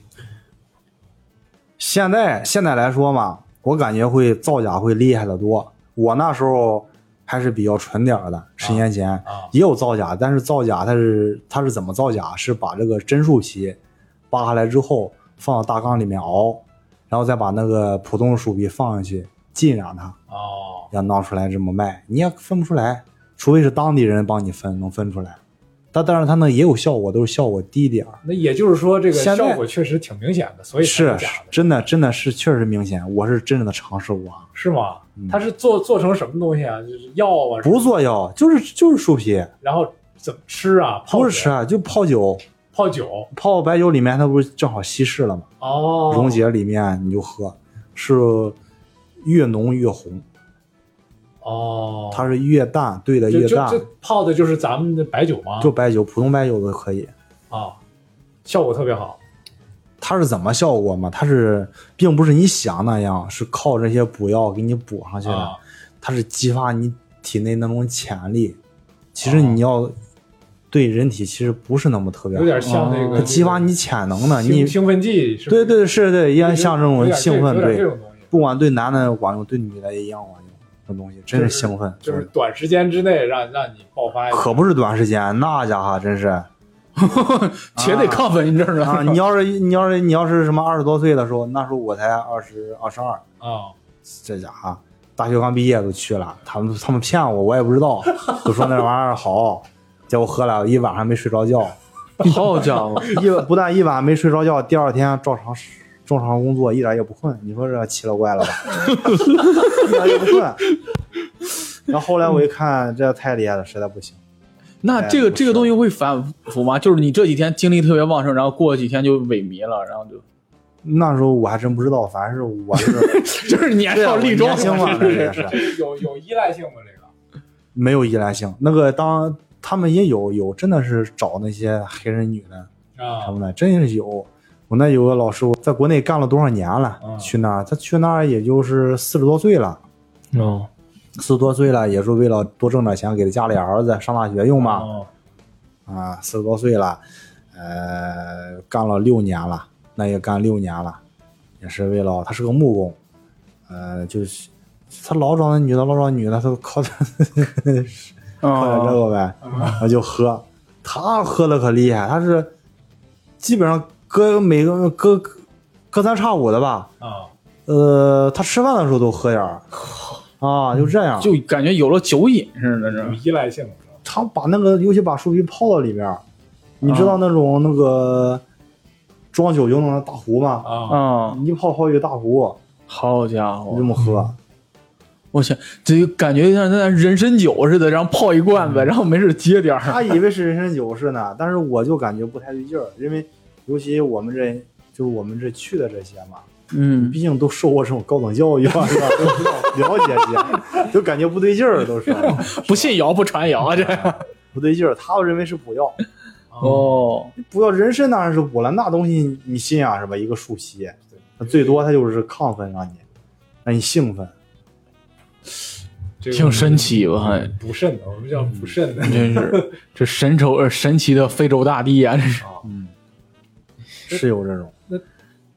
[SPEAKER 3] 现在现在来说嘛，我感觉会造假会厉害的多。我那时候还是比较纯点儿的，十年前、
[SPEAKER 4] 啊
[SPEAKER 3] 也有造假，但是造假它是它是怎么造假？是把这个榛树皮扒下来之后放到大缸里面熬，然后再把那个普通的树皮放上去浸染它，
[SPEAKER 4] 哦，
[SPEAKER 3] 要闹出来这么卖，你也分不出来，除非是当地人帮你分，能分出来。但但是它那也有效果，都是效果低点儿。
[SPEAKER 4] 那也就是说这个
[SPEAKER 3] 现在
[SPEAKER 4] 效果确实挺明显的，所以才
[SPEAKER 3] 是
[SPEAKER 4] 假的，
[SPEAKER 3] 真的，真的是确实明显，我是真正的尝试过，啊，
[SPEAKER 4] 是吗？它是做做成什么东西啊？就是药啊，
[SPEAKER 3] 不做药，就是就是树皮，
[SPEAKER 4] 然后怎么吃啊？泡
[SPEAKER 3] 不是吃
[SPEAKER 4] 水
[SPEAKER 3] 啊，就泡酒，
[SPEAKER 4] 泡酒
[SPEAKER 3] 泡白酒里面它不是正好稀释了吗？
[SPEAKER 4] 哦，
[SPEAKER 3] 溶解里面你就喝，是越浓越红，
[SPEAKER 4] 哦，
[SPEAKER 3] 它是越淡兑的
[SPEAKER 4] 就
[SPEAKER 3] 越
[SPEAKER 4] 就
[SPEAKER 3] 淡，
[SPEAKER 4] 就泡的就是咱们的白酒吗？
[SPEAKER 3] 就白酒，普通白酒都可以。
[SPEAKER 4] 啊，效果特别好
[SPEAKER 3] 它是怎么效果嘛？它是并不是你想那样，是靠这些补药给你补上去的。
[SPEAKER 4] 啊
[SPEAKER 3] 它是激发你体内那种潜力。
[SPEAKER 4] 啊
[SPEAKER 3] 其实你要对人体其实不是那么特别
[SPEAKER 4] 有
[SPEAKER 3] 好，
[SPEAKER 4] 点像那
[SPEAKER 2] 哦
[SPEAKER 3] 嗯
[SPEAKER 4] 个
[SPEAKER 3] 它激发你潜能的。你
[SPEAKER 4] 兴兴奋剂是不
[SPEAKER 3] 对
[SPEAKER 4] 是？
[SPEAKER 3] 对是对，一
[SPEAKER 4] 有
[SPEAKER 3] 样
[SPEAKER 4] 点
[SPEAKER 3] 像这种兴奋，
[SPEAKER 4] 有点这
[SPEAKER 3] 对，
[SPEAKER 4] 种东西，
[SPEAKER 3] 不管对男的管用，对女的也一样啊管用。这东西真是兴奋，
[SPEAKER 4] 就是短时间之内让让你爆发一下，
[SPEAKER 3] 可不是短时间，那家伙真是 啊！
[SPEAKER 2] 且得亢奋一阵儿呢。
[SPEAKER 3] 你要是你要是你要是什么二十多岁的时候，那时候我才二十二十二，
[SPEAKER 4] 啊
[SPEAKER 3] 这家伙大学刚毕业都去了，他们他们骗我，我也不知道，就说那玩意儿好，结果喝了一晚上没睡着觉，
[SPEAKER 2] 好家伙，
[SPEAKER 3] 一晚不但一晚没睡着觉，第二天照常正常工作，一点也不困。你说这奇了怪了吧？一点也不困。然后后来我一看，这太厉害了，实在不行。
[SPEAKER 2] 那
[SPEAKER 3] 哎
[SPEAKER 2] 这个
[SPEAKER 3] 不
[SPEAKER 2] 这个
[SPEAKER 3] 是
[SPEAKER 2] 东西会反复吗？就是你这几天精力特别旺盛，然后过几天就萎靡了，然后 就
[SPEAKER 3] 那时候我还真不知道，反正是我是
[SPEAKER 2] 就是年
[SPEAKER 3] 对啊
[SPEAKER 2] 少
[SPEAKER 3] 我
[SPEAKER 2] 力壮
[SPEAKER 3] 年轻 嘛，那也是
[SPEAKER 4] 这有有依赖性吗？这个
[SPEAKER 3] 没有依赖性。那个当他们也有有，真的是找那些黑人女的，
[SPEAKER 4] 啊
[SPEAKER 3] 他们的，真是有。我那有个老师，我在国内干了多少年了？
[SPEAKER 4] 嗯
[SPEAKER 3] 去那儿，他去那儿也就是四十多岁了，
[SPEAKER 1] 哦，
[SPEAKER 3] 四十多岁了，也是为了多挣点钱给他家里儿子上大学用嘛。
[SPEAKER 4] 哦
[SPEAKER 3] 啊，四十多岁了，呃，干了六年了，那也干六年了，也是为了他是个木工，呃，就是他老找那女的，老找女的，他靠他靠点这
[SPEAKER 2] 啊，
[SPEAKER 3] 个呗，我就喝，他喝的可厉害，他是基本上隔每个隔隔三差五的吧，
[SPEAKER 4] 啊，
[SPEAKER 3] 呃，他吃饭的时候都喝点儿，啊，就这样，
[SPEAKER 2] 嗯就感觉有了酒瘾似的，
[SPEAKER 4] 有
[SPEAKER 2] 这
[SPEAKER 4] 依赖性是吧
[SPEAKER 3] 他把那个，尤其把树皮泡到里边儿，你知道那种那个装酒用的那大壶吗？
[SPEAKER 4] 啊
[SPEAKER 2] 啊，
[SPEAKER 3] 一泡好几个大壶，
[SPEAKER 2] 好家
[SPEAKER 3] 就
[SPEAKER 2] 伙
[SPEAKER 3] 这，么喝。
[SPEAKER 2] 我去，这就感觉像那人参酒似的，然后泡一罐子，然后没事接点 儿，
[SPEAKER 3] 他以为是人参酒似的，但是我就感觉不太对劲儿，因为尤其我们这就是我们这去的这些嘛，
[SPEAKER 2] 嗯
[SPEAKER 3] 毕竟都受过这种高等教育啊嘛，是吧？都了解些，就感觉不对劲儿，都是
[SPEAKER 2] 不信谣不传谣啊，这
[SPEAKER 3] 不对劲儿。他们认为是补药，
[SPEAKER 2] 哦，
[SPEAKER 3] 补药人参当然是补了，那东西你信啊是吧？一个树皮，它最多它就是亢奋让你，让你兴奋。
[SPEAKER 4] 这个
[SPEAKER 2] 挺神奇吧？还嗯
[SPEAKER 4] 补肾的，我们叫补肾的。
[SPEAKER 2] 真是这神愁呃神奇的非洲大地啊，这是
[SPEAKER 3] 嗯， 是有这种，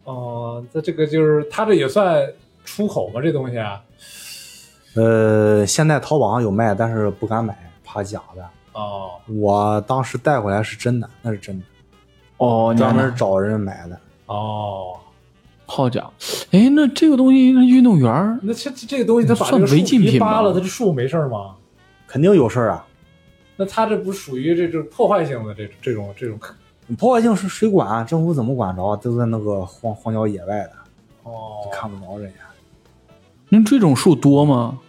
[SPEAKER 4] 哦，那这个就是它这也算出口吗？这东西啊，
[SPEAKER 3] 呃，现在淘宝上有卖，但是不敢买，怕假的。
[SPEAKER 4] 哦，
[SPEAKER 3] 我当时带回来是真的，那是真的，
[SPEAKER 2] 哦，你看
[SPEAKER 3] 专门找人买的。
[SPEAKER 4] 哦，
[SPEAKER 2] 好家伙，哎，那这个东西，那运动员儿
[SPEAKER 4] 那这这这个东西，它把这个
[SPEAKER 2] 算违
[SPEAKER 4] 树
[SPEAKER 2] 禁
[SPEAKER 4] 皮
[SPEAKER 2] 品吧
[SPEAKER 4] 扒了，它这树没事儿吗？
[SPEAKER 3] 肯定有事儿啊！
[SPEAKER 4] 那它这不是属于这种破坏性的这这种这种
[SPEAKER 3] 破坏性是水管，啊政府怎么管着？都在那个荒荒郊野外的，
[SPEAKER 4] 哦，
[SPEAKER 3] 看不着人家。
[SPEAKER 2] 那这种树多吗？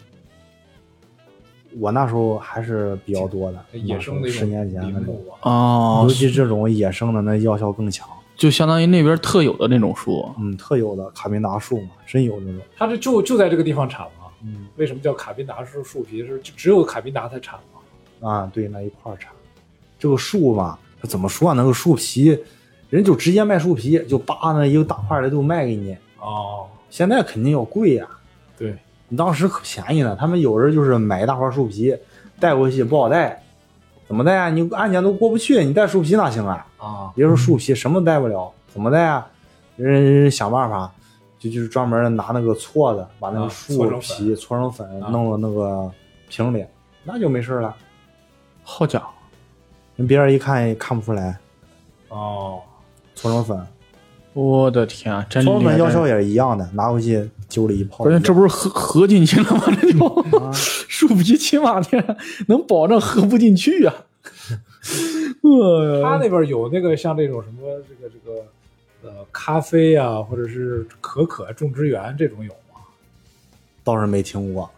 [SPEAKER 3] 我那时候还是比较多的，
[SPEAKER 4] 野生的一
[SPEAKER 3] 十
[SPEAKER 4] 种
[SPEAKER 3] 年前
[SPEAKER 4] 林
[SPEAKER 3] 的那种，
[SPEAKER 4] 木啊，
[SPEAKER 2] 哦
[SPEAKER 3] 尤，其这种野生的，那药效更强。
[SPEAKER 2] 就相当于那边特有的那种树。
[SPEAKER 3] 嗯，特有的卡宾达树嘛，真有这种。
[SPEAKER 4] 它这就就在这个地方产吗？
[SPEAKER 3] 嗯
[SPEAKER 4] 为什么叫卡宾达树树皮？是就只有卡宾达才产吗？
[SPEAKER 3] 啊，对，那一块儿产。这个树嘛，它怎么说啊？那个树皮，人就直接卖树皮，就扒那一个大块儿的就卖给你。
[SPEAKER 4] 哦，
[SPEAKER 3] 现在肯定要贵呀、
[SPEAKER 4] 对，
[SPEAKER 3] 你当时可便宜了，他们有人就是买一大块树皮，带回去不好带，怎么带啊？你安检都过不去，你带树皮哪行啊？
[SPEAKER 4] 啊，
[SPEAKER 3] 别说树皮，什么带不了，怎么带啊？人人人想办法，就就是专门拿那个搓子把那
[SPEAKER 4] 啊
[SPEAKER 3] 个
[SPEAKER 4] 搓
[SPEAKER 3] 树
[SPEAKER 4] 成
[SPEAKER 3] 皮搓成粉，
[SPEAKER 4] 啊
[SPEAKER 3] 弄到那个瓶里，那就没事了。
[SPEAKER 2] 好家伙，
[SPEAKER 3] 人别人一看也看不出来，
[SPEAKER 4] 哦，
[SPEAKER 3] 搓成粉，
[SPEAKER 2] 我的天啊，真厉
[SPEAKER 3] 搓成
[SPEAKER 2] 害！
[SPEAKER 3] 粉药
[SPEAKER 2] 真
[SPEAKER 3] 效也是一样的，拿回去揪了一泡
[SPEAKER 2] 不
[SPEAKER 3] 一
[SPEAKER 2] 是
[SPEAKER 3] 样。
[SPEAKER 2] 这不是合合进去了吗？这就、
[SPEAKER 3] 啊
[SPEAKER 2] 树皮起码天能保证合不进去啊。 呃
[SPEAKER 4] 它那边有那个像这种什么这个这个呃咖啡啊，或者是可可种植园这种有吗？
[SPEAKER 3] 倒是没听过，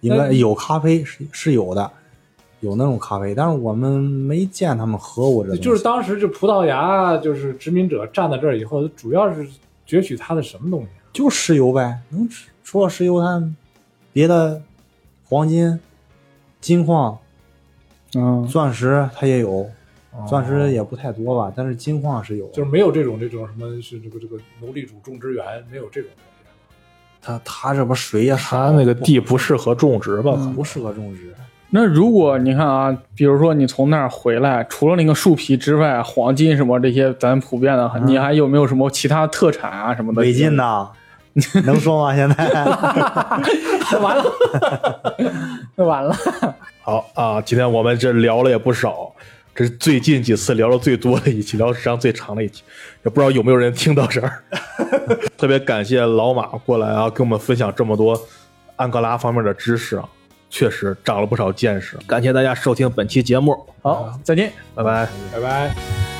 [SPEAKER 3] 应该
[SPEAKER 4] 但
[SPEAKER 3] 有咖啡是是有的，有那种咖啡，但是我们没见他们喝过这东西。
[SPEAKER 4] 就是当时这葡萄牙就是殖民者站在这儿以后，主要是攫取它的什么东西啊？
[SPEAKER 3] 就石油呗，能吃除了石油，它别的黄金、金矿、
[SPEAKER 2] 嗯，
[SPEAKER 3] 钻石它也有，钻石
[SPEAKER 4] 也
[SPEAKER 3] 也不太多吧，但是金矿是有的。
[SPEAKER 4] 哦就是没有这种这种什么是这个这个奴隶主种植园，没有这种东西。啊
[SPEAKER 3] 它它这不水也少
[SPEAKER 1] 他那个地不适合种植吧？
[SPEAKER 3] 不适合种植，
[SPEAKER 2] 那如果你看啊，比如说你从那儿回来，除了那个树皮之外，黄金什么这些咱普遍
[SPEAKER 3] 啊
[SPEAKER 2] 的，你还有没有什么其他特产啊什么的？
[SPEAKER 3] 违禁呐，嗯 能说吗？现在
[SPEAKER 2] 完了，那完了。
[SPEAKER 1] 好啊，今天我们这聊了也不少，这是最近几次聊了最多的一期，聊时间最长的一期，也不知道有没有人听到这儿。 特别感谢老马过来啊，跟我们分享这么多安哥拉方面的知识啊，确实长了不少见识。感谢大家收听本期节目，
[SPEAKER 2] 好，再见。
[SPEAKER 1] 啊拜拜。
[SPEAKER 4] 拜拜。